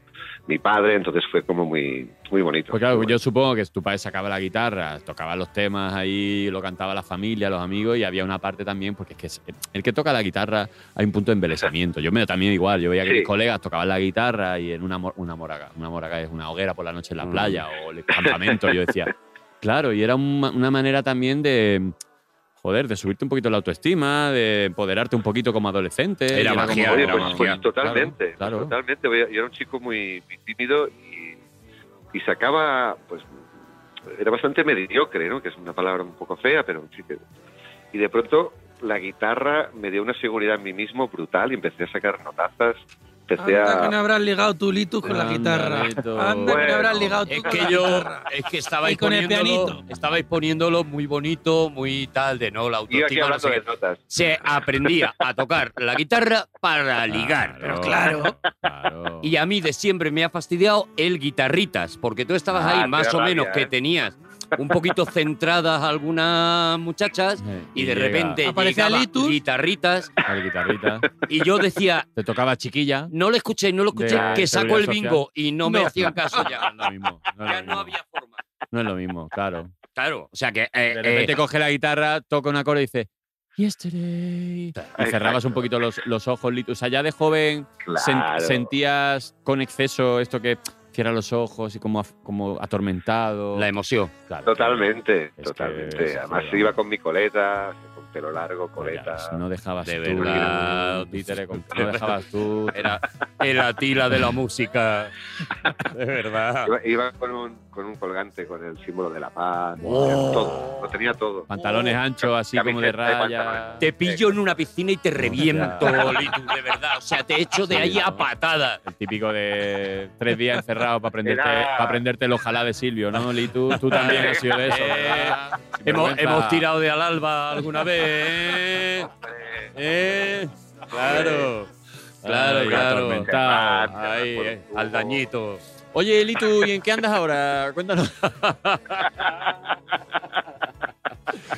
S10: mi padre, entonces fue como muy, muy bonito.
S5: Pues claro,
S10: Muy
S5: yo
S10: bonito.
S5: supongo que tu padre sacaba la guitarra, tocaba los temas ahí, lo cantaba la familia, los amigos, y había una parte también, porque es que es- el que toca la guitarra hay un punto de embelesamiento. Yo me también igual, yo veía que
S10: Sí.
S5: mis colegas tocaban la guitarra y en una, mor- una moraga, una moraga es una hoguera por la noche en la
S3: Mm.
S5: playa o el campamento, yo decía, claro, y era un ma- una manera también de... Joder, de subirte un poquito la autoestima, de empoderarte un poquito como adolescente.
S3: Era
S5: y como-
S3: magia,
S10: Oye,
S3: era
S10: pues,
S3: magia.
S10: pues totalmente,
S5: Claro, claro.
S10: totalmente. Oye, Yo era un chico muy, muy tímido y, y sacaba, pues, era bastante mediocre, ¿no? Que es una palabra un poco fea, pero sí que... Y de pronto la guitarra me dio una seguridad en mí mismo brutal y empecé a sacar notazas,
S5: Pues
S10: empecé
S2: Anda que
S10: a...
S2: Ah, no habrás ligado tú, Litus, con la
S5: Anda,
S2: guitarra.
S3: eh,
S5: Litus.
S2: Anda que
S10: Bueno,
S2: no habrás ligado tú
S3: Es
S2: con
S3: que
S2: la
S3: yo,
S2: guitarra.
S3: es que estabais
S2: Y con el
S3: poniéndolo,
S2: pianito.
S3: estabais poniéndolo muy bonito, muy tal, de no, la
S10: Y aquí
S3: autoestima, no
S10: hablando
S3: sé
S10: de
S3: qué.
S10: notas.
S3: Se aprendía a tocar la guitarra para ligar.
S5: Claro.
S2: Claro.
S5: claro.
S3: Y a mí de siempre me ha fastidiado el guitarritas, porque tú estabas
S10: Ah,
S3: ahí
S10: te
S3: más
S10: da
S3: o
S10: rabia,
S3: menos que
S10: ¿eh?
S3: tenías un poquito centradas algunas muchachas y, de
S5: llega
S3: repente
S2: Aparecía
S3: llegaba
S2: Litus.
S3: guitarritas
S5: la guitarrita.
S3: y yo decía,
S5: Te tocaba chiquilla.
S3: no lo escuché, no lo escuché,
S5: De
S3: que saco el
S5: seguridad
S3: bingo y no, me
S5: No.
S3: hacían caso ya.
S5: No es lo mismo. No es,
S3: Ya
S5: lo
S3: no
S5: mismo.
S3: había forma.
S5: No es lo mismo, claro.
S3: Claro, o sea que... eh,
S5: De repente
S3: eh,
S5: coge la guitarra, toca un acorde y dice Yesterday. Y cerrabas un poquito los, los ojos. lit- O sea, ya de joven sen-
S10: Claro.
S5: sentías con exceso esto que cierra los ojos y como, af- como atormentado.
S3: la em- emoción.
S5: Claro,
S10: Totalmente,
S5: que
S10: totalmente.
S5: eso
S10: Además
S5: fue-
S10: iba con mi coleta, con pelo largo,
S5: claro.
S10: coleta.
S5: Ya, No dejabas
S3: De
S5: tú,
S3: verdad.
S5: un títere con- no dejabas tú.
S3: Era el Atila de la música. De verdad.
S10: Iba, iba con, un, con un colgante con el símbolo de la paz.
S3: Wow.
S10: Todo, lo tenía todo.
S5: Oh. Pantalones anchos, así como de
S10: Camiseta y
S5: raya.
S10: pantalones.
S3: Te pillo en una piscina y te reviento, Litu, de verdad. O sea, te echo de
S5: Sí,
S3: ahí a
S5: ¿no?
S3: patadas.
S5: El típico de tres días encerrado para aprenderte,
S10: Era-
S5: para aprenderte el ojalá de Silvio, ¿no? Li, tú, tú también has sido de eso. ¿verdad? Sin
S3: Eh, Hemos,
S5: vergüenza.
S3: hemos tirado de al alba alguna vez. ¿eh? ¿Eh? Claro. Claro,
S5: Ay,
S3: claro.
S5: atormentado.
S10: Qué mal,
S3: Ahí,
S10: qué mal,
S3: eh,
S10: por
S3: al dañito.
S5: Oye, Litu, ¿y en qué andas ahora? Cuéntanos.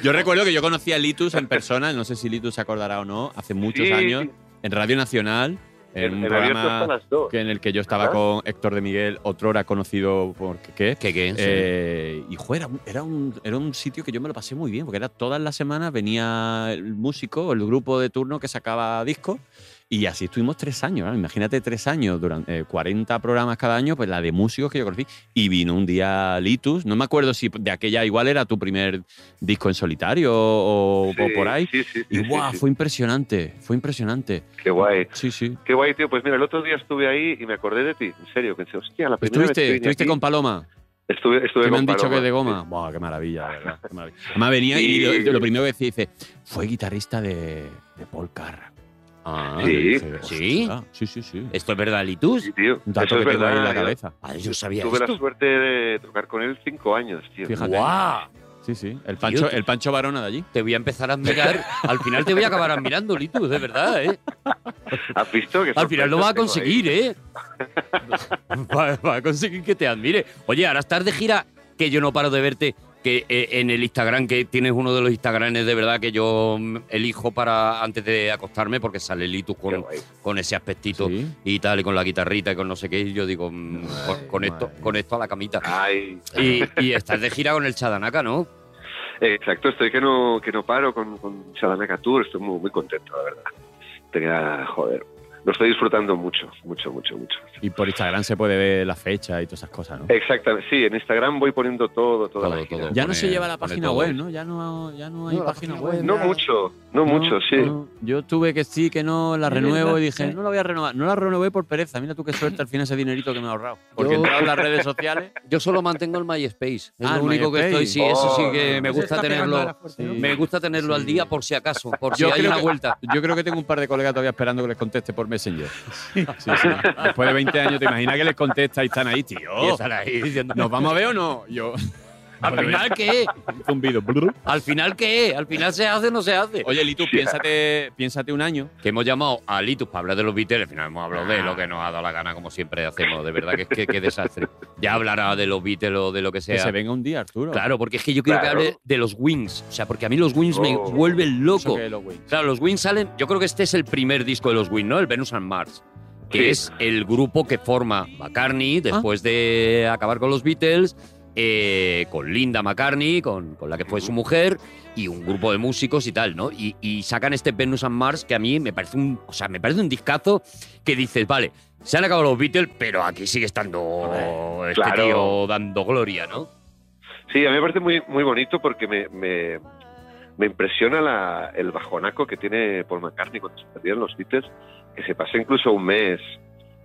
S5: Yo recuerdo que yo conocí a Litus en persona, no sé si Litus se acordará o no, hace muchos
S10: Sí,
S5: años, en Radio Nacional, en,
S10: En,
S5: un
S10: en abierto hasta
S5: programa
S10: las dos.
S5: que- en el que yo estaba
S10: ¿Verdad?
S5: con Héctor de Miguel, otrora conocido por qué.
S3: ¿Qué, qué?
S5: Eh, y jo, era, un- era, un, era un sitio que yo me lo pasé muy bien, porque era todas las semanas venía el músico, el grupo de turno que sacaba discos, y así estuvimos tres años. ¿no? Imagínate tres años, durante eh, 40 programas cada año, pues la de músicos que yo conocí. Y vino un día Litus, no me acuerdo si de aquella igual era tu primer disco en solitario o, o
S10: Sí,
S5: por ahí.
S10: sí, sí,
S5: Y
S10: sí,
S5: guau,
S10: sí, sí.
S5: fue impresionante, fue impresionante.
S10: Qué guay.
S5: Sí, sí.
S10: Qué guay, tío. Pues mira, el otro día estuve ahí y me acordé de ti. En serio, pensé, hostia, la primera vez que
S5: Estuviste,
S10: vine
S5: estuviste
S10: aquí,
S5: Pues con Paloma.
S10: estuve, estuve
S5: que me
S10: con
S5: han dicho
S10: Paloma.
S5: que es de goma. Buah, qué maravilla, de verdad. qué maravilla. Además venía y
S10: Sí.
S5: lo, lo primero que decía, dice, fue guitarrista de, de Paul Carr. Ah,
S10: Sí.
S5: y dije,
S3: Sí.
S5: "Hostia, Sí, sí, sí.
S3: ¿Esto es verdad, Litus?
S10: Sí, tío.
S5: Un dato
S10: Eso
S5: que
S10: es
S5: tengo ahí en
S10: verdad.
S5: la
S10: yo
S5: cabeza.
S3: Ah, yo sabía
S10: Tuve la
S3: esto.
S10: suerte de tocar con él cinco años, tío.
S5: Fíjate.
S3: ¡Guau!
S5: Sí, sí. El Pancho,
S3: que-
S5: el Pancho Barona de allí.
S3: Te voy a empezar a admirar. Al final te voy a acabar admirando, Litus, de verdad, ¿eh?
S10: ¿Has visto que
S3: Al final lo
S10: sorpresas
S3: vas a
S10: tengo ahí?
S3: conseguir, ¿eh? Va, va a conseguir que te admire. Oye, ahora estás de gira, que yo no paro de verte, que eh, en el Instagram, que tienes uno de los Instagrames de verdad que yo mm, elijo para antes de acostarme, porque sale Litus
S10: Qué
S3: con,
S10: guay.
S3: con ese aspectito
S5: Sí.
S3: y tal, y con la guitarrita y con no sé qué, y yo digo, mm, con, con esto,
S5: madre. Ah.
S3: con esto a la camita.
S10: Ay,
S3: Y, y estás de gira con el Chadanaka, ¿no?
S10: Eh, Exacto, estoy que no, que no paro con, con Shadanaka Tour, estoy muy, muy contento, la verdad. Tenía, joder, lo estoy disfrutando mucho, mucho, mucho, mucho.
S5: Y por Instagram se puede ver la fecha y todas esas cosas, ¿no?
S10: Exactamente, sí, en Instagram voy poniendo todo, toda
S3: Todo,
S10: la gira.
S3: todo.
S5: Ya no se
S3: Eh, pone-
S5: lleva la
S3: pone
S5: página
S3: todo.
S5: web, ¿no? Ya no, ya no hay
S2: No, la página
S5: página web.
S2: web
S10: No
S5: ya.
S10: mucho, no, mucho, sí.
S5: no. Yo tuve que sí, que no la
S2: Es
S5: renuevo
S2: verdad,
S5: y dije,
S2: sí.
S5: no la voy a renovar. No la renové por pereza. Mira tú qué suerte al final ese dinerito que me he ahorrado. Porque he entrado en las redes sociales.
S3: Yo solo mantengo el MySpace. Es lo
S5: Ah, el
S3: único que
S5: MySpace.
S3: estoy, sí, eso sí
S10: Oh,
S3: que me
S2: Eso
S3: gusta
S2: está pegando
S3: tenerlo.
S2: ahora fuerte, ¿no?
S5: Sí.
S3: Me gusta tenerlo al
S5: Sí.
S3: día por si acaso, por si
S5: Yo
S3: hay
S5: creo
S3: una
S5: que-
S3: vuelta.
S5: Yo creo que tengo un par de colegas todavía esperando que les conteste por Messenger. Sí, sí. Después de 20 años, ¿te imaginas que les contesta y están ahí, tío?
S3: Y están ahí diciendo,
S5: ¿Nos vamos a ver o Oh. no? Yo,
S3: ¿Al final qué?
S5: zumbido.
S3: ¿Al final qué? ¿Al final se hace o no se hace?
S5: Oye, Litu, piénsate, piénsate un año.
S3: Que hemos llamado a Litus para hablar de los Beatles, al final hemos hablado de
S5: Ah.
S3: lo que nos ha dado la gana, como siempre hacemos, de verdad, que es que qué desastre. Ya hablará de los Beatles o de lo que
S5: Que se
S3: sea.
S5: venga un día, Arturo.
S3: Claro, porque es que yo quiero
S10: Claro.
S3: que hable de los Wings, o sea, porque a mí los Wings me
S10: Oh.
S3: vuelven
S5: Eso
S3: loco.
S5: que lo güey.
S3: Claro, los Wings salen. Yo creo que este es el primer disco de los Wings, ¿no? El Venus and Mars. Que
S10: Sí.
S3: es el grupo que forma McCartney después de acabar con los Beatles, eh, con Linda McCartney, con, con la que fue su mujer, y un grupo de músicos y tal, ¿no? Y, y sacan este Venus and Mars que a mí me parece un. O sea, me parece un discazo que dices, vale, se han acabado los Beatles, pero aquí sigue estando este
S10: claro.
S3: tío dando gloria, ¿no?
S10: Sí, a mí me parece muy, muy bonito porque me, me, me impresiona la- el bajonaco que tiene Paul McCartney cuando se perdieron los Beatles, que se pasó incluso un mes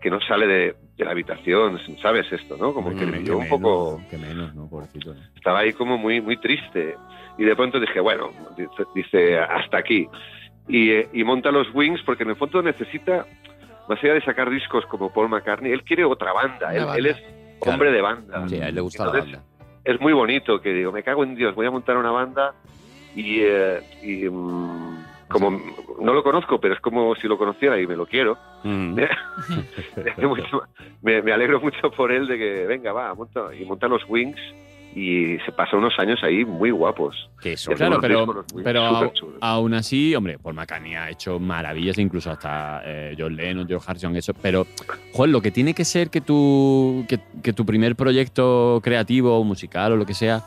S10: que no sale de, de la habitación, ¿sabes esto, no? Como que
S3: Mm,
S10: le
S5: Qué
S10: dio un
S5: menos,
S10: poco...
S5: Qué menos, ¿no? Pobrecito. ¿no?
S10: estaba ahí como muy, muy triste. Y de pronto dije, bueno, dice, dice, hasta aquí. Y, eh, y monta los Wings porque en el fondo necesita, más allá de sacar discos como Paul McCartney, él quiere otra banda.
S2: Una
S10: Él,
S2: banda.
S10: él es hombre de banda.
S3: Sí, a él le gusta la
S10: Entonces,
S3: banda.
S10: Es muy bonito que digo, me cago en Dios, voy a montar una banda y, eh, y, mm, como no lo conozco, pero es como si lo conociera y me lo quiero.
S3: Mm.
S10: Me hace mucho- me, me alegro mucho por él de que venga, va, monta, y monta los Wings y se pasa unos años ahí muy guapos.
S3: Que son-
S10: Y hace
S5: Claro,
S10: unos
S5: pero-
S10: discos los Wings
S5: pero
S10: superchulos.
S5: Aún así, hombre, Paul McCartney ha hecho maravillas, incluso hasta eh, John Lennon, George Harrison, eso. Pero, Juan, lo que tiene que ser que tu, que, que tu primer proyecto creativo o musical o lo que sea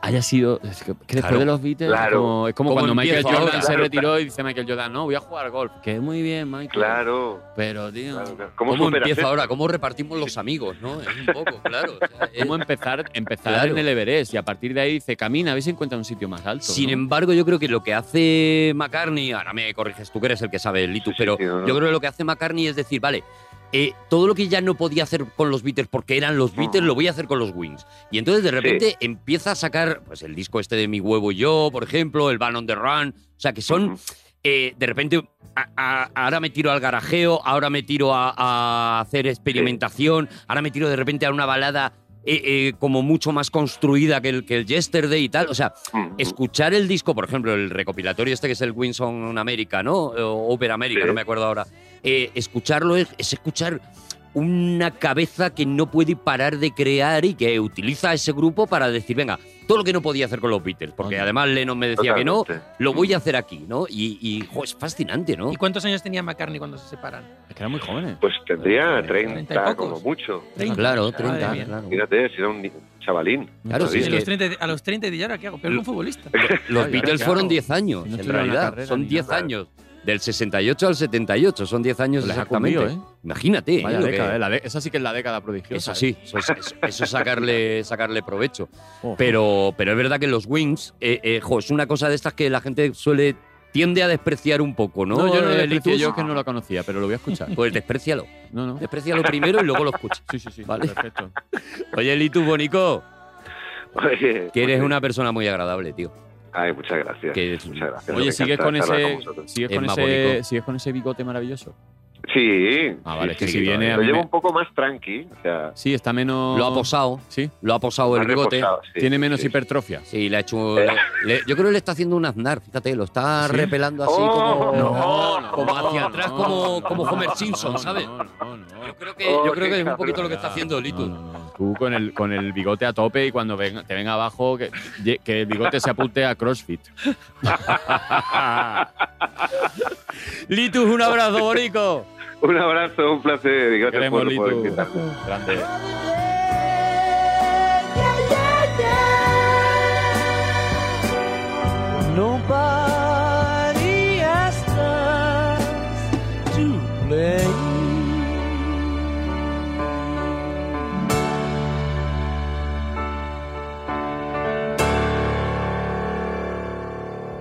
S5: haya sido. Es que, que después
S3: Claro,
S5: de los Beatles,
S10: claro.
S5: como- es como,
S3: ¿Cómo
S5: cuando Michael
S3: empiezo ahora?
S5: Jordan se
S10: Claro,
S5: retiró y dice Michael Jordan, no, voy a jugar golf. Que muy bien, Michael.
S10: Claro.
S3: Pero, tío,
S10: claro, claro.
S3: ¿cómo,
S10: ¿Cómo, superas
S3: empieza
S10: esto?
S3: ahora? ¿Cómo repartimos los amigos? ¿no? Es un poco, claro. o sea, eh, es-
S5: ¿Cómo empezar, empezar
S3: Claro.
S5: en el Everest? Y a partir de ahí dice, camina, a ver si encuentra un sitio más alto.
S3: Sin
S5: ¿no?
S3: embargo, yo creo que lo que hace McCartney, ahora me corriges tú que eres el que sabe, Litus,
S10: Sí, sí,
S3: pero
S10: sí, no, no.
S3: yo creo que lo que hace McCartney es decir, vale, eh, todo lo que ya no podía hacer con los Beatles porque eran los Beatles,
S10: Ujú.
S3: lo voy a hacer con los Wings. Y entonces de repente empieza a sacar pues, el disco este de Mi Huevo y Yo, por ejemplo, el Van on the Run, o sea, que son
S10: Ujú.
S3: eh, de repente, a- a- ahora me tiro al garajeo, ahora me tiro a, a hacer experimentación, ahora me tiro de repente a una balada eh, eh, como mucho más construida que el, que el Yesterday y tal. O sea,
S10: Ujú.
S3: escuchar el disco, por ejemplo, el recopilatorio este que es el Winston America, ¿no? O Opera America,
S10: Sí.
S3: no me acuerdo ahora. Eh, escucharlo es, es escuchar una cabeza que no puede parar de crear y que utiliza ese grupo para decir, venga, todo lo que no podía hacer con los Beatles, porque
S5: Oye.
S3: además Lennon me decía que no,
S10: Totalmente.
S3: lo voy a hacer aquí, ¿no? Y, y, jo, es fascinante, ¿no?
S2: ¿Y cuántos años tenía McCartney cuando se separan?
S5: Es que eran muy jóvenes.
S10: Pues tendría
S5: Treinta y
S10: 30 como
S2: pocos.
S10: mucho.
S2: ¿Treinta?
S3: Claro,
S2: Madre
S3: 30,
S2: mía.
S3: claro.
S10: Mírate, si era un ni- chavalín.
S3: Claro,
S10: sí,
S2: Sí,
S10: sí.
S2: a, los 30, a los 30 y de ahora qué hago? Pero un futbolista.
S3: Los
S5: Claro,
S3: Beatles
S5: claro.
S3: fueron 10 años,
S5: Si no
S3: en
S5: tuvieron una
S3: realidad.
S5: carrera
S3: Son
S5: ni
S3: 10
S5: nada.
S3: años. Del 68 al 78, son 10 años
S5: Les ha
S3: exactamente.
S5: cundido, ¿eh?
S3: Imagínate.
S5: Vaya
S3: ¿eh? lo
S5: década,
S3: que-
S5: eh, la de- esa sí que es la década prodigiosa.
S3: Eso
S5: eh.
S3: sí, eso es, eso- eso es sacarle, sacarle provecho.
S5: Ojo.
S3: Pero, pero es verdad que los Wings, eh, eh, jo, es una cosa de estas que la gente suele, tiende a despreciar un poco, ¿no?
S5: No, yo no lo
S3: eh,
S5: desprecio,
S3: Litus?
S5: yo que no lo conocía, pero lo voy a escuchar.
S3: Pues desprecialo.
S5: No, no.
S3: Desprecialo primero y luego lo escuchas.
S5: Sí, sí, sí.
S3: Vale.
S5: Perfecto.
S3: Oye, Litus Bonico,
S10: Oye,
S3: que eres
S10: oye.
S3: una persona muy agradable, tío.
S10: Ay, muchas gracias.
S3: Que es-
S10: Muchas gracias. Me
S5: Oye, ¿sigues
S10: encanta
S5: con
S10: charlar
S5: ese,
S10: vosotros.
S5: ¿sigues
S3: Es
S5: con,
S3: más
S5: ese,
S3: bonito.
S5: ¿sigues con ese bigote maravilloso?
S10: Sí.
S5: Ah,
S10: sí,
S5: vale, es que
S10: sí,
S5: si
S10: sí.
S5: viene a
S10: Lo
S5: mí
S10: llevo
S5: me-
S10: un poco más tranqui. O sea,
S5: Sí, está menos.
S3: Lo ha posado,
S5: Sí.
S3: lo ha posado el
S10: más
S3: bigote.
S10: reposado, sí,
S5: Tiene
S10: sí,
S5: menos
S10: sí.
S5: hipertrofia.
S3: Sí, le ha hecho. le- le- yo creo que le está haciendo un aznar, fíjate, lo está
S5: ¿Sí?
S3: repelando así
S10: Oh,
S3: como.
S10: no,
S3: como hacia atrás, como- como Homer Simpson, ¿sabes?
S5: No, no, no.
S3: Yo creo que, yo
S10: Oh,
S3: creo
S10: qué
S3: que es un poquito lo que
S5: Ya,
S3: está haciendo Litus.
S5: no, no, no. Tú con el, con el bigote a tope y cuando venga- te venga abajo, que, ye- que el bigote se apunte a CrossFit.
S3: Litus, un abrazo, Bonico.
S10: Un abrazo, un placer. Y gracias
S5: Queremos,
S10: por, por
S5: Litu.
S10: invitarme.
S5: Grande.
S9: Nobody asked us to play.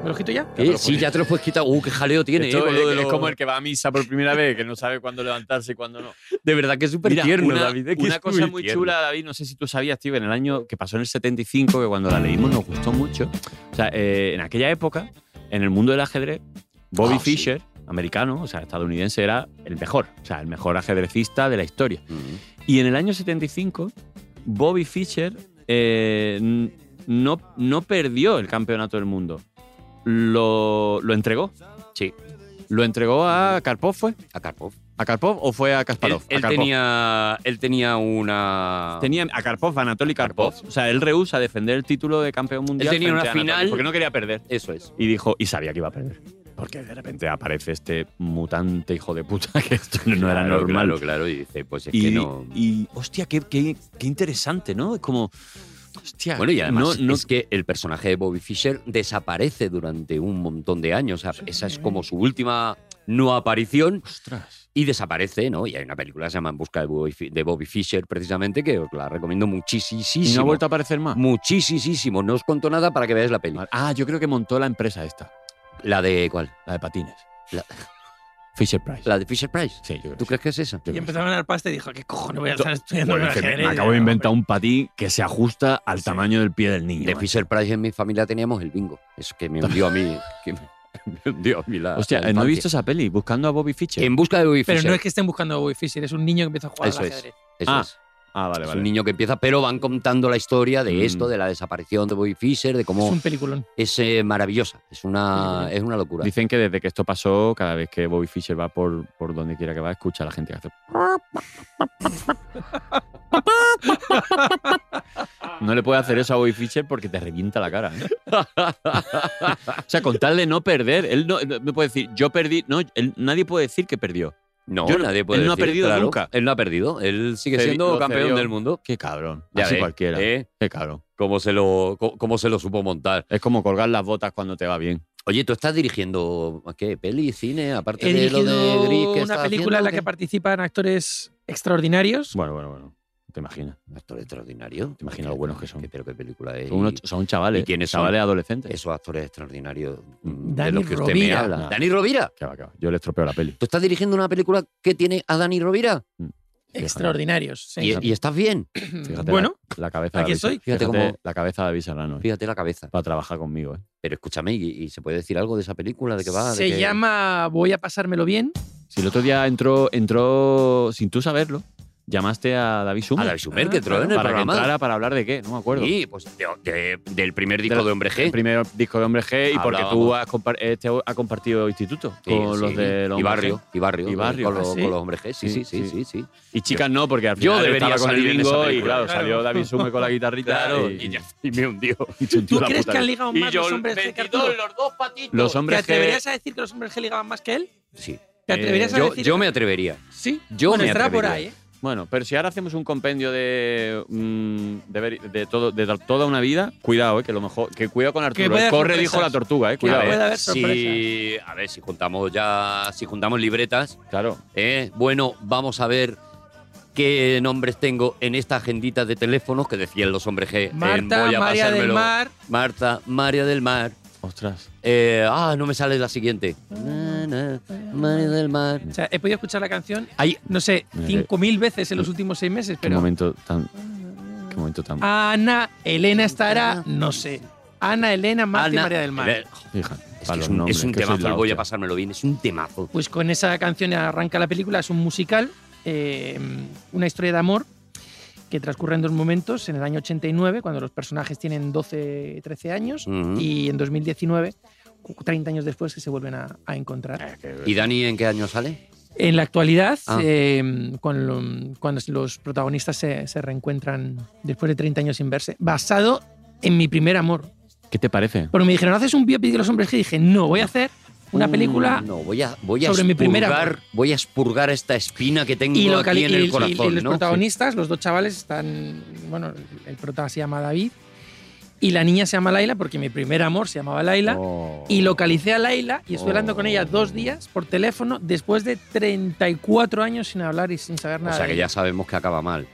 S2: ¿Me lo quito ya?
S3: Eh, sí, ya te lo puedes quitar. Uh, qué jaleo tiene,
S5: Esto
S3: eh, con
S5: es,
S3: lo de
S5: es
S3: los-
S5: como el que va a misa por primera vez, que no sabe cuándo levantarse y cuándo no.
S3: De verdad que es súper
S5: Mira,
S3: tierno,
S5: una,
S3: David. es que
S5: una
S3: es
S5: cosa muy
S3: tierno.
S5: chula, David, no sé si tú sabías, tío, en el año que pasó en el 75, que cuando la leímos nos gustó mucho. O sea, eh, en aquella época, en el mundo del ajedrez, Bobby
S3: Ah, sí.
S5: Fischer, americano, o sea, estadounidense, era el mejor, o sea, el mejor ajedrecista de la historia.
S3: Mm.
S5: Y en el año 75, Bobby Fischer eh, n- no, no perdió el campeonato del mundo. Lo, lo entregó.
S3: Sí.
S5: Lo entregó a Karpov, ¿fue?
S3: A Karpov.
S5: ¿A Karpov o fue a
S3: Él,
S5: Kasparov?
S3: él
S5: a Karpov.
S3: tenía, él tenía una.
S5: Tenía Ah. a Karpov, Anatoly Karpov. O sea, él rehúsa defender el título de campeón mundial.
S3: tenía
S5: frente
S3: una
S5: a Anatoly,
S3: final-
S5: Porque no quería perder.
S3: Eso es.
S5: Y dijo, y sabía que iba a perder. Porque de repente aparece este mutante hijo de puta que esto no era
S3: Claro,
S5: normal.
S3: Claro, claro. Y dice, pues es
S5: y,
S3: que no.
S5: y, hostia, qué, qué- qué interesante, ¿no? Es como. Hostia.
S3: Bueno, y además
S5: no- no-
S3: es que el personaje de Bobby Fischer desaparece durante un montón de años. O sea, esa es como su última no aparición
S5: ostras.
S3: y desaparece, ¿no? Y hay una película que se llama En busca de Bobby, Fi- de Bobby Fischer, precisamente, que os la recomiendo muchísimo.
S5: Y no ha vuelto a aparecer más.
S3: Muchísimo. No os conto nada para que veáis la película.
S5: Ah, yo creo que montó la empresa esta,
S3: La de cuál?
S5: la de patines.
S3: La-
S5: Fisher Price.
S3: La de Fisher Price.
S5: Sí, yo creo que
S3: ¿Tú
S5: sí.
S3: crees que es esa?
S5: Yo
S2: Y
S5: creo que sí.
S2: empezaron a dar pasta y dijo, ¿qué cojones voy a estar estudiando
S5: Bueno,
S2: el
S5: dije,
S2: ajedrez?
S5: me acabo de
S2: Hombre,
S5: inventar un patín que se ajusta al
S2: Sí.
S5: tamaño del pie del niño.
S3: De
S5: macho.
S3: Fisher Price en mi familia teníamos el bingo. Es que me hundió a mí. que me, me hundió a mí la.
S5: Hostia, eh,
S3: la
S5: no he
S3: infancia. Em,
S5: visto esa peli, buscando a Bobby Fischer.
S3: En busca de Bobby
S2: Pero
S3: Fischer.
S2: no es que estén buscando a Bobby Fischer, es un niño que empieza a jugar
S3: Eso
S2: al
S3: es.
S2: ajedrez.
S3: Eso
S5: Ah,
S3: es.
S5: ah, vale,
S3: Es
S5: vale.
S3: un niño que empieza, pero van contando la historia de
S5: Mm.
S3: esto, de la desaparición de Bobby Fischer, de
S2: Es
S3: cómo
S2: un peliculón.
S3: es eh, maravillosa. Es una,
S2: Peliculón.
S3: es una locura.
S5: Dicen que desde que esto pasó, cada vez que Bobby Fischer va por, por donde quiera que va, escucha a la gente que hace. No le puede hacer eso a Bobby Fischer porque te revienta la cara. ¿eh? o sea, con tal de no perder, él no, no puede decir, yo perdí. No, él- nadie puede decir que perdió.
S3: No,
S5: Yo no-
S3: nadie puede
S5: él no ha
S3: decir,
S5: perdido
S3: claro,
S5: nunca.
S3: Él no ha perdido. Él sigue
S5: Cedi-
S3: siendo
S5: lo
S3: campeón
S5: cedió.
S3: del mundo.
S5: Qué cabrón.
S3: Ya
S5: Así
S3: ves,
S5: cualquiera.
S3: ¿eh?
S5: Qué cabrón.
S3: Cómo se, lo, co- cómo se lo supo montar.
S5: Es como colgar las botas cuando te va bien.
S3: Oye, ¿tú estás dirigiendo qué? ¿Peli, cine? Aparte
S2: He
S3: de lo
S2: dirigido
S3: de Gris que
S2: una
S3: estás
S2: película en la que
S3: haciendo,
S2: participan actores extraordinarios.
S5: Bueno, bueno, bueno. Te imaginas.
S3: ¿qué? Actor extraordinario.
S5: Te imaginas lo buenos que son.
S3: ¿Qué- ¿Pero qué película es?
S5: Son, unos- son chavales.
S3: ¿y quiénes son?
S5: Chavales adolescentes.
S3: Esos actores extraordinarios mm, de
S2: Dani
S3: los que usted me
S2: Rovira.
S3: habla.
S5: Nah.
S3: ¡Dani Rovira!
S5: Que va, que va. Yo le estropeo la peli.
S3: ¿Tú estás dirigiendo una película que tiene a Dani Rovira?
S2: Extraordinarios. sí.
S3: ¿Y- ¿Y, estás bien?
S5: Fíjate
S2: bueno,
S5: la, la cabeza
S2: aquí
S5: de David-
S2: estoy.
S5: Fíjate,
S3: Fíjate cómo-
S5: la cabeza de David Serrano. eh,
S3: Fíjate la cabeza.
S5: Para trabajar conmigo, ¿eh?
S3: Pero escúchame, ¿y, y se puede decir algo de esa película? ¿De qué va? ¿De
S2: se
S3: qué-
S2: llama Voy a pasármelo bien.
S5: Si el otro día entró, entró sin tú saberlo, llamaste a David Schumer.
S3: A David Schumer, que
S2: Ah,
S3: entró en el
S5: para
S3: programa.
S5: que entrara para hablar de qué, no me acuerdo.
S3: Sí, pues de- de- del primer disco
S5: De
S3: de,
S5: la-
S3: Hombre
S5: El
S3: G.
S5: primer disco de Hombre G y porque tú
S3: Hablábamos.
S5: has, compar- este ha compartido instituto
S3: Sí,
S5: con
S3: sí.
S5: los de los
S3: y
S5: Hombre
S3: barrio,
S5: G.
S3: y barrio,
S5: Y Barrio,
S3: con,
S5: ah,
S3: los,
S2: ¿sí?
S3: con los hombres G. Sí, sí,
S5: Sí,
S3: sí,
S5: sí.
S3: sí,
S5: Y chicas no, porque al
S3: Yo
S5: final
S3: debería
S5: estaba con el
S3: salir en esa
S5: bingo y
S3: película.
S5: claro,
S2: Claro.
S5: salió David Schumer con la guitarrita
S3: Claro,
S5: y,
S3: y ya- y me hundió.
S5: y se hundió
S2: ¿Tú
S5: la
S2: crees
S5: puta
S2: que han
S5: vida.
S2: ligado más los hombres G que Arturo?
S5: Los
S2: ¿Te
S5: hombres G
S2: atreverías a decir que los hombres G ligaban más que él?
S3: Sí.
S2: ¿Te
S5: Eh,
S2: atreverías a
S3: Yo,
S2: decir?
S3: yo me atrevería.
S2: Sí.
S3: yo
S2: bueno,
S3: me
S2: estará por ahí,
S3: atrevería.
S2: ¿eh?
S5: Bueno, pero si ahora hacemos un compendio de, mm, de, ver- de todo, de to- toda una vida, cuidado, eh, que lo mejor. Que cuidado con Arturo.
S2: puede
S5: eh.
S2: haber
S5: Corre,
S2: sorpresas.
S5: dijo la tortuga, eh,
S2: Que
S5: cuidado.
S2: puede
S5: eh.
S2: haber sorpresas.
S3: Si, a ver, si juntamos ya, si juntamos libretas,
S5: Claro.
S3: eh, bueno, vamos a ver qué nombres tengo en esta agendita de teléfonos que decían los hombres G. en
S2: Marta,
S3: Voy a
S2: María del
S3: pasármelo.
S2: Mar.
S3: Marta, María del Mar.
S5: Ostras.
S3: Eh, ah, no me sale la siguiente. Na, na, María Eh, del Mar.
S2: O sea, he podido escuchar la canción,
S3: Ahí,
S2: no sé,
S5: Mira,
S2: 5.000 veces en los últimos seis meses,
S5: Qué
S2: pero.
S5: momento tan. Qué momento tan.
S2: Ah. Ana, Elena estará, no sé. Ana, Elena, Marta y
S3: Ana-
S2: María del Mar.
S3: Eh,
S5: Fija,
S3: Es,
S5: para
S3: que es
S5: los
S3: un,
S5: nombres,
S3: es un
S5: que soy
S3: temazo,
S5: la
S3: el voy a
S5: hostia.
S3: pasármelo bien, es un temazo.
S2: Pues con esa canción arranca la película, es un musical, eh, una historia de amor que transcurre en dos momentos, en el año 89, cuando los personajes tienen 12, 13 años,
S3: Ujú.
S2: y en 2019, cu- 30 años después, que se vuelven a, a encontrar.
S3: ¿Y Dani en qué año sale?
S2: En la actualidad,
S3: Eh. Ah.
S2: eh, con lo- cuando los protagonistas se, se reencuentran después de 30 años sin verse, basado en mi primer amor.
S5: ¿Qué te parece?
S2: Porque me dijeron, ¿haces un biopic de los hombres? que dije, no, voy a hacer una
S3: Mm,
S2: película
S3: No, voy a, voy a
S2: sobre mi primer
S3: expurgar-
S2: amor.
S3: Voy a expurgar esta espina que tengo
S2: y, lo
S3: aquí en
S2: y-
S3: el
S2: y-
S3: corazón.
S2: y los
S3: ¿no?
S2: protagonistas, los dos chavales están, bueno, el prota se llama David y la niña se llama Laila porque mi primer amor se llamaba Laila
S5: Oh.
S2: y localicé a Laila y estuve hablando con ella dos días por teléfono después de 34 años sin hablar y sin saber
S3: O
S2: nada.
S3: sea
S2: de
S3: que
S2: ella.
S3: ya sabemos que acaba mal.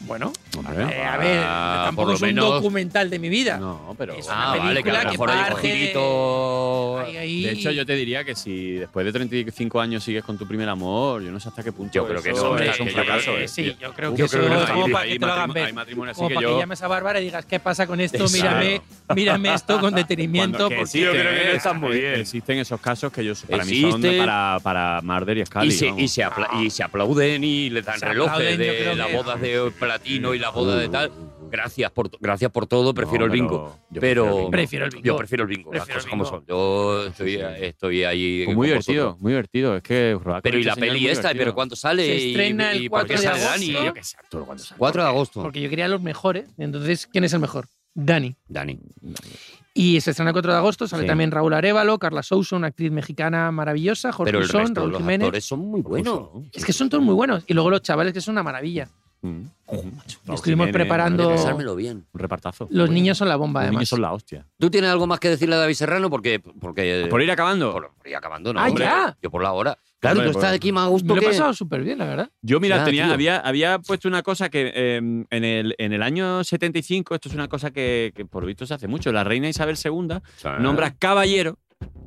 S2: Bueno,
S5: Hombre.
S2: eh, a ver,
S3: Ah,
S2: tampoco
S3: por
S2: es
S3: lo
S2: un
S3: menos-
S2: documental de mi vida.
S5: No, pero.
S2: Es una
S3: Ah, vale, que
S2: película
S3: a lo
S2: que
S3: mejor hay un
S2: parte-
S3: girito.
S2: Ahí, ahí.
S5: De hecho, yo te diría que si después de 35 años sigues con tu primer amor, yo no sé hasta qué punto.
S3: Yo creo que
S5: eso
S3: no, hombre,
S5: es un
S3: que yo creo
S5: fracaso.
S3: que
S5: eh.
S2: sí, yo creo
S5: Uf,
S2: que
S5: yo
S2: eso
S5: creo que
S2: es como
S5: hay-
S2: para
S5: hay
S2: que te lo hagan
S5: matrimonio-
S2: ver.
S5: Hay matrimonios así
S2: Como
S5: que
S2: para que
S5: yo.
S2: llames a Bárbara y digas, ¿qué pasa con esto?
S5: Exacto.
S2: Mírame, mírame esto con detenimiento.
S5: Cuando- que
S2: porque-
S5: sí, yo creo que no están muy bien. Existen esos casos que yo para mí son de-
S3: Existen.
S5: para, para Marder y Scully.
S3: Y se,
S5: vamos.
S3: y se apla- y se aplauden y le dan
S2: Se
S3: relojes
S2: aplauden, yo
S3: de
S2: creo
S3: la
S2: que-
S3: boda de platino y la boda de tal. Gracias por, to- gracias por todo, prefiero
S5: Uh. No,
S3: el bingo.
S5: yo
S3: Pero
S2: Prefiero el bingo.
S3: Yo prefiero el bingo,
S2: Prefiero
S3: las
S2: el
S3: cosas como
S2: bingo.
S3: son. Yo estoy,
S5: Sí, sí.
S3: estoy ahí.
S5: Pues muy
S3: con
S5: divertido,
S3: vosotros.
S5: muy divertido. Es que jugar con
S3: Pero y
S5: este
S3: la
S5: señor es
S3: peli
S5: muy
S3: esta,
S5: divertido.
S3: pero ¿cuándo sale?
S2: Se
S3: ¿Y-
S2: estrena
S3: y
S2: el
S3: por qué
S2: 4 de
S3: sale Dani?
S2: agosto.
S3: Yo qué sé.
S5: sé, Arturo, cuando sale.
S3: 4 de agosto.
S2: Porque yo quería los mejores. Entonces, ¿quién es el mejor? Dani.
S3: Dani.
S2: Y se estrena el 4 de agosto, sale
S5: Sí.
S2: también Raúl Arevalo, Carla Sousa, una actriz mexicana maravillosa, Jorge
S3: Pero el
S2: Usón,
S3: resto de
S2: Raúl
S3: los
S2: Jiménez.
S3: actores son muy
S5: Pues
S3: buenos.
S2: Es que son todos muy buenos. Y luego los chavales, que son una maravilla.
S5: Mm. Raúl
S2: Estuvimos
S5: Jiménez,
S2: preparando-
S5: madre mía,
S3: Pasármelo bien.
S5: Un repartazo.
S2: Los niños son la bomba,
S5: Los
S2: además.
S5: niños son la hostia.
S3: ¿Tú tienes algo más que decirle a David Serrano? Porque. porque
S5: Por ir acabando.
S3: por- por ir acabando, no.
S2: Ah,
S3: hombre.
S2: ya.
S3: Yo por la hora. Claro,
S5: Hombre,
S3: tú estás
S5: pues-
S3: aquí más a
S2: Me
S3: gusto
S2: lo he
S3: que.
S2: pasado súper bien, la verdad.
S5: Yo, mira,
S3: Ya,
S5: tenía,
S3: tío.
S5: había, había puesto una cosa que eh, en, el, en el año 75, esto es una cosa que, que por lo visto se hace mucho, la reina Isabel II nombra caballero,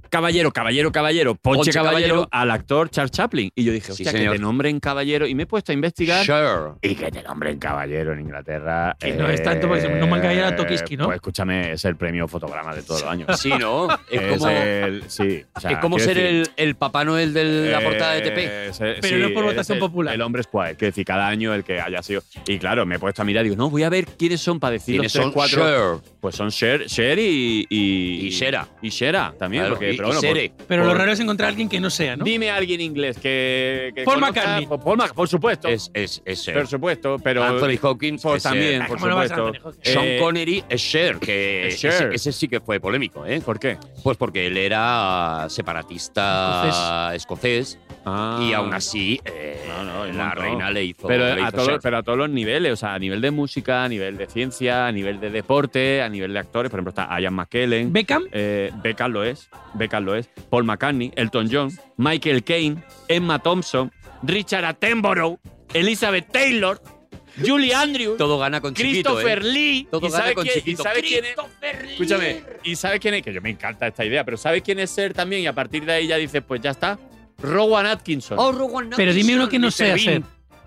S5: caballero, caballero, caballero, ponche,
S3: Ponche
S5: caballero,
S3: caballero.
S5: al actor Charles Chaplin. Y yo dije,
S3: Sí,
S5: hostia, que
S3: señor.
S5: te nombren caballero. Y me he puesto a investigar.
S3: Sure.
S5: Y que te nombren caballero en Inglaterra.
S2: Que no es tanto, porque se me nombran caballero a Tokiski, ¿no?
S5: Pues escúchame, es el premio fotograma de todos los años.
S3: Sí, ¿no? Es eh, como,
S5: el- sí, o sea,
S3: es como
S5: quiero
S3: ser
S5: decir,
S3: el, el Papá Noel de la
S5: eh,
S3: portada de TP.
S5: es el-
S2: Pero no por
S5: eres
S2: votación
S5: el-
S2: popular.
S5: El hombre es cual, que decir, cada año el que haya sido. Y claro, me he puesto a mirar y digo, no, voy a ver quiénes son para decir
S3: Tienes
S5: los tres,
S3: son
S5: cuatro.
S3: Sure.
S5: Pues son Sher, Sher y, y.
S3: Y Shera.
S5: Y Shera también.
S3: Claro,
S5: porque,
S3: y-
S5: pero
S3: y
S5: bueno, pues, por-
S3: Sere.
S2: Pero
S5: por-
S2: lo raro es encontrar a alguien que no sea, ¿no?
S5: Dime a alguien inglés que. que
S2: Paul
S5: conozca-
S2: McCartney.
S5: Por, Paul Mac- por supuesto.
S3: Es, es, es Cher.
S5: por supuesto, pero.
S3: Anthony Hawkins
S5: Pues
S3: es Cher.
S5: también,
S2: Ah,
S5: por
S2: ¿cómo no va a ser
S5: supuesto.
S2: Anthony Hopkins?
S5: Eh,
S3: Sean Connery es Cher, que
S5: es Cher.
S3: Ese, ese sí que fue polémico, ¿eh?
S5: ¿Por qué?
S3: Pues porque él era separatista escocés, Y aún así, eh, la reina le hizo.
S5: Ah. Pero,
S3: le
S5: a
S3: hizo
S5: todos,
S3: ser.
S5: pero a todos los niveles, o sea, a nivel de música, a nivel de ciencia, a nivel de deporte, a nivel de actores. Por ejemplo, está Ian McKellen.
S2: Beckham.
S5: eh, Beckham lo es. Beckham lo es. Paul McCartney, Elton John, Michael Caine, Emma Thompson, Richard Attenborough, Elizabeth Taylor, Julie Andrews.
S3: Todo gana con chiquito.
S5: Christopher
S3: ¿eh?
S5: Lee.
S3: Todo
S5: ¿Y
S3: gana
S5: sabe
S3: con
S5: quién- y
S3: chiquito.
S5: sabe quién es? Escúchame, ¿y sabes quién es? Que yo me encanta esta idea, pero ¿sabes quién es ser también? Y a partir de ahí ya dices, pues ya está. Rowan Atkinson.
S3: Oh, Rowan
S2: Pero dime uno que no
S5: Mr.
S2: sea
S5: Bean.
S2: ser.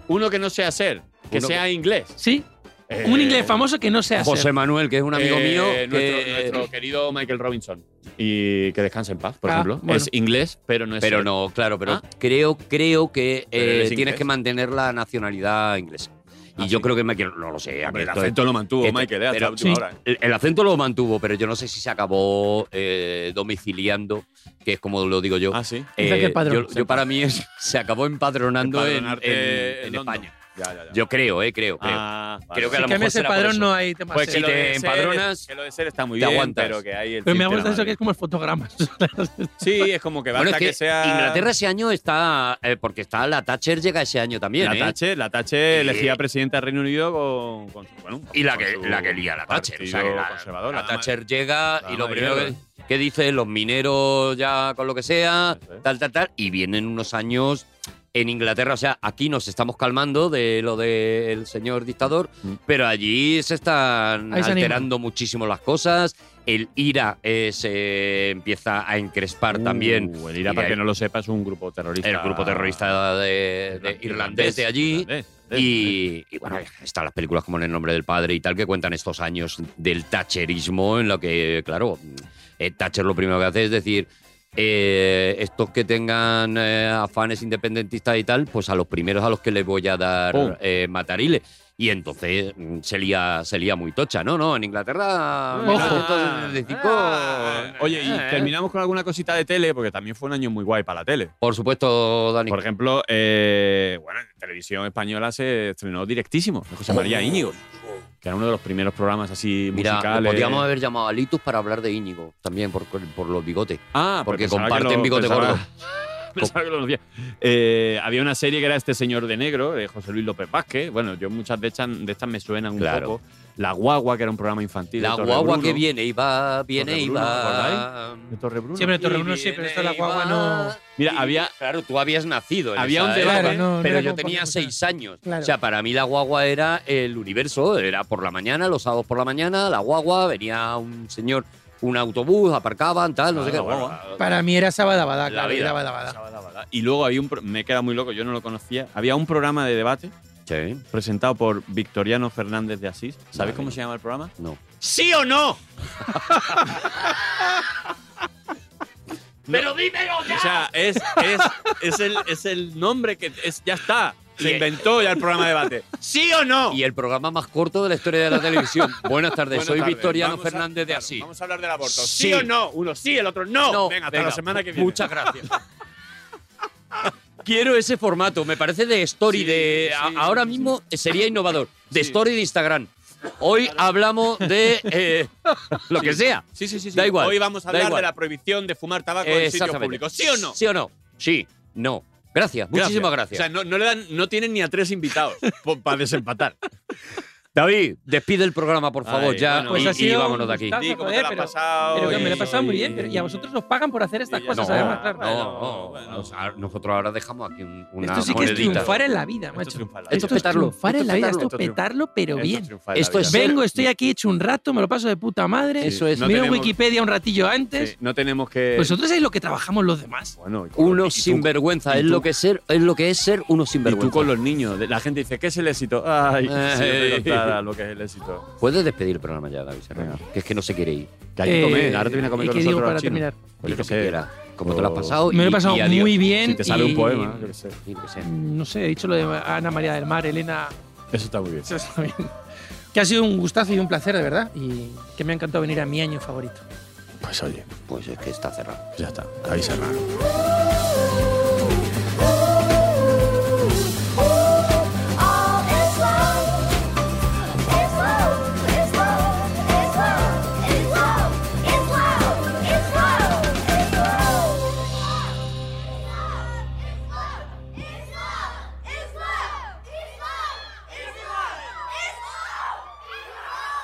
S5: Uno que no sea ser, que
S3: Uno
S5: sea inglés.
S2: ¿Sí?
S5: Eh,
S2: Un inglés famoso que no sea
S3: José
S2: ser.
S3: Manuel, que es un amigo
S5: eh,
S3: mío. que-
S5: Nuestro, nuestro querido Michael Robinson. eh, Y que descanse en paz, por
S2: Ah,
S5: ejemplo.
S2: bueno.
S5: Es inglés, pero no es
S3: Pero
S5: ser.
S3: no, claro, pero
S5: Ah.
S3: creo, creo que
S5: Pero
S3: eh,
S5: él es
S3: tienes
S5: inglés.
S3: que mantener la nacionalidad inglesa. Y
S5: Ah,
S3: yo
S5: sí.
S3: creo que Michael, no lo sé,
S5: Hombre,
S3: aquí
S5: el
S3: estoy-
S5: acento lo mantuvo
S3: Esto-
S5: Michael, eh, hasta
S3: pero-
S5: la última
S2: sí.
S5: hora. eh.
S3: el, el acento lo mantuvo, pero yo no sé si se acabó eh, domiciliando, que es como lo digo yo.
S5: Ah, sí.
S3: Eh,
S2: Dice que el padrón.
S3: yo, yo para mí es- se acabó empadronando en,
S5: Empadronarte
S3: en- en
S5: en London.
S3: España.
S5: Ya, ya, ya.
S3: Yo creo, eh, creo, creo.
S5: Ah, vale.
S3: Creo que a
S2: Si
S3: lo mejor
S2: cambias el
S3: será por
S2: padrón
S3: eso.
S2: no hay tema
S5: Pues
S2: ser.
S5: que lo
S3: te
S5: de ser-
S3: empadronas,
S5: que lo de ser está muy
S3: te
S5: bien,
S3: aguantas.
S5: pero que hay el
S2: Pero me
S5: chiste
S2: gusta
S5: la
S2: eso que es como el fotogramas.
S5: Sí, es como que basta
S3: Bueno, es
S5: que,
S3: que,
S5: sea.
S3: Inglaterra ese año está, eh, porque está la Thatcher llega ese año también,
S5: La
S3: ¿eh?
S5: Thatcher, la Thatcher elegía presidenta del Reino Unido con, con su- bueno,
S3: Y la
S5: con
S3: que,
S5: su
S3: la que lía la Thatcher. O sea,
S5: partido
S3: que la,
S5: conservador,
S3: la
S5: la dama-
S3: Thatcher llega
S5: la
S3: y
S5: dama
S3: lo
S5: de
S3: primero que,
S5: hierro.
S3: que dice es los mineros ya con lo que sea,
S5: Eso es.
S3: tal, tal, tal. Y vienen unos años en Inglaterra. O sea, aquí nos estamos calmando de lo del señor dictador,
S5: Mm.
S3: pero allí se están
S2: Ahí se
S3: alterando muchísimo las cosas. El IRA eh, se empieza a encrespar
S5: Uh,
S3: también.
S5: El IRA,
S3: Y
S5: para
S3: ahí-
S5: que no lo sepa, es un grupo terrorista.
S3: El grupo terrorista de, de irlandés de allí.
S5: irlandés, irlandés,
S3: Y, y bueno, están las películas como En el nombre del padre y tal, que cuentan estos años del thatcherismo, en lo que, claro, eh, Thatcher lo primero que hace es decir, eh, estos que tengan eh, afanes independentistas y tal, pues a los primeros a los que les voy a dar
S5: Pum.
S3: eh, matariles. Y entonces mm, se lía, se lía muy tocha, ¿no? No, en Inglaterra...
S5: Ah,
S2: Ojo.
S5: ah,
S3: 1975,
S5: ah. Oye, y
S3: eh,
S5: terminamos con alguna cosita de tele, porque también fue un año muy guay para la tele.
S3: Por supuesto, Dani.
S5: Por ejemplo, eh, bueno, en televisión española se estrenó directísimo de José María Íñigo, que era uno de los primeros programas así
S3: Oh. Mira,
S5: musicales.
S3: podríamos haber llamado a Litus para hablar de Íñigo, también por, por los bigotes.
S5: Ah,
S3: Porque
S5: pensaba que
S3: comparten
S5: lo-
S3: bigote
S5: pensaba-
S3: gordo.
S5: pensaba que lo conocía. Eh, había una serie que era Este Señor de Negro, de José Luis López Vázquez. Bueno, yo muchas de estas, de estas me suenan un
S3: Claro.
S5: poco. La Guagua, que era un programa infantil.
S3: La
S5: de Torre
S3: guagua
S5: Bruno.
S3: que viene y va, viene
S5: Torre
S3: y
S5: Bruno,
S3: va.
S5: ¿De Torre Bruno.
S2: Siempre Torre Bruno sí, pero esta la guagua no.
S5: Mira, había-
S3: Claro, tú habías nacido. En
S5: Había
S3: esa
S5: un debate,
S3: época,
S2: Claro, no, no
S3: pero
S2: era
S3: yo
S2: como
S3: tenía
S2: podemos hacer.
S3: seis años.
S2: Claro.
S3: O sea, para mí la guagua era el universo. Era por la mañana, los sábados por la mañana, la guagua, venía un señor, un autobús, aparcaban, tal, no sé qué.
S5: Claro, bueno,
S3: guagua.
S2: Para mí era Sabadabada,
S3: La
S2: claro,
S3: vida.
S2: era Badabada.
S5: Y luego había un. pro- Me he quedado muy loco, yo no lo conocía. Había un programa de debate
S3: Sí,
S5: presentado por Victoriano Fernández de Asís. ¿Sabéis
S3: Vale.
S5: cómo se llama el programa?
S3: no.
S5: ¿Sí o no?
S3: ¡Pero dímelo
S5: O sea, es, es, es, el, es el nombre que es, ya está. Se
S3: Y-
S5: inventó ya el programa de debate. ¿Sí o no?
S3: Y el programa más corto de la historia de la televisión. Buenas tardes,
S5: Buenas
S3: soy
S5: tardes.
S3: Victoriano
S5: Vamos a-
S3: Fernández de
S5: claro,
S3: Asís.
S5: Vamos a hablar del aborto.
S3: Sí.
S5: Sí, o no. Uno sí, el otro no. venga, hasta la semana que viene.
S3: Muchas gracias. Quiero ese formato, me parece de story,
S5: Sí,
S3: de
S5: sí,
S3: a-
S5: sí,
S3: ahora
S5: sí.
S3: mismo sería innovador, de
S5: Sí.
S3: story de Instagram. Hoy hablamos de eh, lo que sea.
S5: Sí, sí, sí, sí.
S3: Da igual,
S5: Hoy vamos a
S3: da
S5: hablar
S3: igual.
S5: de la prohibición de fumar tabaco en sitios
S3: Exactamente.
S5: públicos. ¿Sí o no?
S3: Sí o no. Sí, no. Gracias, muchísimas gracias.
S5: O sea, no, no le dan, no tienen ni a tres invitados para desempatar.
S3: David, despide el programa, por favor,
S5: Ay,
S3: ya
S5: bueno,
S3: y,
S5: Pues ha
S3: y
S2: sido un
S3: vámonos de aquí.
S2: gustazo.
S5: Di cómo te
S2: joder,
S5: la has
S2: eh, pero-
S5: pasado.
S2: Pero que me
S5: y-
S2: lo he pasado muy bien, pero y a vosotros os pagan por hacer estas
S5: y ya
S2: cosas,
S5: está.
S2: además, claro.
S5: No,
S3: No,
S5: bueno.
S3: no, o sea, nosotros ahora dejamos aquí un- una
S2: Esto sí que es
S3: monedita.
S2: triunfar en la vida,
S5: Esto
S2: macho.
S5: es triunfar en la
S2: Esto
S3: vida.
S2: es triunfar
S5: Esto
S2: en la vida, esto
S5: triunfar,
S2: es petarlo, pero
S5: Esto
S2: bien.
S5: triunfa en la
S3: Esto es
S5: vida.
S3: ser-
S2: Vengo, estoy aquí hecho un rato, me lo paso de puta madre.
S3: Eso es.
S5: No
S2: Miro
S5: tenemos-
S2: Wikipedia un ratillo antes.
S5: Sí, Eh, no tenemos que.
S2: Vosotros sabéis lo que trabajamos los demás.
S5: Bueno, y con los-
S3: Uno
S5: y tú-
S3: sinvergüenza,
S5: y
S3: es
S5: tú-
S3: lo, que ser, es lo que es ser uno
S5: Y tú
S3: sinvergüenza.
S5: con los niños. La gente dice, ¿qué es el éxito? Ay, si yo te
S3: Ey.
S5: contara lo que es el éxito.
S3: Puedes despedir el programa ya, David Serrano,
S5: Venga.
S3: que es que no se quiere ir.
S5: Que hay que
S2: Eh,
S5: comer. Ahora te viene a comer
S2: ¿y
S5: con
S2: qué digo
S5: nosotros
S2: para
S5: al chino.
S2: terminar?
S5: Pues
S3: Lo
S5: yo
S3: que
S5: qué
S3: se
S5: sé.
S3: quiera. Como te lo has
S5: o-
S3: pasado.
S2: Me lo
S3: y-
S2: he pasado
S3: y adiós.
S2: muy bien.
S5: Si te sale
S2: y-
S5: un poema, yo qué sé.
S3: Sí, lo que sea.
S2: No sé, he dicho lo de Ana María del Mar, Elena.
S5: Eso está muy bien.
S2: eso está bien. Que ha sido un gustazo y un placer, de verdad. Y que me ha encantado venir a mi año favorito.
S5: Pues oye,
S3: Pues es que está cerrado.
S5: ya está. Ahí cerrado.
S11: It's love.